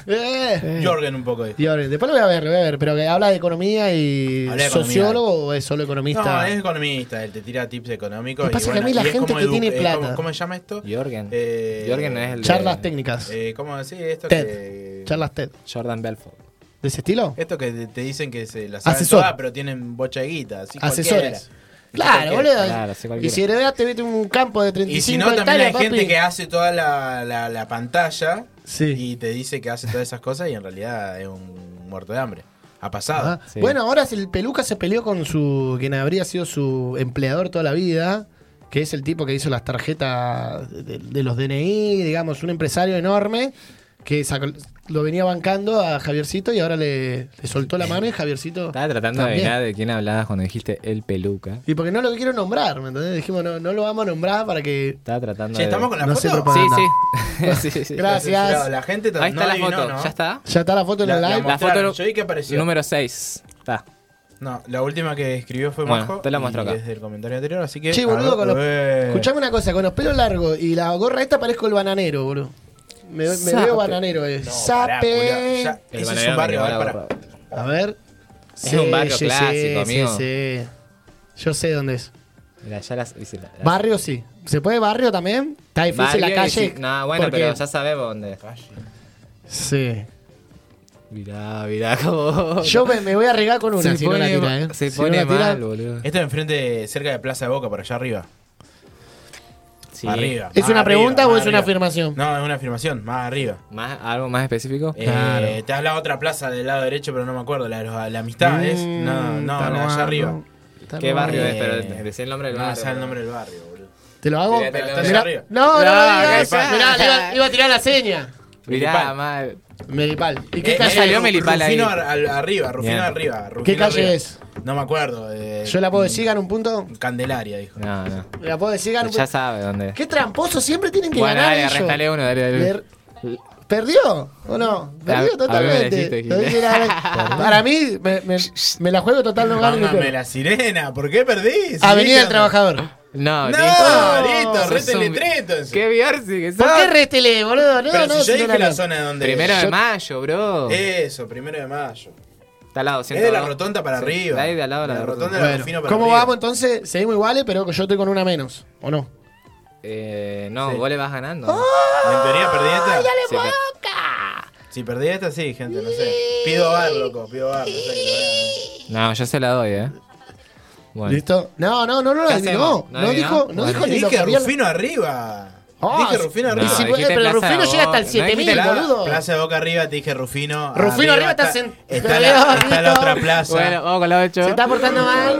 S1: Eh.
S3: Jorgen un poco de...
S1: Y ahora, después lo voy a ver, lo voy a ver, pero que habla de economía y
S3: Habla de economía.
S1: sociólogo o es solo economista.
S3: No, es economista, él te tira tips económicos.
S1: Lo que pasa
S3: y
S1: es que
S3: bueno,
S1: a mí la
S3: y es
S1: gente
S3: como
S1: que
S3: edu-
S1: tiene
S3: es
S1: plata-
S3: como- ¿Cómo se llama esto?
S2: Jorgen.
S3: Eh,
S2: Jorgen es el de-
S1: Charlas técnicas.
S3: eh, ¿Cómo decir esto?
S1: TED.
S3: Que,
S1: Charlas TED.
S2: Jordan Belfort.
S1: ¿De ese estilo?
S3: Esto que te- te dicen que se las saben
S1: Asesor.
S3: todas, pero tienen bocha de guita. así
S1: Asesores.
S3: cualquiera.
S1: Claro,
S3: Cualquiera.
S1: boludo. eh.
S2: Claro,
S1: y
S2: sí, cualquiera.
S1: si heredaste viste un campo de 35
S3: Y si no, también hay
S1: hectáreas,
S3: gente
S1: papi.
S3: que hace toda la, la- la pantalla
S1: Sí.
S3: y te dice que hace todas esas cosas y en realidad es un muerto de hambre. Ha pasado.
S1: Ajá.
S2: Sí.
S1: Bueno, ahora el peluca se peleó con su quien habría sido su empleador toda la vida, que es el tipo que hizo las tarjetas de, de los DNI, digamos, un empresario enorme que sacó- lo venía bancando a Javiercito y ahora le, le soltó la mano y Javiercito
S2: Estaba tratando
S1: también.
S2: de mirar de quién hablabas cuando dijiste el peluca.
S1: Y porque no lo quiero nombrar, ¿me entendés? Dijimos, no, no lo vamos a nombrar para que...
S2: Estaba tratando
S3: Che,
S2: de...
S3: ¿estamos con la
S1: No sé,
S3: foto?
S1: propa-
S2: Sí,
S1: Anda.
S2: sí. sí, sí.
S1: Gracias.
S3: Censurado. La gente
S2: Ahí
S3: no
S2: está la
S3: adivinó,
S2: foto.
S3: ¿no?
S2: ¿Ya está?
S1: Ya está la foto en
S3: La,
S1: el
S3: la
S1: live.
S2: La
S3: mostraron.
S2: foto-
S3: Yo vi que apareció.
S2: Número 6. Está.
S3: No, la última que escribió fue
S2: Bueno,
S3: Majo.
S2: te la muestro
S3: y
S2: acá.
S3: Desde el comentario anterior, así que.
S1: Che, boludo, con los-
S3: Eh.
S1: escuchame una cosa, con los pelos largos y la gorra esta parezco el bananero, boludo. Me, me
S2: Sape.
S1: veo bananero, eh.
S3: No, pará,
S1: Sape.
S3: culiao, ya-
S2: El
S3: Ese es
S2: bananero
S3: un barrio,
S2: me
S3: a
S2: llevó
S3: ver,
S2: la
S3: pará.
S1: A ver.
S2: Es un barrio clásico, amigo.
S1: sí. Yo sé dónde es.
S2: Mira, ya las. dice la- la-
S1: Barrio sí. ¿Se puede barrio también? Está difícil
S2: Barrio
S1: la
S2: y
S1: calle.
S2: si- No, bueno,
S1: porque-
S2: pero ya sabemos dónde.
S1: Sí.
S2: Mirá, mirá cómo.
S1: Yo me, me voy a arriesgar con una
S2: se
S1: si no
S2: pone,
S1: la tira,
S2: ma-
S1: eh.
S2: se
S1: Si no
S2: pone
S1: la tira-
S2: mal, boludo.
S3: Esto es enfrente, cerca de Plaza de Boca, por allá arriba.
S2: Sí.
S3: Arriba.
S1: ¿Es
S3: más
S1: una
S3: arriba,
S1: pregunta o
S3: más
S1: es una
S3: arriba.
S1: afirmación?
S3: No, es una afirmación, más arriba.
S2: ¿Más, ¿Algo más específico?
S3: Eh,
S1: Claro.
S3: te has la otra plaza del lado derecho, pero no me acuerdo. La de los- la amistad es.
S2: Mm,
S3: No, no,
S1: Mm, Está
S3: la de allá
S1: mal,
S3: arriba.
S1: no. Está
S2: ¿Qué
S1: mal.
S2: barrio es? Pero
S3: Eh,
S2: decía el nombre del
S3: no,
S2: barrio.
S3: sabe el nombre del barrio, boludo.
S1: ¿Te lo hago?
S2: Mirá, te
S3: Pero
S2: lo-
S3: está
S1: Mirá-
S3: allá arriba.
S1: No, no, no,
S2: No,
S1: digas
S2: ¿qué
S1: eso.
S2: pasa?
S1: Mirá, le iba, iba a tirar la seña.
S2: Mirá,
S3: Principal.
S2: mal.
S1: Melipal. ¿Y qué
S3: Eh,
S1: calle
S2: salió
S1: es?
S2: Meli- Melipal ahí.
S3: Rufino ar- al- arriba, Rufino
S2: Bien.
S3: arriba. Rufino
S1: ¿Qué calle
S3: arriba.
S1: es?
S3: No me acuerdo. eh,
S1: ¿Yo la puedo decir, gano un punto?
S3: Candelaria, dijo.
S2: No, no.
S1: ¿La puedo decir, gano un
S2: Ya
S1: punto?
S2: sabe dónde.
S1: pues, Qué tramposo, siempre tienen que
S2: Bueno,
S1: ganar
S2: dale,
S1: ellos.
S2: restale uno, dale, dale.
S1: Le- ¿Perdió o no? Perdió
S2: A- a ver, me la
S1: totalmente.
S2: hiciste,
S1: Lo dije la- para mí, me, me- me la juego total no gano ni
S3: Póngame
S1: peor.
S3: la sirena, ¿por qué perdí?
S1: Avenida del
S3: Sirena.
S1: Trabajador.
S2: No,
S3: No, listo,
S2: Sos
S3: rete
S2: un-
S3: el tres entonces.
S2: Qué biarsi que sos.
S1: ¿Por qué restelé, boludo? No,
S3: Pero
S1: no,
S3: si yo
S1: si no
S3: dije la
S1: ganó.
S3: zona de donde.
S2: Primero de
S3: Yo-
S2: mayo, bro.
S3: Eso, primero de mayo.
S2: Está al lado,
S3: Eh, Es de la rotonda para
S2: Sí,
S3: arriba.
S2: de ahí de al lado de la rotonda.
S3: rotonda de
S1: Bueno,
S3: Rufino para
S1: ¿Cómo
S3: arriba.
S1: vamos entonces? Seguimos iguales, pero yo estoy con una menos, ¿o no?
S2: Eh, no,
S3: Sí.
S2: vos le vas ganando.
S3: En teoría perdí esta.
S2: Se pe-
S3: Si perdí esta, sí, gente, no sé. Pido bar, loco, pido bar. no sé qué
S2: No, yo se la doy, eh. Bueno.
S1: ¿Listo? No, no, no, no,
S2: ¿Qué
S1: no,
S2: hacemos?
S1: no,
S2: ¿No
S1: dijo, no dijo
S2: adivinó?
S3: lo
S1: ni
S3: hagan.
S1: lo que
S3: Dije
S1: había-
S3: Rufino arriba.
S1: Ah,
S3: Dije Rufino
S1: y
S3: arriba.
S1: si-
S2: No, dijiste
S1: pero
S2: Plaza
S1: Rufino
S2: de
S1: llega hasta el
S2: Boca. No
S1: 7000,
S2: dijiste Plaza-
S1: boludo.
S3: Plaza de Boca arriba, te dije Rufino.
S1: Rufino arriba está sen-
S3: está, la,
S1: Arriba,
S3: está la
S1: Rufito.
S3: otra plaza.
S2: Bueno, vamos con la 8.
S1: Se está portando mal.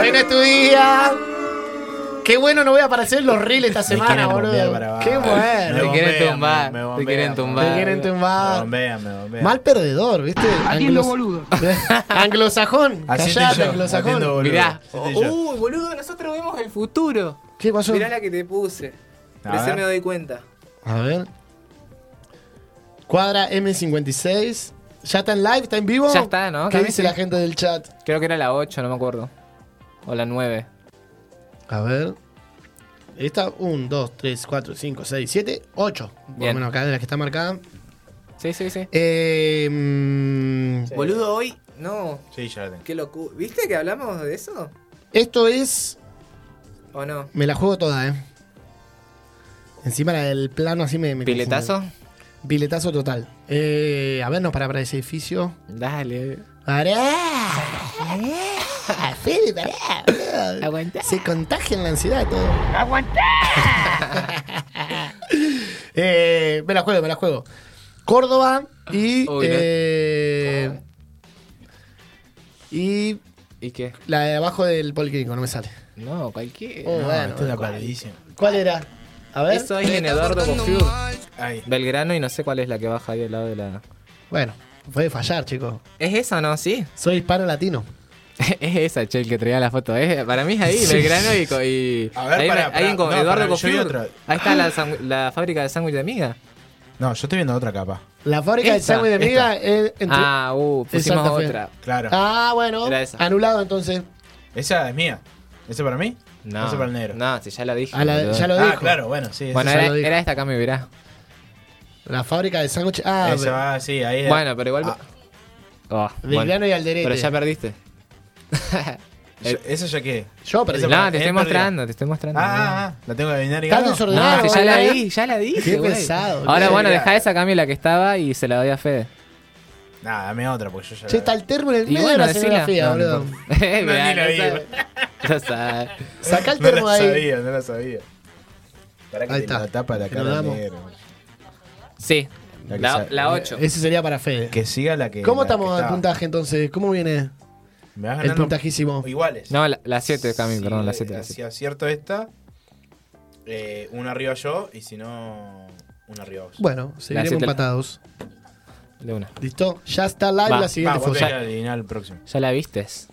S1: Hoy no es tu día. Qué bueno, no voy a aparecer en los reels esta
S3: Me
S1: semana,
S3: quieren bombear
S1: boludo.
S3: para abajo.
S1: Qué
S3: Me
S1: bueno.
S2: Te quieren
S3: bombean,
S2: tumbar,
S3: me
S2: te
S3: bombean,
S2: quieren
S3: me
S2: tumbar.
S1: Te quieren
S3: Me
S1: tumbar.
S3: bombean, me bombean.
S1: Ah. Mal perdedor, ¿viste? Anglos- Anglosajón.
S3: Así estoy
S1: Callate,
S3: yo,
S1: anglosajón.
S3: haciendo boludo.
S2: Mirá.
S3: Así estoy yo.
S2: Uy, boludo, nosotros vemos el futuro.
S1: ¿Qué pasó?
S2: Mirá la que te puse.
S3: A
S2: Recién
S3: ver.
S2: me doy cuenta.
S1: A ver. Cuadra M56. ¿Ya está en live? ¿Está en vivo?
S2: Ya está, ¿no?
S1: ¿Qué
S2: También
S1: dice
S2: sí.
S1: la gente del chat?
S2: Creo que era la 8, no me acuerdo. O la 9.
S1: A ver. Esta, 1, 2, 3, 4, 5, 6, 7, 8.
S2: Bien.
S1: Bueno, acá de las que está marcada.
S2: Sí, sí, sí.
S1: Eh, mm,
S2: Boludo, hoy. No,
S3: Sí, ya la tengo.
S2: qué locura. ¿Viste que hablamos de eso?
S1: esto es.
S2: ¿O no?
S1: Me la juego toda, ¿eh? Encima la del plano así me. me-
S2: ¿Piletazo?
S1: Piletazo total. Eh, a ver, no, para, para ese edificio.
S2: Dale.
S1: ¡Pará! ¡Pará! Fede, pará, boludo.
S2: Aguantá.
S1: Se contagia en la ansiedad todo. ¡Aguantá! eh, me la juego, me la juego. Córdoba y.
S2: Uy, no.
S1: eh, y
S2: ¿Y qué?
S1: la de abajo del Poliquínico, no me sale.
S2: No, cualquiera.
S1: Oh,
S3: No,
S1: bueno,
S3: esta es la
S1: ¿cuál?
S3: perdidísima.
S1: ¿Cuál era? A ver.
S2: Eso es en Eduardo Bofiur.
S3: Ahí.
S2: Belgrano y no sé cuál es la que baja ahí al lado de la.
S1: Bueno, puede fallar, chicos.
S2: ¿Es esa o no? Sí.
S1: Soy hispano latino.
S2: es esa, che, el que traía la foto. Es- para mí es ahí, Belgrano y. co- y
S3: A ver,
S2: ahí
S3: pará,
S2: me-
S3: pará.
S2: ahí con
S3: No,
S2: Eduardo
S3: pará, yo vi
S2: Bofiur.
S3: otra.
S2: Ahí está la, sangu- la fábrica de sándwich de miga.
S3: No, yo estoy viendo otra capa.
S1: La fábrica de
S2: Esta,
S1: sangre de miga es entre-
S2: Ah, uh, pusimos
S1: Santa Fe.
S2: otra.
S3: Claro.
S1: Ah, bueno.
S2: Era esa.
S1: Anulado entonces.
S3: Esa es mía. ¿Esa para mí?
S2: No,
S3: Esa para el negro.
S2: no, si ya lo dije.
S1: A la-
S2: boludo.
S1: ya lo
S3: ah,
S1: dijo.
S3: claro, bueno, sí. esa
S2: Bueno,
S1: ya
S2: era,
S1: lo dije.
S2: era esta acá, me verá.
S1: La fábrica de sándwiches. Ah,
S3: Esa va, sí, ahí es.
S2: eh, Bueno, pero igual.
S3: Ah.
S2: Oh,
S1: Belgrano
S2: bueno.
S1: y Alderete.
S2: Pero ya perdiste.
S3: Yo- ¿Esa ya qué?
S1: Yo perdí.
S3: Esa-
S2: eh, No, te
S3: él
S2: estoy
S3: perdió.
S2: mostrando, te estoy
S3: Ah,
S2: mostrando.
S3: ah, ah, la tengo que adivinar y
S1: Estás
S3: gano?
S2: no,
S1: desordenado.
S2: si ya la
S1: boludo.
S2: di, ya la di.
S1: Qué pesado,
S2: Ahora,
S1: boludo.
S2: bueno,
S3: Mirá.
S2: deja esa Cami la que estaba y se la doy a Fede.
S3: Nah, dame otra porque yo ya.
S1: Che,
S3: la-
S1: está el termo en el
S2: Y
S1: medio
S2: bueno,
S1: de la
S2: decila.
S1: escenografía,
S2: No,
S1: boludo.
S2: Eh,
S3: No,
S2: mirá,
S3: ni la vi,
S2: sabe. No sabe.
S1: Sacá el
S3: No
S1: termo
S3: la
S1: ahí.
S3: sabía, no la sabía. Para que
S1: Ahí
S3: te
S1: está.
S3: la tapa la
S1: Te lo
S3: cara
S1: damos.
S3: negra.
S2: Sí,
S3: La que
S2: la,
S3: sabe.
S2: la 8.
S1: Ese sería para Fede.
S3: Que siga la que.
S1: ¿Cómo
S3: la que Ah,
S1: estamos de
S3: estaba.
S1: puntaje entonces? ¿Cómo viene
S3: Me vas
S1: el
S3: ganando
S1: puntajísimo?
S3: Iguales.
S2: No, la- la 7, Cami,
S3: Si
S2: perdón, la 7.
S3: Si acierto esta, eh, una arriba yo y si no, una arriba vos.
S1: Bueno, seguiremos
S2: siete-
S1: empatados.
S2: De una.
S1: ¿Listo? Ya está live
S2: Va,
S1: la
S3: Va,
S1: siguiente
S3: vos
S1: foto.
S3: tenés que adivinar el próximo.
S2: ¿Ya la vistes?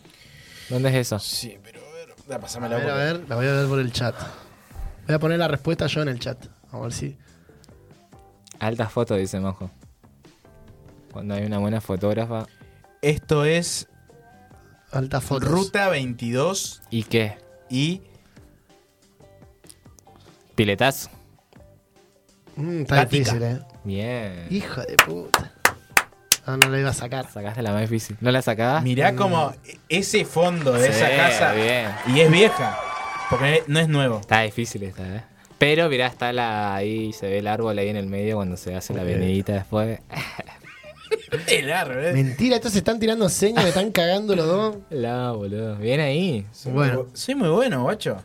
S2: ¿Dónde es eso?
S3: Sí, pero a ver. Da, pasame
S1: A
S3: la
S1: ver, a
S3: boca.
S1: ver, la voy a ver por el chat. Voy a poner la respuesta yo en el chat. A ver si.
S2: Altas fotos, dice Majo. Cuando hay una buena fotógrafa.
S3: Esto es
S1: Altas fotos.
S3: Ruta 22
S2: ¿Y qué?
S3: y
S2: ¿Piletazo?
S1: Mm, está
S3: Gatica.
S1: difícil, eh.
S2: Bien.
S1: Hija de puta. Ah, no la iba a sacar.
S2: Sacaste la más difícil. ¿No la sacabas?
S1: Ah,
S3: mirá
S1: mm.
S3: como ese fondo de
S2: Sí,
S3: esa casa.
S2: bien.
S3: Y es vieja. Porque no es nuevo.
S2: Está difícil esta, ¿eh? Pero mirá, está la, ahí, se ve el árbol ahí en el medio cuando se hace la avenidita después.
S3: El árbol, ¿eh?
S1: Mentira, estos se están tirando señas, me están cagando los dos.
S2: La, boludo. Bien ahí.
S3: Soy
S1: Bueno.
S3: muy bu- Soy muy bueno, guacho.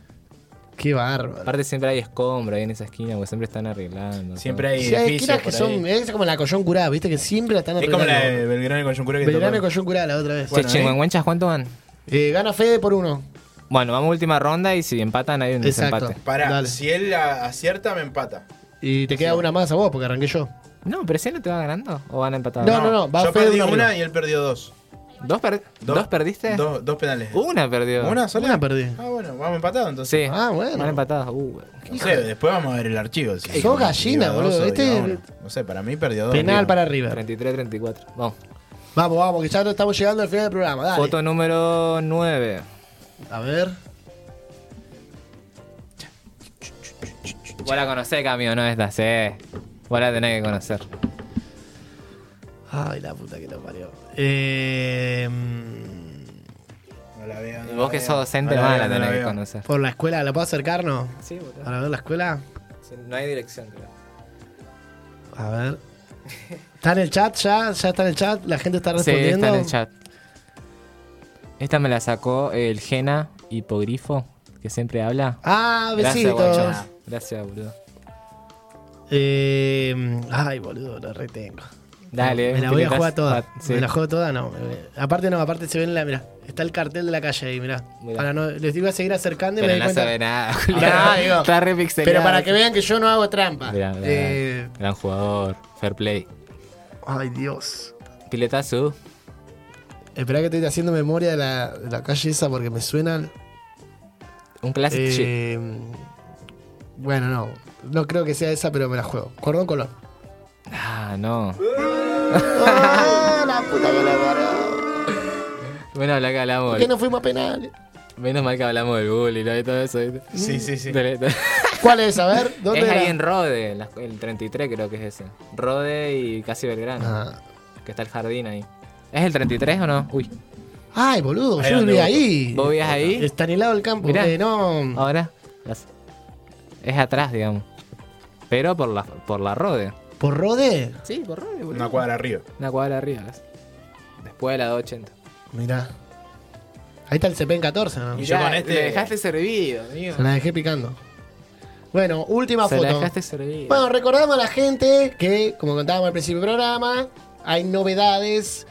S1: Qué bárbaro.
S2: Aparte siempre hay escombro ahí en esa esquina, porque siempre están arreglando.
S3: Siempre
S2: todo.
S3: hay
S1: Si hay esquinas
S3: edificios
S1: que
S3: por
S1: son.
S3: ahí.
S1: Es como la collón curada, viste, que siempre la están
S3: Es como la
S1: apretando.
S3: de Belgrano y Coyuncura que
S1: Belgrano y
S3: tocó.
S1: collón curada la otra vez.
S2: Che,
S3: Bueno,
S2: chingüengüenchas, ¿cuánto van?
S1: Eh, gana Fede por uno.
S2: Bueno, vamos a última ronda y si empatan hay un
S1: Exacto.
S2: desempate.
S3: Pará,
S1: Dale.
S3: si él la acierta, me empata.
S1: Y te queda una más a vos porque arranqué yo.
S2: No, pero ese no te va ganando o van empatados.
S1: No, no, no, va
S3: Yo
S1: Fede
S3: perdí
S1: uno
S3: una
S1: arriba.
S3: y él perdió dos.
S2: ¿Dos, per-
S3: Dos-
S2: ¿Dos perdiste?
S3: Dos, dos penales.
S2: Una perdió.
S3: ¿Una sola?
S1: Una perdí.
S3: Ah, bueno, vamos empatados entonces.
S2: Sí.
S1: Ah, bueno.
S2: Van empatados. Uh,
S3: No sé, después vamos a ver el archivo. Si
S1: Sos
S3: son
S1: gallina,
S3: dos,
S1: boludo,
S3: o
S1: este-
S3: diga uno. No sé, para mí perdió dos.
S1: Penal
S3: Digo,
S1: para River.
S2: 33-34. Vamos.
S1: Vamos, vamos, que ya no estamos llegando al final del programa. Dale.
S2: Foto número 9.
S1: A ver.
S2: Vos la conocés, Camilo, no esta, sí. Vos la tenés que conocer.
S1: Ay, la puta que lo parió. Eh, mm,
S3: No la veo, no la
S2: Vos que
S3: veo.
S2: sos docente,
S3: No
S2: no,
S3: veo,
S2: la
S3: no
S2: tenés que
S3: veo.
S2: conocer.
S1: por la escuela, ¿la puedo acercar, no?
S2: Sí, boludo.
S1: Para ver la escuela.
S2: Sí, No hay dirección, creo.
S1: A ver. ¿Está en el chat ya? ¿Ya está en el chat? ¿La gente está
S2: Sí,
S1: respondiendo?
S2: está en el chat. Esta me la sacó el Gena Hipogrifo, que siempre habla.
S1: Ah,
S2: Gracias,
S1: besitos.
S2: guacho. Gracias, boludo.
S1: Eh, mm, ay, boludo, lo retengo.
S2: Dale,
S1: Me la voy a
S2: tiquetás.
S1: jugar toda.
S2: Ah, sí.
S1: Me la juego toda, no. me- Aparte, no, aparte se ven la. Mirá, está el cartel de la calle ahí, mirá.
S2: Mirá.
S1: Para no, les iba a seguir acercando y
S2: Pero
S1: me di
S2: no
S1: cuenta.
S2: sabe nada,
S1: Mirá, digo,
S2: Está re pixelado.
S1: Pero para que vean que yo no hago trampa.
S2: Mirá, mirá.
S1: Eh,
S2: Gran jugador, fair play.
S1: ay, Dios.
S2: Piletazo.
S1: Esperá que estoy haciendo memoria de la, de la calle esa porque me suena.
S2: Un clásico.
S1: eh, bueno, no. No creo que sea esa, pero me la juego. Cordón Colón.
S2: Ah, no.
S1: Ah, la puta que la
S2: Bueno, habla que hablamos.
S1: ¿Por qué no fuimos a penales?
S2: Menos mal que hablamos del bullying ¿no? y todo eso. ¿viste?
S3: Sí, sí, sí.
S2: Dale, dale.
S1: ¿Cuál es? A ver, ¿dónde
S2: Es ahí
S1: era?
S2: en Rode, la- el 33 creo que es ese. Rode y casi Belgrano,
S1: Ah.
S2: que está el jardín ahí. ¿Es el 33 o no? Uy,
S1: Ay, boludo,
S3: Ahí
S1: yo
S3: donde
S1: viví
S3: vos-
S1: ahí.
S2: ¿vos vivías ahí?
S1: Está en el lado del campo.
S2: Mirá. Ah.
S1: Eh, no.
S2: ahora las- es atrás, digamos. Pero por la, por la Rode.
S1: ¿Por Rode?
S2: Sí, por Rode, boludo.
S3: Una cuadra arriba.
S2: Una cuadra arriba. ¿ves? Después de la 280.
S1: Mirá. Ahí está el CPN 14, ¿no?
S3: Y yo con este-
S2: Le dejaste servido, amigo.
S1: Se la dejé picando. Bueno, última
S2: Se
S1: foto.
S2: la dejaste servido.
S1: Bueno, recordamos a la gente que, como contábamos al principio del programa, hay novedades.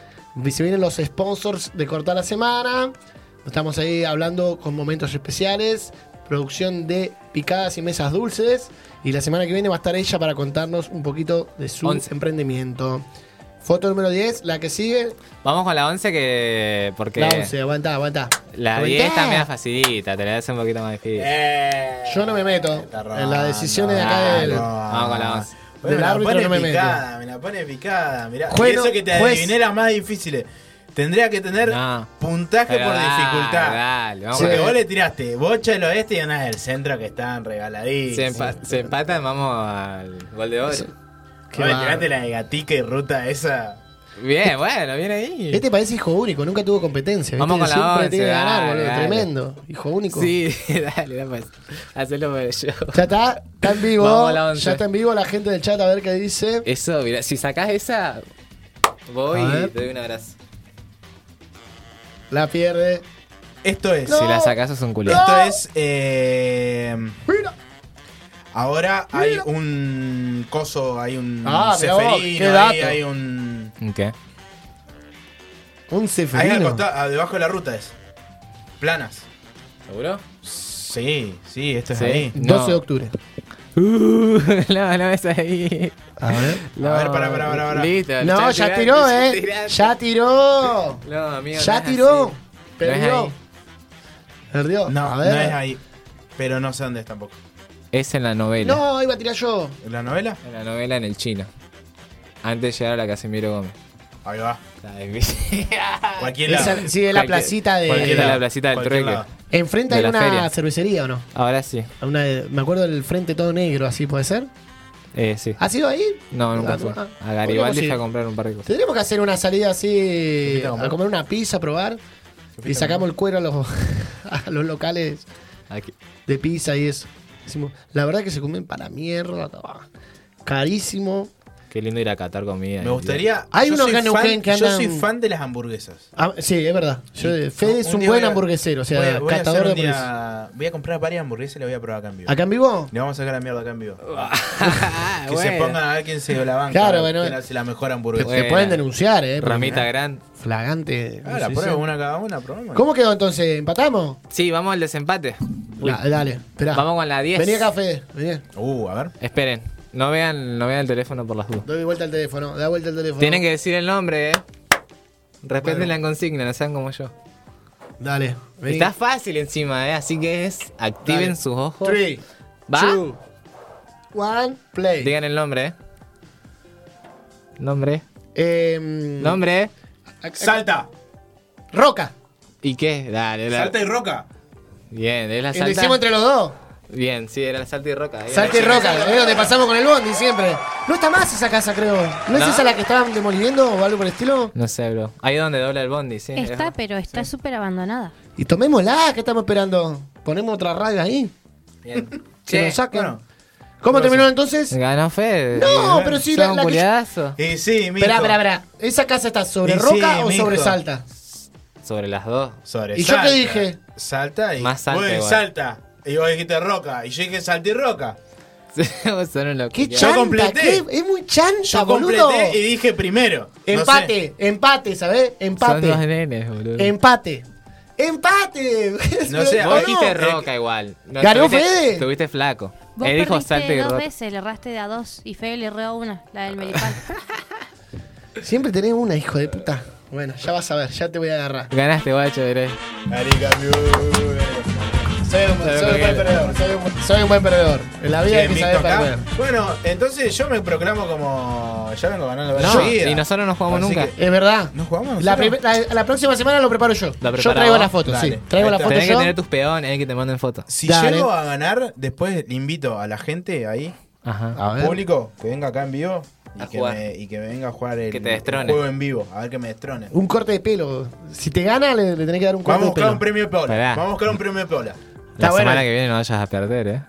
S1: Se vienen los sponsors de Cortar la Semana. Estamos ahí hablando con momentos especiales. Producción de picadas y mesas dulces. Y la semana que viene va a estar ella para contarnos un poquito de su
S2: Once.
S1: emprendimiento. Foto número 10, la que sigue.
S2: Vamos con la 11 que... Porque
S1: La 11, aguanta, aguanta.
S2: la
S1: Aguantá.
S2: 10 también facilita, te la hace un poquito más difícil.
S3: Eh,
S1: Yo no me meto
S3: está
S1: en las decisiones de acá
S2: Ah,
S1: del-
S2: no. Vamos con la once.
S3: Bueno,
S1: Del
S3: me la
S1: árbitro
S3: pone
S1: no me meto.
S3: picada, me la pone picada. Mirá,
S1: Juez
S3: y eso
S1: no-
S3: que te
S1: juez.
S3: adiviné las más difíciles. Tendría que tener
S2: No.
S3: puntaje
S2: Pero
S3: por
S2: dale,
S3: dificultad.
S2: dale, vamos
S3: Porque
S1: Sí.
S3: vos le tiraste bocha del oeste y ganas del centro que estaban
S2: Se,
S3: regaladísimos.
S2: empa- se empatan, vamos al gol de oro.
S1: Qué
S3: Vos le
S1: bárbaro.
S3: tiraste la de gatica y ruta esa.
S2: Bien, bueno, bien ahí.
S1: Este parece hijo único, nunca tuvo competencia. ¿viste?
S2: Vamos con la
S1: Siempre
S2: 11,
S1: tiene que ganar,
S2: dale,
S1: boludo.
S2: dale.
S1: Tremendo. Hijo único.
S2: Sí, dale, dame. Hacelo por el show.
S1: Ya está, está en vivo.
S2: Vamos a la 11.
S1: ya está en vivo la gente del chat a ver qué dice.
S2: Eso, mira, si sacás esa, voy
S1: A
S2: y
S1: ver.
S2: te doy un abrazo.
S1: La pierde.
S3: Esto es.
S2: Si la sacás es un culo.
S3: Esto es. eh,
S1: Mira.
S3: ahora hay un coso, hay un
S1: Ah, mirá vos,
S3: ceferino,
S1: qué
S3: ahí
S1: dato.
S3: hay un.
S2: ¿Qué?
S1: Un
S3: Ahí al
S1: ceferino.
S3: costado, ah, debajo de la ruta es. Planas.
S2: ¿Seguro?
S3: Sí, sí,
S1: este
S3: esto es
S2: Sí.
S3: ahí.
S1: 12 de
S2: No.
S1: octubre.
S2: Uh, no, no es ahí.
S1: A ver.
S2: No.
S3: ver, pará, pará, pará, pará.
S2: Listo,
S1: No, ya
S2: tiraste,
S1: tiró, eh.
S2: tiraste.
S1: Ya tiró.
S2: No, amigo, no
S1: Ya
S2: es
S1: tiró.
S2: así. No
S1: Perdió.
S2: es ahí.
S1: Perdió.
S3: No,
S1: a
S3: no
S1: ver.
S3: es ahí. Pero no sé dónde es tampoco.
S2: Es en la novela.
S1: No, iba a tirar yo.
S3: ¿En la novela?
S2: En la novela en el chino. Antes de llegar a la Casimiro Gómez.
S3: Ahí va. Cualquiera.
S1: Esa- sí, es la placita
S2: Cualquiera
S1: de.
S2: la placita del
S3: Cualquier
S2: trueque.
S3: lado.
S1: Enfrente hay
S2: de la
S1: una
S2: feria.
S1: cervecería o no?
S2: Ahora sí.
S1: Una de- me acuerdo del frente todo negro, así puede ser.
S2: Eh, sí.
S1: ¿Has ido ahí?
S2: No, nunca
S1: Ah,
S2: fue.
S1: ah,
S2: A Garibaldi
S1: podríamos
S2: fui a
S1: ir.
S2: comprar un par de cosas.
S1: Tendríamos que hacer una salida así
S3: invito a comer?
S1: a comer una pizza, a probar. Y sacamos el cuero a los, a los locales
S2: Aquí.
S1: de pizza y eso. Decimos, la verdad que se comen para mierda. ah, Carísimo.
S2: Qué lindo ir a catar comida.
S3: Me gustaría.
S1: Hay
S3: yo
S1: unos
S3: soy
S1: acá en
S3: fan-
S1: Neuquén que
S3: Yo
S1: andan-
S3: soy fan de las hamburguesas.
S1: Ah, sí, es verdad. Yo- eh,
S3: Y-
S1: Fede es un
S3: día
S1: buen
S3: voy a-
S1: hamburguesero, o sea,
S3: voy a- voy a
S1: catador
S3: hacer
S1: de
S3: un día-
S1: hamburguesas.
S3: Voy a comprar varias hamburguesas y las voy a probar acá en vivo.
S1: ¿Acá en vivo?
S3: Le vamos a sacar la mierda acá en vivo.
S2: Ah.
S3: Ah. que se pongan a ver quién se la banca.
S1: Claro,
S3: a ver
S1: bueno.
S3: quién hace la mejor
S1: Te,
S3: hamburguesa.
S2: Bueno.
S1: te pueden denunciar, ¿eh? porque
S2: Ramita Gran.
S1: Flagante.
S3: Ah, la
S1: Sí,
S3: prueba
S1: sí.
S3: una cada una, probamos.
S1: ¿Cómo quedó entonces? ¿Empatamos?
S2: Sí, vamos al desempate. Uy.
S1: La- dale, esperá.
S2: Vamos con la 10.
S1: Ah. Vení acá, Fede. Vení.
S3: Uh, a ver.
S2: Esperen. No vean, no vean el teléfono por las dudas.
S1: Doy vuelta al teléfono. Da vuelta al teléfono.
S2: Tienen que decir el nombre, eh. Respeten la consigna, no sean como yo.
S1: Dale. Vení.
S2: Está fácil encima, eh. Así que es. Activen
S1: Dale.
S2: sus ojos.
S1: Three,
S2: ¿Va?
S1: two, one, play.
S2: Digan el nombre, eh. Nombre.
S1: Eh,
S2: Nombre.
S3: Salta.
S1: Roca.
S2: ¿Y qué? Dale, dale.
S3: Salta y roca.
S2: Bien, es la
S1: Lo hicimos
S2: salta.
S1: entre los dos.
S2: Bien, sí, era la salta y roca.
S3: Eh,
S2: Bien.
S1: Salta y Roca, es donde pasamos con el bondi siempre. No está más esa casa, creo. ¿No,
S2: ¿No?
S1: es esa la que estaban demoliendo o algo por el estilo?
S2: No sé, bro. Ahí es donde dobla el bondi, sí.
S4: Está,
S2: Ajá.
S4: pero está súper abandonada.
S1: Y tomémosla, ¿qué estamos esperando? Ponemos otra radio ahí.
S2: Bien.
S1: Que
S7: Che,
S1: nos saquen.
S3: bueno.
S1: ¿Cómo terminó entonces?
S2: Ganó Fede.
S1: No, pero sí, la-
S2: Son
S1: la que yo-
S2: culiadazo.
S3: Y sí, mijo.
S1: Esperá, esperá, esperá. ¿Esa casa está sobre
S3: Y sí,
S1: Roca o
S3: mijo.
S1: sobre Salta?
S2: Sobre las dos.
S3: Sobre
S1: ¿Y yo qué
S3: salta.
S1: dije?
S3: Salta y.
S2: Más salta
S3: Vos
S2: igual.
S3: salta. Y vos dijiste roca. Y yo dije salta y roca.
S2: Son unos
S1: ¡Qué
S2: culiados.
S1: chanta!
S3: completé.
S1: qué- es muy chanta,
S3: Yo completé
S1: boludo.
S3: y dije primero. No sé.
S1: Empate, empate, ¿sabés?
S2: Son dos
S1: Empate.
S2: nenes, boludo.
S1: Empate. ¡Empate!
S3: No sé,
S1: Boludo.
S2: Vos dijiste
S3: no.
S2: roca igual. No,
S1: ¿Ganó
S2: estuviste-
S1: Fede?
S2: Estuviste flaco.
S4: Vos
S2: Él dijo
S4: perdiste
S2: salte y
S4: dos
S2: roca.
S4: veces, le erraste de a dos y Fede le erró a una, la del Melipal.
S1: Siempre tenés una, hijo de puta. Bueno, ya vas a ver, ya te voy a agarrar.
S2: Ganaste, guacho, diré.
S3: Arica, miu.
S1: Soy un,
S2: Soy
S1: soy un buen
S2: Miguel.
S1: perdedor, soy un, soy un buen perdedor. En la vida hay
S3: Bien,
S1: que
S3: Mixto
S1: saber
S3: acá.
S1: perder.
S3: Bueno, entonces yo me proclamo como. Ya vengo ganando varias
S2: No,
S3: seguidas.
S2: y nosotros no jugamos
S3: Así
S2: nunca.
S3: que-
S1: Es verdad.
S3: ¿No jugamos
S1: La,
S3: nosotros?
S1: prim- la- la próxima semana lo preparo yo.
S2: ¿La
S1: Yo
S2: preparás
S1: traigo
S2: vos?
S1: la foto,
S3: Dale.
S1: sí. Traigo la
S3: Ahí está.
S1: foto
S2: Tenés que
S1: yo.
S2: tener tus peones, hay que te manden fotos.
S3: Si
S1: Dale.
S3: llego a ganar, después le invito a la gente ahí,
S2: Ajá.
S1: A
S3: al
S1: ver.
S3: público, que venga acá en vivo y
S2: A
S3: que,
S2: jugar.
S3: me, y que me venga a jugar el,
S2: Que te destrone.
S3: el juego en vivo, a ver que me destrone.
S1: Un corte de pelo. Si te gana, le, le tenés que dar un corte
S3: Vamos a buscar
S1: de pelo.
S3: un premio Paula.
S2: Pará.
S3: Vamos a buscar un premio Paula.
S2: La
S1: Está bueno.
S2: semana que viene no vayas a perder, eh.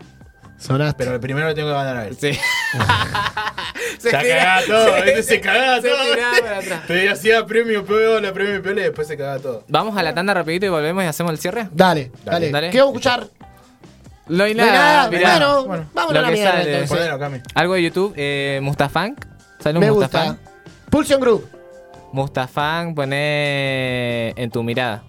S1: Sonaste.
S3: Pero el primero lo tengo que ganar a él.
S2: Sí.
S3: Se cagaba todo, este se cagaba
S2: se
S3: todo.
S2: tiraba para atrás.
S3: Te hacía premio Paula, premio Paula y después se cagaba todo.
S2: Vamos a la tanda rapidito y volvemos y hacemos el cierre.
S1: Dale, dale,
S2: dale.
S1: ¿Qué vamos a escuchar?
S2: Lo hay
S1: No hay nada,
S2: mirá.
S1: bueno,
S3: bueno,
S1: vamos
S2: lo
S1: a la
S2: que
S1: mierda
S2: sale.
S1: entonces.
S3: Ponelo, Cami.
S2: Algo de YouTube, eh, Mustafank. Sale un
S1: Me
S2: Mustafán.
S1: gusta. Pulsion Group.
S2: Mustafán, poné en tu mirada.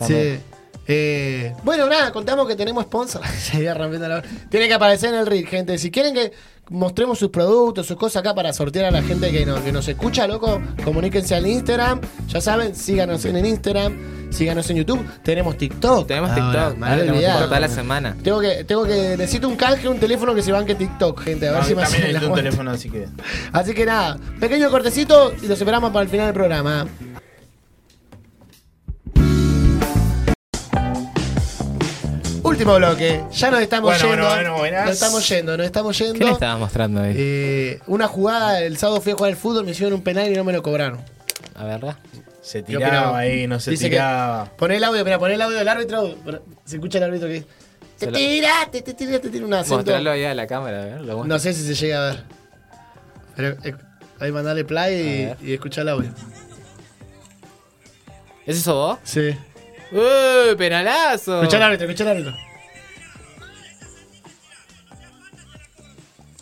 S1: Sí. Eh, bueno, nada, contamos que tenemos sponsor. Se iba rompiendo la- Tiene que aparecer en el reel, gente. Si quieren que mostremos sus productos, sus cosas acá para sortear a la gente que nos, que nos escucha, loco, comuníquense al Instagram. Ya saben, síganos en el Instagram, síganos en YouTube. Tenemos TikTok.
S2: Tenemos
S3: Ah,
S1: Ahora,
S2: TikTok.
S1: me
S2: Ahora
S1: había
S2: tenemos
S1: olvidado.
S2: TikTok toda la semana.
S1: Tengo que, tengo que, necesito un canje, un teléfono que se banque TikTok, gente. A ver
S3: No,
S1: si me
S3: también
S1: hacen el
S3: necesito un
S1: aguante.
S3: teléfono, así que.
S1: Así que nada, pequeño cortecito y los esperamos para el final del programa. Último bloque, ya nos estamos
S3: Bueno,
S1: yendo.
S3: bueno, bueno, buenas.
S1: nos estamos yendo, nos estamos yendo.
S2: ¿Qué le estabas mostrando ahí?
S1: Eh, una jugada, el sábado fui a jugar al fútbol, me hicieron un penal y no me lo cobraron.
S2: A ver, ¿verdad?
S3: Se
S1: ¿Qué opinaba?
S3: tiraba ahí, no se
S1: Dice que-
S3: tiraba.
S1: Poné el audio, mira, poné el audio del árbitro. Se escucha el árbitro que. Te
S2: Se lo-
S1: tiraste, te tiraste, te tira un acento.
S2: Mostrarlo ahí a la cámara, a ver. Lo muestro.
S1: No sé si se llega a ver. Pero eh, ahí mandale
S2: A
S1: play
S2: ver.
S1: y, y escucha el audio.
S2: ¿Es eso vos?
S1: Sí.
S2: ¡Uy, penalazo!
S1: Escucha el árbitro, escucha el árbitro.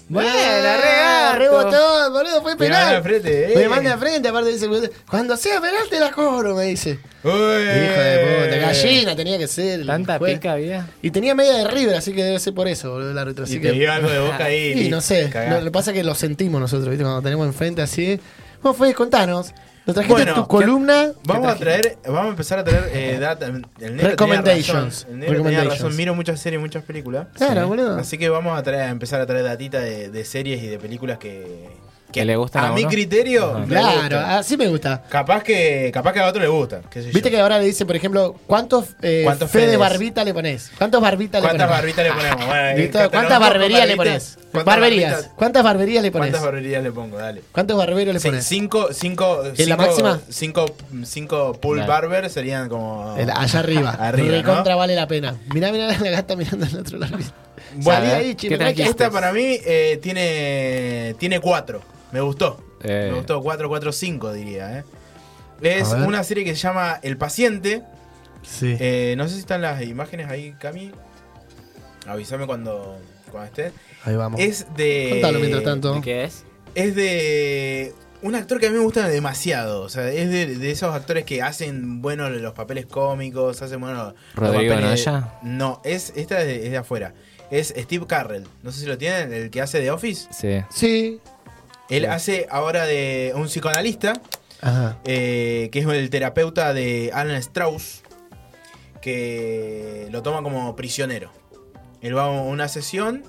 S2: Bueno,
S1: Eh,
S2: re
S1: rebotó, boludo, fue
S3: Me manda al
S1: penal.
S3: frente, eh.
S1: Me manda al frente, aparte dice, cuando sea penal te la cobro, me dice.
S3: Uy.
S1: Hijo de puta, gallina tenía que ser. el
S2: Eh. Tanta
S1: juez.
S2: pica había.
S1: Y tenía media de River, así que debe ser por eso, boludo, el árbitro.
S3: Y
S1: Así
S3: te
S1: que.
S3: dio algo de boca ahí.
S1: Y no sé,
S3: Cagá.
S1: no, lo que pasa es que lo sentimos nosotros, ¿viste? Cuando tenemos enfrente así. ¿Cómo fue? Contanos. Nos trajiste
S3: Bueno,
S1: tu
S3: ¿qué-
S1: columna.
S3: Vamos a traer, vamos a empezar a traer eh, data. El negro tenía
S1: Recommendations.
S3: razón, El negro tenía
S1: Recommendations.
S3: razón. Miro muchas series, muchas películas.
S1: Claro, boludo.
S3: Así que vamos a traer, a empezar a traer datita de, de series y de películas que,
S2: ¿Que le gustan
S3: a,
S2: a
S3: mi
S2: uno?
S3: criterio,
S2: Ajá.
S3: me
S1: Claro,
S3: gustan.
S1: así me gusta.
S3: Capaz que, capaz que a otro le gusta. qué sé yo.
S1: Viste que ahora le dicen, por ejemplo, ¿cuántos, eh,
S3: ¿Cuántos
S1: fe de
S3: fedes?
S1: barbita le pones? ¿Cuántos barbitas le pones?
S3: ¿Cuántas barbitas le ponemos? Bueno,
S1: ¿Listo?
S3: eh,
S1: ¿Cuántas
S3: catalogamos
S1: barberías le
S3: barbitas.
S1: pones?
S3: ¿Cuántas
S1: Barberías.
S3: barbitas?
S1: ¿Cuántas barberías le pones?
S3: ¿Cuántas barberías le pongo? Dale.
S1: ¿Cuántos barberos le
S3: Sí,
S1: pones?
S3: cinco, cinco,
S1: ¿En la
S3: cinco-
S1: máxima?
S3: Cinco, cinco pool
S2: Dale.
S3: barber serían como.
S1: El- allá arriba.
S3: Arriba,
S1: Recontra
S3: ¿no?
S1: vale la pena. Mirá, mirá la gata mirando al otro lado.
S3: Bueno,
S1: Salí ahí,
S2: ¿qué
S1: chino, mirá que-
S2: trajiste?
S3: Esta para mí eh, tiene tiene cuatro. Me gustó.
S2: Eh.
S3: Me gustó 4, 4, 5 diría. eh. Es
S1: A ver.
S3: una serie que se llama El Paciente.
S1: Sí.
S3: Eh, no sé si están las imágenes ahí, Cami. Avísame cuando, cuando estés.
S1: Ahí vamos.
S3: Es de...
S1: Contalo mientras tanto.
S2: ¿De qué es?
S3: Es de un actor que a mí me gusta demasiado. O sea, es de, de esos actores que hacen bueno los papeles cómicos, hacen bueno.
S2: ¿Rodrigo
S3: los papeles-
S2: Noya?
S3: No, es, esta es de, es de afuera. Es Steve Carrell. No sé si lo tienen, el que hace The Office.
S2: Sí.
S1: Sí.
S3: Él
S2: Sí.
S3: hace ahora de un psicoanalista,
S1: Ajá.
S3: eh, que es el terapeuta de Alan Strauss, que lo toma como prisionero. Él va a una sesión,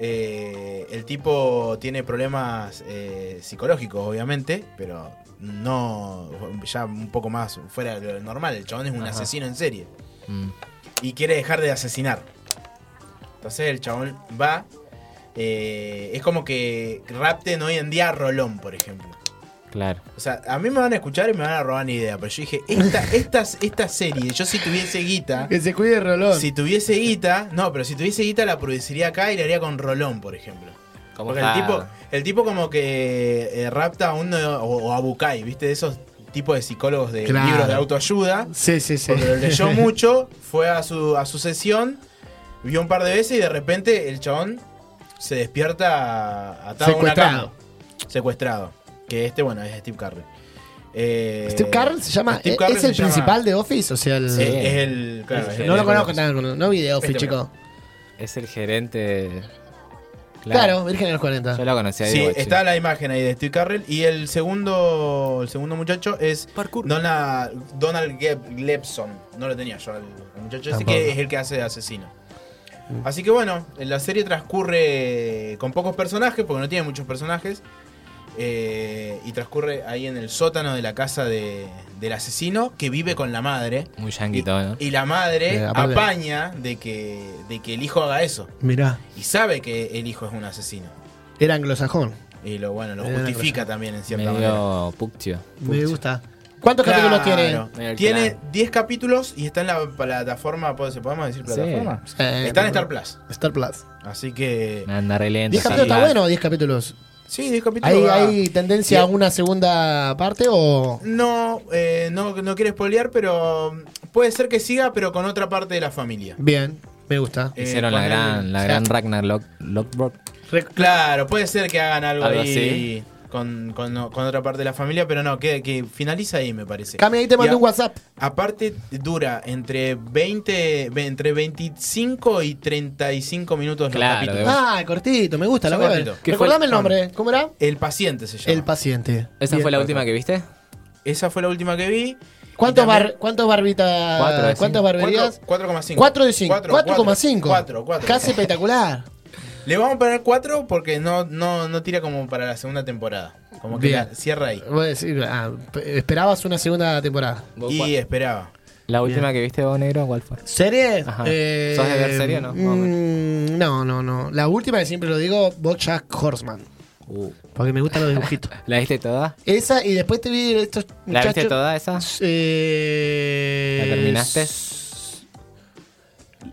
S3: eh, el tipo tiene problemas eh, psicológicos, obviamente, pero no ya un poco más fuera de lo normal. El chabón es un
S2: Ajá.
S3: asesino en serie
S2: Mm.
S3: y quiere dejar de asesinar. Entonces el chabón va. eh, es como que rapten hoy en día a Rolón, por ejemplo.
S2: Claro.
S3: O sea, a mí me van a escuchar y me van a robar ni idea. Pero yo dije, esta, esta, esta serie, yo si tuviese guita.
S1: Que se cuide el Rolón.
S3: Si tuviese guita. No, pero si tuviese guita la produciría acá y la haría con Rolón, por ejemplo.
S2: ¿Cómo
S3: Porque
S2: está?
S3: el tipo, el tipo como que eh, rapta a uno o, o a Bucay, ¿viste? De esos tipos de psicólogos de
S1: Claro.
S3: libros de autoayuda.
S1: Sí, sí, sí.
S3: Porque lo leyó mucho, fue a su, a su sesión, vio un par de veces y de repente el chabón se despierta atado a una
S1: Secuestrado.
S3: cama. Secuestrado. Que este, bueno, es Steve Carrell. Eh,
S1: Steve Carrell se llama. eh,
S3: Steve
S1: ¿Es
S3: Carrell
S1: el
S3: se llama-
S1: principal de Office? O sea, el.
S3: Es, es el. claro, es el-
S1: No lo
S3: el-
S1: conozco tanto, no, no vi de Office,
S3: Este,
S1: chico.
S2: Es el gerente.
S1: Claro, Virgen de los 40.
S2: Yo lo conocí a
S3: Sí,
S2: Diego,
S3: está la imagen ahí de Steve Carrell. Y el segundo, el segundo muchacho es
S7: Parkour.
S3: Donald, Donald Geb- Glebson. No lo tenía yo, el, el muchacho ese
S1: Tampoco.
S3: que es el que hace de asesino. Así que bueno, la serie transcurre con pocos personajes, porque no tiene muchos personajes. eh, y transcurre ahí en el sótano de la casa de- del asesino que vive con la madre.
S2: Muy
S3: Y,
S2: yanguito, ¿no?
S3: y la madre
S1: Eh, aparte-
S3: apaña de que, de que el hijo haga eso.
S1: Mirá,
S3: Y sabe que el hijo es un asesino.
S1: era anglosajón.
S3: Y lo bueno, lo
S1: Era una
S3: justifica también en cierta manera.
S2: Medio puctio.
S1: Me gusta. ¿Cuántos capítulos tiene?
S3: Claro.
S2: Medio
S3: Tiene
S2: alquilado.
S3: 10 capítulos y está en la plataforma, ¿pod- ¿se podemos decir
S2: Sí.
S3: plataforma?
S1: Eh,
S3: está en Star Plus.
S1: Star Plus.
S3: Así que...
S2: Me anda re lento.
S1: 10 capítulos está bueno, 10 capítulos.
S3: Sí, 10 capítulos.
S1: ¿Hay,
S3: va.
S1: hay tendencia a una segunda parte o.?
S3: No, eh, no, no quiero spoilear, pero puede ser que siga, pero con otra parte de la familia.
S1: Bien, me gusta.
S3: Eh,
S2: Hicieron la
S3: ponele-
S2: gran, la
S1: sí.
S2: gran Ragnar Lock, Lockbrook.
S3: Claro, puede ser que hagan algo,
S2: Algo
S3: ahí con, con- con otra parte de la familia, pero no, que, que finaliza ahí, me parece.
S1: Cami, ahí te mandé
S3: Ya.
S1: un WhatsApp.
S3: Aparte dura entre 20, ve- entre 25 y 35 minutos
S2: Claro,
S3: los
S2: de
S3: capítulos.
S2: una.
S1: Ah, cortito, me gusta, la voy a ver.
S3: Cortito.
S2: ¿Qué
S1: Recordame
S2: fue?
S1: el nombre, ¿cómo era?
S3: El paciente se llama.
S1: El paciente.
S2: ¿Esa
S1: Bien.
S2: fue la última que viste?
S3: Esa fue la última que vi.
S1: ¿Cuántos,
S3: Y también-
S1: bar, cuántos barbitas?
S2: Cuatro, eh, sí.
S1: ¿Cuántas barberías?
S3: 4,5.
S1: 4 de 5. 4,5.
S3: 4, 4.
S1: Casi espectacular.
S3: Le vamos a poner 4 porque no, no, no tira como para la segunda temporada. Como que
S1: Bien.
S3: la cierra ahí.
S1: Voy a decir, ah, p- esperabas una segunda temporada.
S2: ¿Vos
S3: Y
S2: cuál?
S3: esperaba.
S2: ¿La última que viste vos, negro, cuál fue?
S1: ¿Serie?
S2: Ajá. ¿Sos de ver serie o no? Más o
S1: Eh, mm, no, no, no. La última que siempre lo digo, Bojack Horseman.
S2: Uh.
S1: Porque me gustan los dibujitos.
S2: ¿La viste toda?
S1: esa, y después te vi estos
S2: ¿La
S1: muchachos.
S2: viste toda esa?
S1: Eh,
S2: ¿La terminaste?
S1: s-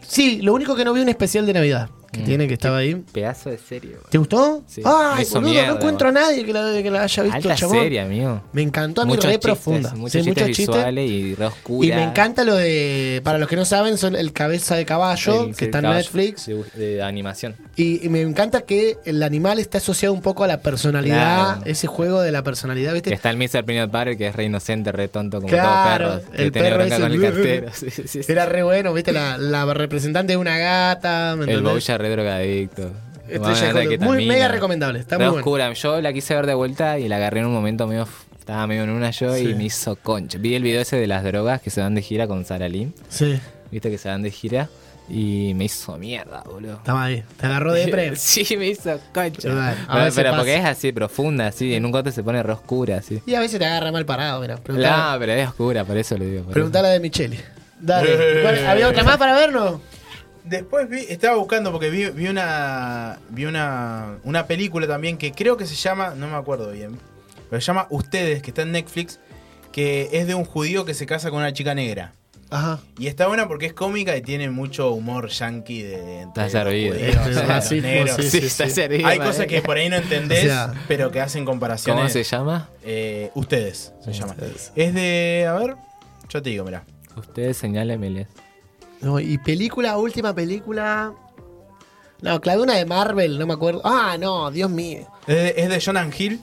S1: Sí, lo único que no vi un especial de Navidad. Que
S2: Mm.
S1: tiene, que estaba ahí.
S2: Pedazo de serie, boludo.
S1: ¿Te gustó?
S2: Sí. Me
S1: Ay,
S2: hizo
S1: boludo,
S2: mierda,
S1: no encuentro a nadie que la, que la haya visto,
S2: Alta
S1: chabón.
S2: serie, amigo.
S1: Me encantó a mí,
S2: Muchos
S1: re
S2: chistes,
S1: profunda.
S2: Muchos
S1: Sí,
S2: chistes
S1: muchos chistes.
S2: visuales y re oscuras.
S1: Y me encanta lo de, para los que no saben, son el cabeza de caballo,
S2: El-
S1: que
S2: el
S1: está en
S2: caballo
S1: Netflix.
S2: De, de animación.
S1: Y, y me encanta que el animal está asociado un poco a la personalidad,
S2: Claro.
S1: ese juego de la personalidad,
S2: Que
S1: ¿viste?
S2: está el Mr. Peanut Butter, que es re inocente, re tonto, como
S1: Claro,
S2: todo perro. que
S1: el
S2: tiene
S1: perro
S2: bronca
S1: ese-
S2: con el cartero. Sí, sí, sí.
S1: Era re bueno, ¿viste? La, la representante de una gata. ¿me
S2: El
S1: entendés?
S2: Bouya re drogadicto.
S1: Estrella
S2: Tomaba
S1: de Hollywood. Muy
S2: ketamina.
S1: mega recomendable, está
S2: Re
S1: muy bueno.
S2: oscura. Yo la quise ver de vuelta y la agarré en un momento medio. f- Estaba medio en una yo y me hizo concha. Vi el video ese de las drogas que se dan de gira con Sara Lim.
S1: Sí.
S2: Viste que se dan de gira. Y me hizo mierda, boludo.
S1: Está mal, te agarró de pre.
S2: Sí, me hizo concha.
S1: Verdad. A
S2: Pero,
S1: veces
S2: pero
S1: pasa.
S2: porque es así, profunda, así. En un corte se pone re oscura, así.
S1: Y a veces te agarra mal parado, mira. Preguntala,
S2: La, pero es oscura, por eso le digo. por
S1: preguntala de Michele. Dale. ¿Cuál- ¿Había otra más para vernos?
S3: Después vi, estaba buscando porque vi, vi una vi una, una película también que creo que se llama, no me acuerdo bien, pero se llama Ustedes, que está en Netflix, que es de un judío que se casa con una chica negra.
S1: Ajá.
S3: Y está buena porque es cómica y tiene mucho humor yankee de entre
S2: Está servido.
S3: los judíos,
S1: Este,
S3: o sea, los
S1: racismo,
S3: negros.
S1: sí,
S2: eso.
S1: sí,
S2: Sí, está
S1: sí.
S2: servida,
S3: Hay
S2: madre.
S3: cosas que por ahí no entendés,
S1: O sea,
S3: pero que hacen comparaciones.
S2: ¿Cómo se llama?
S3: Eh, ustedes se llama. Es de, a ver, yo te digo, mirá.
S2: Ustedes señálenme.
S1: No, y película, última película. No, clavé una de Marvel, no me acuerdo. Ah, no, Dios mío.
S3: Es de, es de Jonah Hill.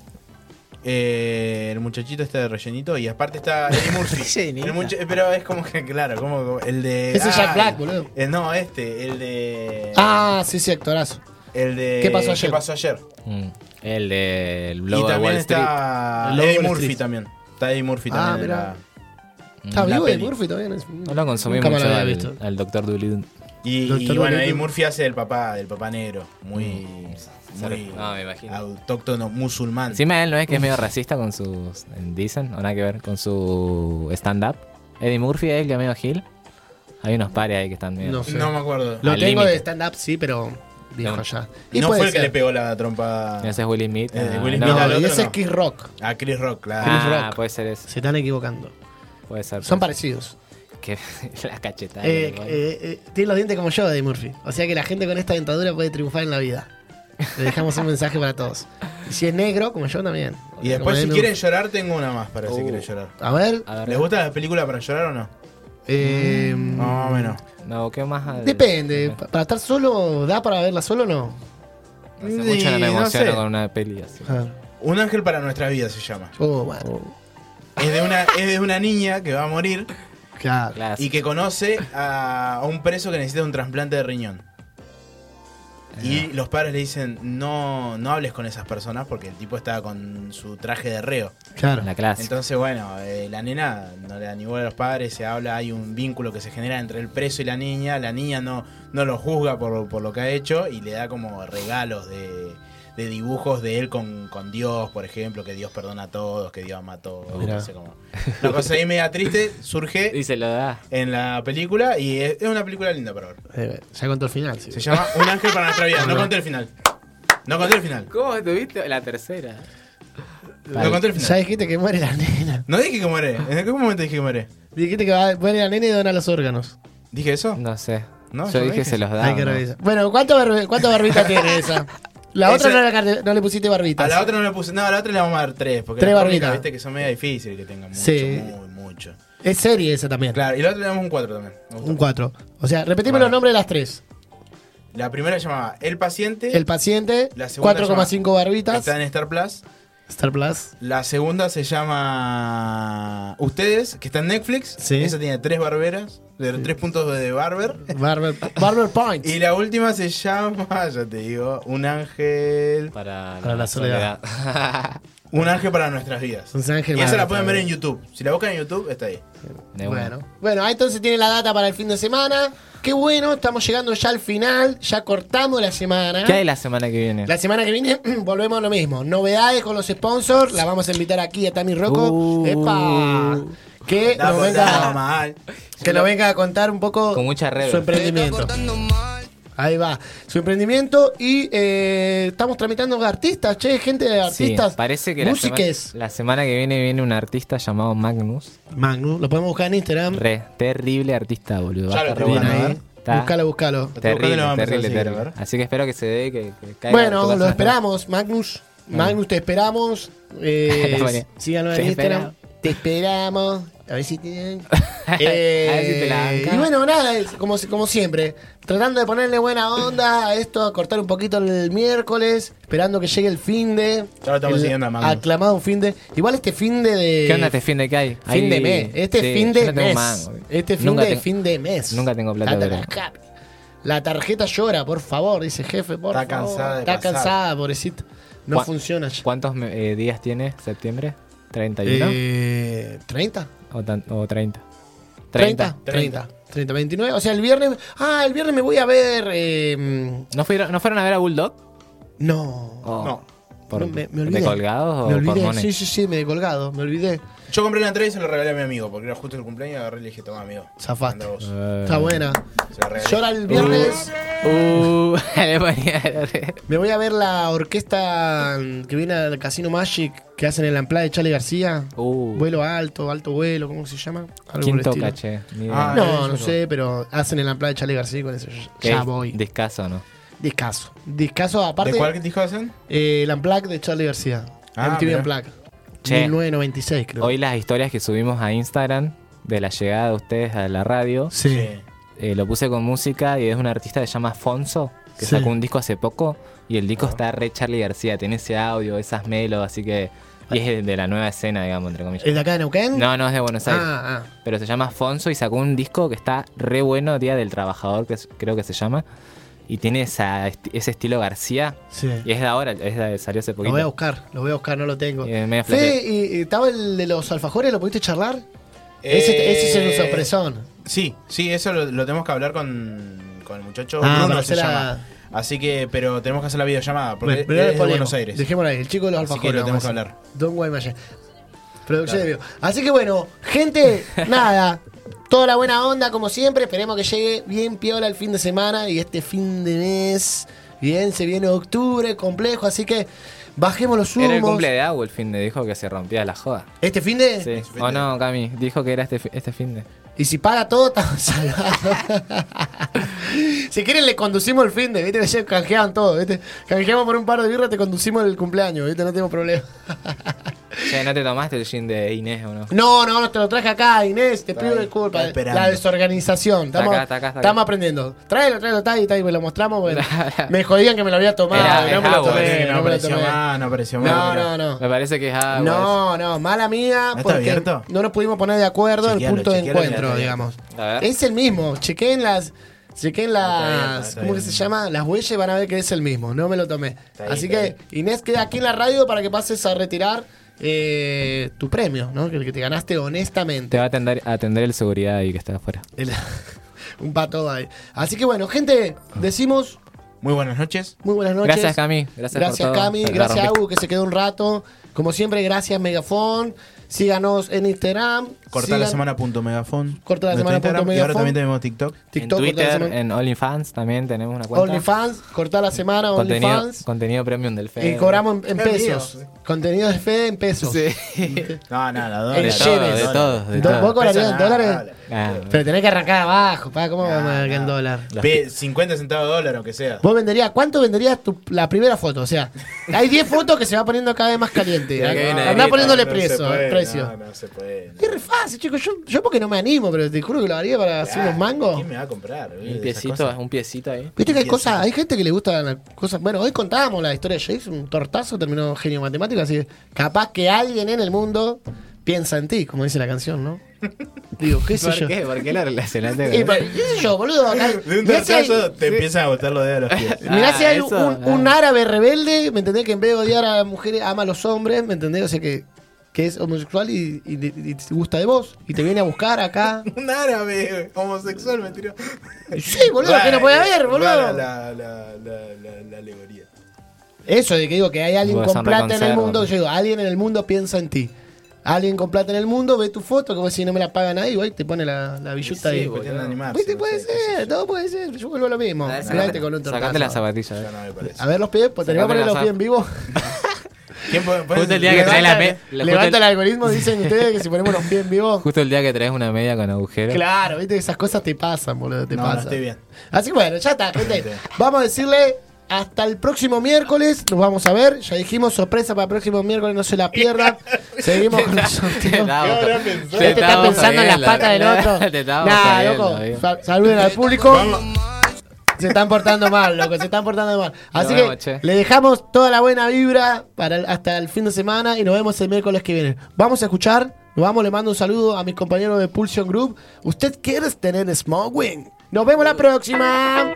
S3: eh, el muchachito este de rellenito. Y aparte está Eddie Murphy.
S1: Rellenito.
S3: El mucha- pero es como que, claro, como- como el de.
S1: Ese es Jack
S3: ay,
S1: Black, boludo.
S3: eh, no, este, el de.
S1: Ah, sí, sí, actorazo.
S3: El de.
S1: ¿Qué pasó ayer?
S3: ¿Qué pasó ayer?
S2: Mm. El del
S3: y
S2: blog de
S3: también
S2: Wall Street.
S3: está.
S1: El lobo de
S3: Eddie
S1: Wall
S3: Murphy
S1: Street.
S3: también. Está Eddie Murphy
S1: Ah,
S3: también. en
S1: mirá.
S3: la-
S1: Está
S3: La
S1: vivo de
S3: peli.
S1: Murphy todavía. es-
S2: Mm, No lo consumí
S1: Nunca me
S2: mucho
S1: lo había
S2: al,
S1: visto.
S2: al Doctor Dolittle.
S3: Y,
S1: Doctor
S3: y bueno,
S1: Dolittle.
S3: Eddie Murphy hace del papá, del papá negro. Muy. muy
S2: Mm. No, me imagino.
S3: Autóctono musulmán.
S2: Encima él no es que es medio racista con sus. Dicen, o nada que ver, con su stand-up. Eddie Murphy, él y amigo Gil. Hay unos pares ahí que están medio.
S1: No sé.
S3: No me acuerdo.
S1: Lo
S2: Al
S1: tengo
S2: límite.
S1: de stand-up, sí, pero viejo
S2: No.
S1: ya. Y
S3: No
S1: puede
S3: fue el que
S1: ser.
S3: le pegó la trompa
S2: No, Ese es Will Smith.
S3: Eh,
S2: Ah,
S3: Will Smith
S2: no.
S3: al
S1: No, y
S3: otro
S1: ese
S3: no.
S1: es Chris Rock.
S3: a Chris Rock, claro.
S2: Ah,
S1: Rock.
S2: puede ser eso.
S1: Se están equivocando.
S2: Puede ser.
S1: Son
S2: puede ser.
S1: parecidos.
S2: Que, la cachetada.
S1: Eh,
S2: que le pone.
S1: eh, eh, tiene los dientes como yo, Eddie Murphy. O sea que la gente con esta dentadura puede triunfar en la vida. Le dejamos un mensaje para todos. Y si es negro, como yo también. O
S3: Y
S1: sea, como
S3: después, si
S1: Eddie
S3: quieren llorar, tengo una más para si
S2: Uh.
S3: quieren llorar.
S1: Murphy. A ver.
S2: A ver,
S3: ¿Les gusta la película para llorar o no?
S1: eh,
S3: No, menos.
S2: no, ¿qué más? al-
S1: Depende. Pa- Para estar solo, ¿da para verla solo o no?
S2: Hace mucho no me
S3: Sí, no
S2: emociono
S3: sé.
S2: con una peli así.
S1: A ver.
S3: Un ángel para nuestra vida se llama.
S1: Ah, Oh, bueno.
S3: Es de una, es de una niña que va a morir
S1: Claro.
S2: Claro.
S3: y que conoce a, a un preso que necesita un trasplante de riñón. Y los padres le dicen, no, no hables con esas personas porque el tipo estaba con su traje de reo.
S1: Claro.
S2: La clase.
S3: Entonces, bueno, eh, la nena no le da ni bola a los padres, se habla, hay un vínculo que se genera entre el preso y la niña, la niña no, no lo juzga por, por lo que ha hecho y le da como regalos de, de dibujos de él con, con Dios, por ejemplo, que Dios perdona a todos, que Dios ama a todos.
S1: Mirá.
S3: no sé cómo. Una cosa ahí media triste surge
S2: Y se lo da.
S3: en la película y es, es una película linda, por favor.
S1: Eh, ya contó el final. sí.
S3: Se llama Un ángel para nuestra vida, no conté el final. No conté el final.
S2: ¿Cómo estuviste? La tercera.
S3: No conté el
S1: Ya
S3: final.
S1: dijiste que muere la nena.
S3: No dije que muere. ¿En qué momento dije que muere?
S1: Dijiste que va- muere la nena y dona los órganos.
S3: ¿Dije eso?
S2: No sé.
S3: Ah, No, yo
S2: Yo dije
S3: dije.
S2: se los da.
S1: Hay que
S2: ¿no?
S1: revisar. Bueno, ¿cuánto barbe- ¿cuánta barbita tiene esa? La otra
S3: Esa-
S1: no, la carte- no le pusiste barbita.
S3: A la otra no le puse. No, a la otra le vamos a dar tres. Porque
S1: Tres
S3: las
S1: barbitas.
S3: cómicas, Viste que son media difíciles que tengan mucho,
S1: Sí.
S3: muy, mucho.
S1: Es serie esa también.
S3: Claro, y la otra le damos un cuatro también. Me gustó.
S1: Un 4. O sea, repetimos
S3: Bueno.
S1: los nombres de las tres.
S3: La primera llamaba El Paciente.
S1: El paciente,
S3: La segunda
S1: 4,5 barbitas.
S3: Está en Star Plus.
S1: Star Plus.
S3: La segunda se llama Ustedes, que está en Netflix.
S1: Sí.
S3: Esa tiene tres barberas. De tres puntos de barber.
S1: Barber, Barber Point.
S3: Y la última se llama, ya te digo, Un ángel.
S2: Para,
S1: Para la soledad.
S3: Un ángel para nuestras vidas.
S1: Un ángel
S3: y esa
S1: para
S3: la
S1: nuestras
S3: pueden ver en YouTube. Si la buscan en YouTube, está ahí.
S2: De una.
S1: Bueno, bueno, ahí entonces tiene la data para el fin de semana. Qué bueno, estamos llegando ya al final. Ya cortamos la semana.
S2: ¿Qué hay la semana que viene?
S1: La semana que viene volvemos a lo mismo. Novedades con los sponsors. La vamos a invitar aquí a Tami Rocco.
S2: Uh.
S1: ¡Epa! Que
S3: La
S1: nos,
S3: pasamos
S1: venga,
S3: mal.
S1: que nos venga a contar un poco
S2: Con mucha reverb.
S1: su emprendimiento. Ahí va, su emprendimiento y eh, estamos tramitando artistas, che, gente de
S2: Sí,
S1: artistas.
S2: parece que la
S1: Músiques.
S2: semana, la semana que viene viene un artista llamado Magnus.
S1: Magnus, lo podemos buscar en Instagram.
S2: Re, terrible artista, boludo.
S3: Ya
S2: Va a
S3: lo
S2: estar re
S3: tienen
S1: ¿eh?
S2: bueno. ¿eh?
S3: ahí.
S2: Está
S1: Buscalo, buscalo.
S3: Tocando
S2: Terrible,
S3: lo vamos a
S2: terrible,
S3: empezar a
S2: terrible.
S3: seguir,
S2: Así que espero que se dé, que, que caiga. tu
S1: Bueno,
S2: casa.
S1: lo esperamos, Magnus. Magnus, te esperamos. Eh,
S2: La María.
S1: síganlo
S2: Te
S1: en Instagram. Te esperamos. A ver si tienen. Eh,
S2: A ver si te la banca.
S1: y bueno, nada, es como, si- como siempre, tratando de ponerle buena onda a esto, a cortar un poquito el miércoles, esperando que llegue el fin de.
S3: Ya lo estamos siguiendo a Magnus.
S1: Aclamado fin de. Igual este fin de.
S2: ¿Qué onda este fin de que hay?
S1: Fin
S2: Ahí-
S1: de mes. Este
S2: sí,
S1: fin
S2: yo
S1: de
S2: no tengo
S1: mes.
S2: mango.
S1: este fin
S2: Nunca
S1: de,
S2: tengo-
S1: fin de mes.
S2: nunca tengo plata,
S1: La,
S2: pero-
S1: tarjeta- la tarjeta llora, por favor, dice jefe. Por
S3: Está
S1: favor.
S3: cansada de
S1: Está
S3: pasar.
S1: cansada, pobrecita. No
S2: Juan-
S1: funciona ya.
S2: ¿Cuántos me- eh, días tiene septiembre? ¿31
S1: Eh, ¿30?
S2: o, tan- o 30?
S1: 30. 30.
S3: 30.
S1: 30, 29. O sea, el viernes. Ah, el viernes me voy a ver. eh,
S2: ¿No fueron, ¿No fueron a ver a Bulldog?
S1: no.
S2: ¿O
S3: No.
S2: Oh, Por,
S1: No, me, me olvidé.
S2: ¿De colgados
S1: Me
S2: o por Eh.
S1: olvidé.
S2: Monet?
S1: Sí, sí, sí, me he colgado. Me olvidé.
S3: Yo compré la entrada y se lo regalé a mi amigo, porque era justo el cumpleaños, agarré y le dije, toma amigo.
S1: Zafaste.
S3: anda vos".
S2: Eh.
S1: Está buena.
S3: Se la regalé.
S1: Yo ahora el viernes
S2: Uh, le ponía la red.
S1: me voy a ver la orquesta que viene al Casino Magic que hacen en la amplada de Charlie García.
S2: Uh,
S1: Vuelo alto, alto vuelo, ¿cómo se llama? Algo por
S2: ¿Quién
S1: el
S2: toca,
S1: estilo.
S2: che? Ni idea.
S3: Ah,
S1: No, no
S3: eso.
S1: sé, pero hacen en la amplada de Charlie García y con eso. yo-
S2: Que
S1: Ya
S2: es
S1: voy.
S2: Descaso, ¿no?
S1: Discaso. Discaso aparte.
S3: ¿De cuál que te hacen?
S1: Eh, el Unplugged de Charlie García.
S3: Ah,
S1: MTV
S3: mirá.
S1: Unplugged.
S2: Che.
S1: 1996, creo.
S2: Hoy las historias que subimos a Instagram de la llegada de ustedes a la radio,
S1: Sí.
S2: eh, lo puse con música y es un artista que se llama Fonso, que
S1: Sí. Ah.
S2: sacó un disco hace poco y el disco está re Charlie García, tiene ese audio, esas melos, así que... Y es de la nueva escena, digamos, entre comillas.
S1: ¿El de acá de Neuquén?
S2: No, no es de Buenos Aires.
S1: Ah, ah.
S2: pero se llama Fonso y sacó un disco que está re bueno, Día del Trabajador, que es- creo que se llama. Y tiene esa, esti- ese estilo García.
S1: Sí.
S2: Y es de ahora, es de- salió hace
S1: Lo voy a
S2: poquito.
S1: buscar, lo voy a buscar, no lo tengo.
S2: Y es medio
S1: Fede,
S2: flojero.
S1: ¿y, y estaba el de los alfajores? ¿Lo pudiste charlar? Ese, ese es el
S3: Eh,
S1: sorpresón.
S3: Sí, sí, eso lo, lo tenemos que hablar con, con el muchacho.
S1: Ah,
S3: Bruno
S1: para
S3: se
S1: hacer la-
S3: llama. Así que, pero tenemos que hacer la videollamada, porque
S1: Bueno,
S3: él es de
S1: ponemos.
S3: Buenos Aires.
S1: Dejémoslo ahí, el chico de los
S3: Así que
S1: alfajores.
S3: lo tenemos
S1: vamos
S3: que
S1: a-
S3: hablar.
S1: Don Guaymallén. Producción de video. Así que bueno, gente, nada. Toda la buena onda, como siempre. Esperemos que llegue bien piola el fin de semana y este fin de mes. Bien, se viene octubre, complejo. Así que bajemos los
S2: Era el
S1: humos.
S2: cumple de Abu el fin de dijo que se rompía la joda.
S1: Este fin de.
S2: Sí. O no, Cami, dijo que era este, fi- este fin de.
S1: Y si paga todo, estamos salvados. si quieren, le conducimos el fin de. ¿Viste? Ya Canjeaban todo. ¿viste? Canjeamos por un par de birras, te conducimos el cumpleaños. ¿viste? No tengo problema.
S2: Che, ¿no te tomaste el gin de Inés o no?
S1: No, no, no, te lo traje acá, Inés, te
S3: Está
S1: pido
S3: ahí,
S1: disculpas.
S3: está esperando.
S1: La desorganización.
S2: Está
S1: Estamos,
S2: acá, está acá, está acá.
S1: estamos aprendiendo. Tráelo, tráelo, está ahí, está ahí, me lo mostramos. porque me jodían que me lo había tomado.
S2: Era-
S1: Ah, no me lo
S2: es agua,
S1: tomé, no
S3: Eh, no
S1: me lo
S3: apareció
S1: tomé.
S3: más, no apareció más.
S1: No,
S3: mirá.
S1: no,
S2: Me
S1: no.
S2: parece que es agua.
S1: No, no, mala mía,
S3: ¿No está
S1: porque
S3: abierto?
S1: no nos pudimos poner de acuerdo en el
S3: Chequealo,
S1: punto de
S3: chequealo que
S1: encuentro,
S3: está
S1: digamos.
S3: abierto.
S2: A ver.
S1: Es el mismo, chequeen las. Chequen
S3: está bien,
S1: las.
S3: está
S1: ¿Cómo que
S3: bien.
S1: se llama? Las huellas y van a ver que es el mismo. No me lo tomé.
S3: bien,
S1: Así
S3: está
S1: que, Inés, queda aquí en la radio para que pases a retirar eh, tu premio, ¿no? Que, que te ganaste honestamente.
S2: Te va a atender, a atender el seguridad ahí que está afuera.
S1: El- un pato ahí. Así que bueno, gente, decimos
S3: Muy buenas noches.
S1: muy buenas noches.
S2: Gracias, Cami. Gracias, por
S1: Gracias,
S2: todo.
S1: Cami.
S2: La
S1: Gracias,
S2: rompiste.
S1: Agu, que se quedó un rato. Como siempre, gracias, Megafon. Síganos en Instagram.
S3: Corta la
S1: Sigan-
S3: semana punto megafon.
S1: Corta la
S3: Nuestro
S1: semana
S3: Instagram,
S1: punto
S3: Y ahora
S1: megafon.
S3: también tenemos TikTok.
S2: En
S1: TikTok, corta la
S2: Twitter,
S1: semana.
S2: en OnlyFans también tenemos una cuenta.
S1: OnlyFans. Corta la semana,
S2: Contenido,
S1: OnlyFans.
S2: contenido premium del
S1: Y
S2: Fede.
S1: cobramos en, en
S3: Qué
S1: pesos.
S3: miedo.
S1: Contenido de fe en pesos.
S2: Sí.
S3: No, no, no,
S1: En
S2: De
S3: dólares,
S2: todo,
S1: yenes.
S2: de todo, de
S1: Do- ¿Vos
S2: todo.
S1: cobrarías en
S3: Pesos, nada,
S1: dólares?
S3: dólares.
S2: Ah,
S1: Pero tenés que arrancar abajo, pa. ¿Cómo vamos
S3: Ah,
S1: a arrancar en dólar?
S2: Los
S3: Ve, 50 centavos de dólar, aunque sea.
S1: ¿Vos venderías, cuánto venderías tu- la primera foto? O sea, hay 10 fotos que se va poniendo cada vez más caliente.
S2: Mira que viene
S1: Andá
S2: ahí, no,
S1: poniéndole
S3: no se
S1: precio, eh,
S3: puede,
S1: precio.
S3: No, no se puede.
S1: Es re fácil, chicos. Yo, yo porque no me animo, pero te juro que lo haría para hacer unos mangos.
S3: ¿Quién me va a comprar? boludo,
S2: Un
S3: esas
S2: piecito,
S3: cosas?
S2: un piecito ahí.
S1: Viste que hay
S3: Piensa.
S1: cosas, hay gente que le gustan las cosas. Bueno, hoy contábamos la historia de Jason, un tortazo, terminó genio matemático, así que capaz que alguien en el mundo piensa en ti, como dice la canción, ¿no? Digo, qué sé yo.
S2: ¿Por qué? ¿Por qué la relacionaste
S1: Y, pero, ¿Qué sé yo, boludo? Acá-
S3: De un
S1: mirá si hay-
S3: tortazo te empiezan a botar los dedos a los pies.
S1: Mirá
S2: Ah,
S1: si hay
S2: eso,
S1: un,
S2: ah.
S1: un árabe rebelde, ¿me entendés? Que en vez de odiar a las mujeres, ama a los hombres, ¿me entendés? O sea que, que es homosexual y, y- y te gusta de vos. Y te viene a buscar acá.
S3: Un árabe homosexual me tiró.
S1: Sí, boludo, que no puede haber, boludo.
S3: Rara La, la, la, la, la alegoría.
S1: Eso de que digo que hay alguien
S2: Vos
S1: con
S2: anda
S1: plata
S2: con
S1: en el
S2: cerdo.
S1: mundo, yo digo, alguien en el mundo piensa en ti. Alguien con plata en el mundo ve tu foto, como si no me la pagan ahí, güey, te pone la, la billuta
S3: Sí,
S1: ahí.
S3: porque tienen animarse.
S1: Viste,
S3: no
S1: puede
S3: sé, qué sé
S1: ser, todo puede ser. Yo vuelvo a lo mismo. Mirate con un
S2: Sacate la
S1: tortazo.
S2: zapatilla. a
S3: yo. Ya
S2: ver.
S3: no me parece.
S1: A ver los pies, pues tenemos que poner
S2: Sacate la
S1: los pies
S2: zap-
S1: en vivo.
S3: ¿Quién puede, puede-
S2: Justo el día que
S3: levanta-
S2: trae la me- Le-
S1: Levanta
S2: justo
S1: el
S2: el-
S1: algoritmo, dicen ustedes que si ponemos los pies en vivo.
S2: Justo el día que traes una media con agujero.
S1: Claro, viste, esas cosas te pasan, boludo, te
S3: No, no,
S1: pasan.
S3: estoy bien.
S1: Así que bueno, ya está, gente.
S3: Bien.
S1: Vamos a decirle hasta el próximo miércoles. Nos vamos a ver. Ya dijimos sorpresa para el próximo miércoles, no se la pierdan. Seguimos con los sorteos. Este está pensando en las patas del otro.
S2: Te estaba
S1: Nah,
S2: jodiendo,
S1: loco.
S2: amigo.
S1: Sa- Saluden al público. Se están portando mal, loco, se están portando mal. Así
S2: Nos vemos,
S1: que
S2: che.
S1: le dejamos toda la buena vibra para el- hasta el fin de semana y nos vemos el miércoles que viene. Vamos a escuchar, nos vamos, le mando un saludo a mis compañeros de Pulsion Group. ¿Usted quiere tener Smoking? Nos vemos la próxima.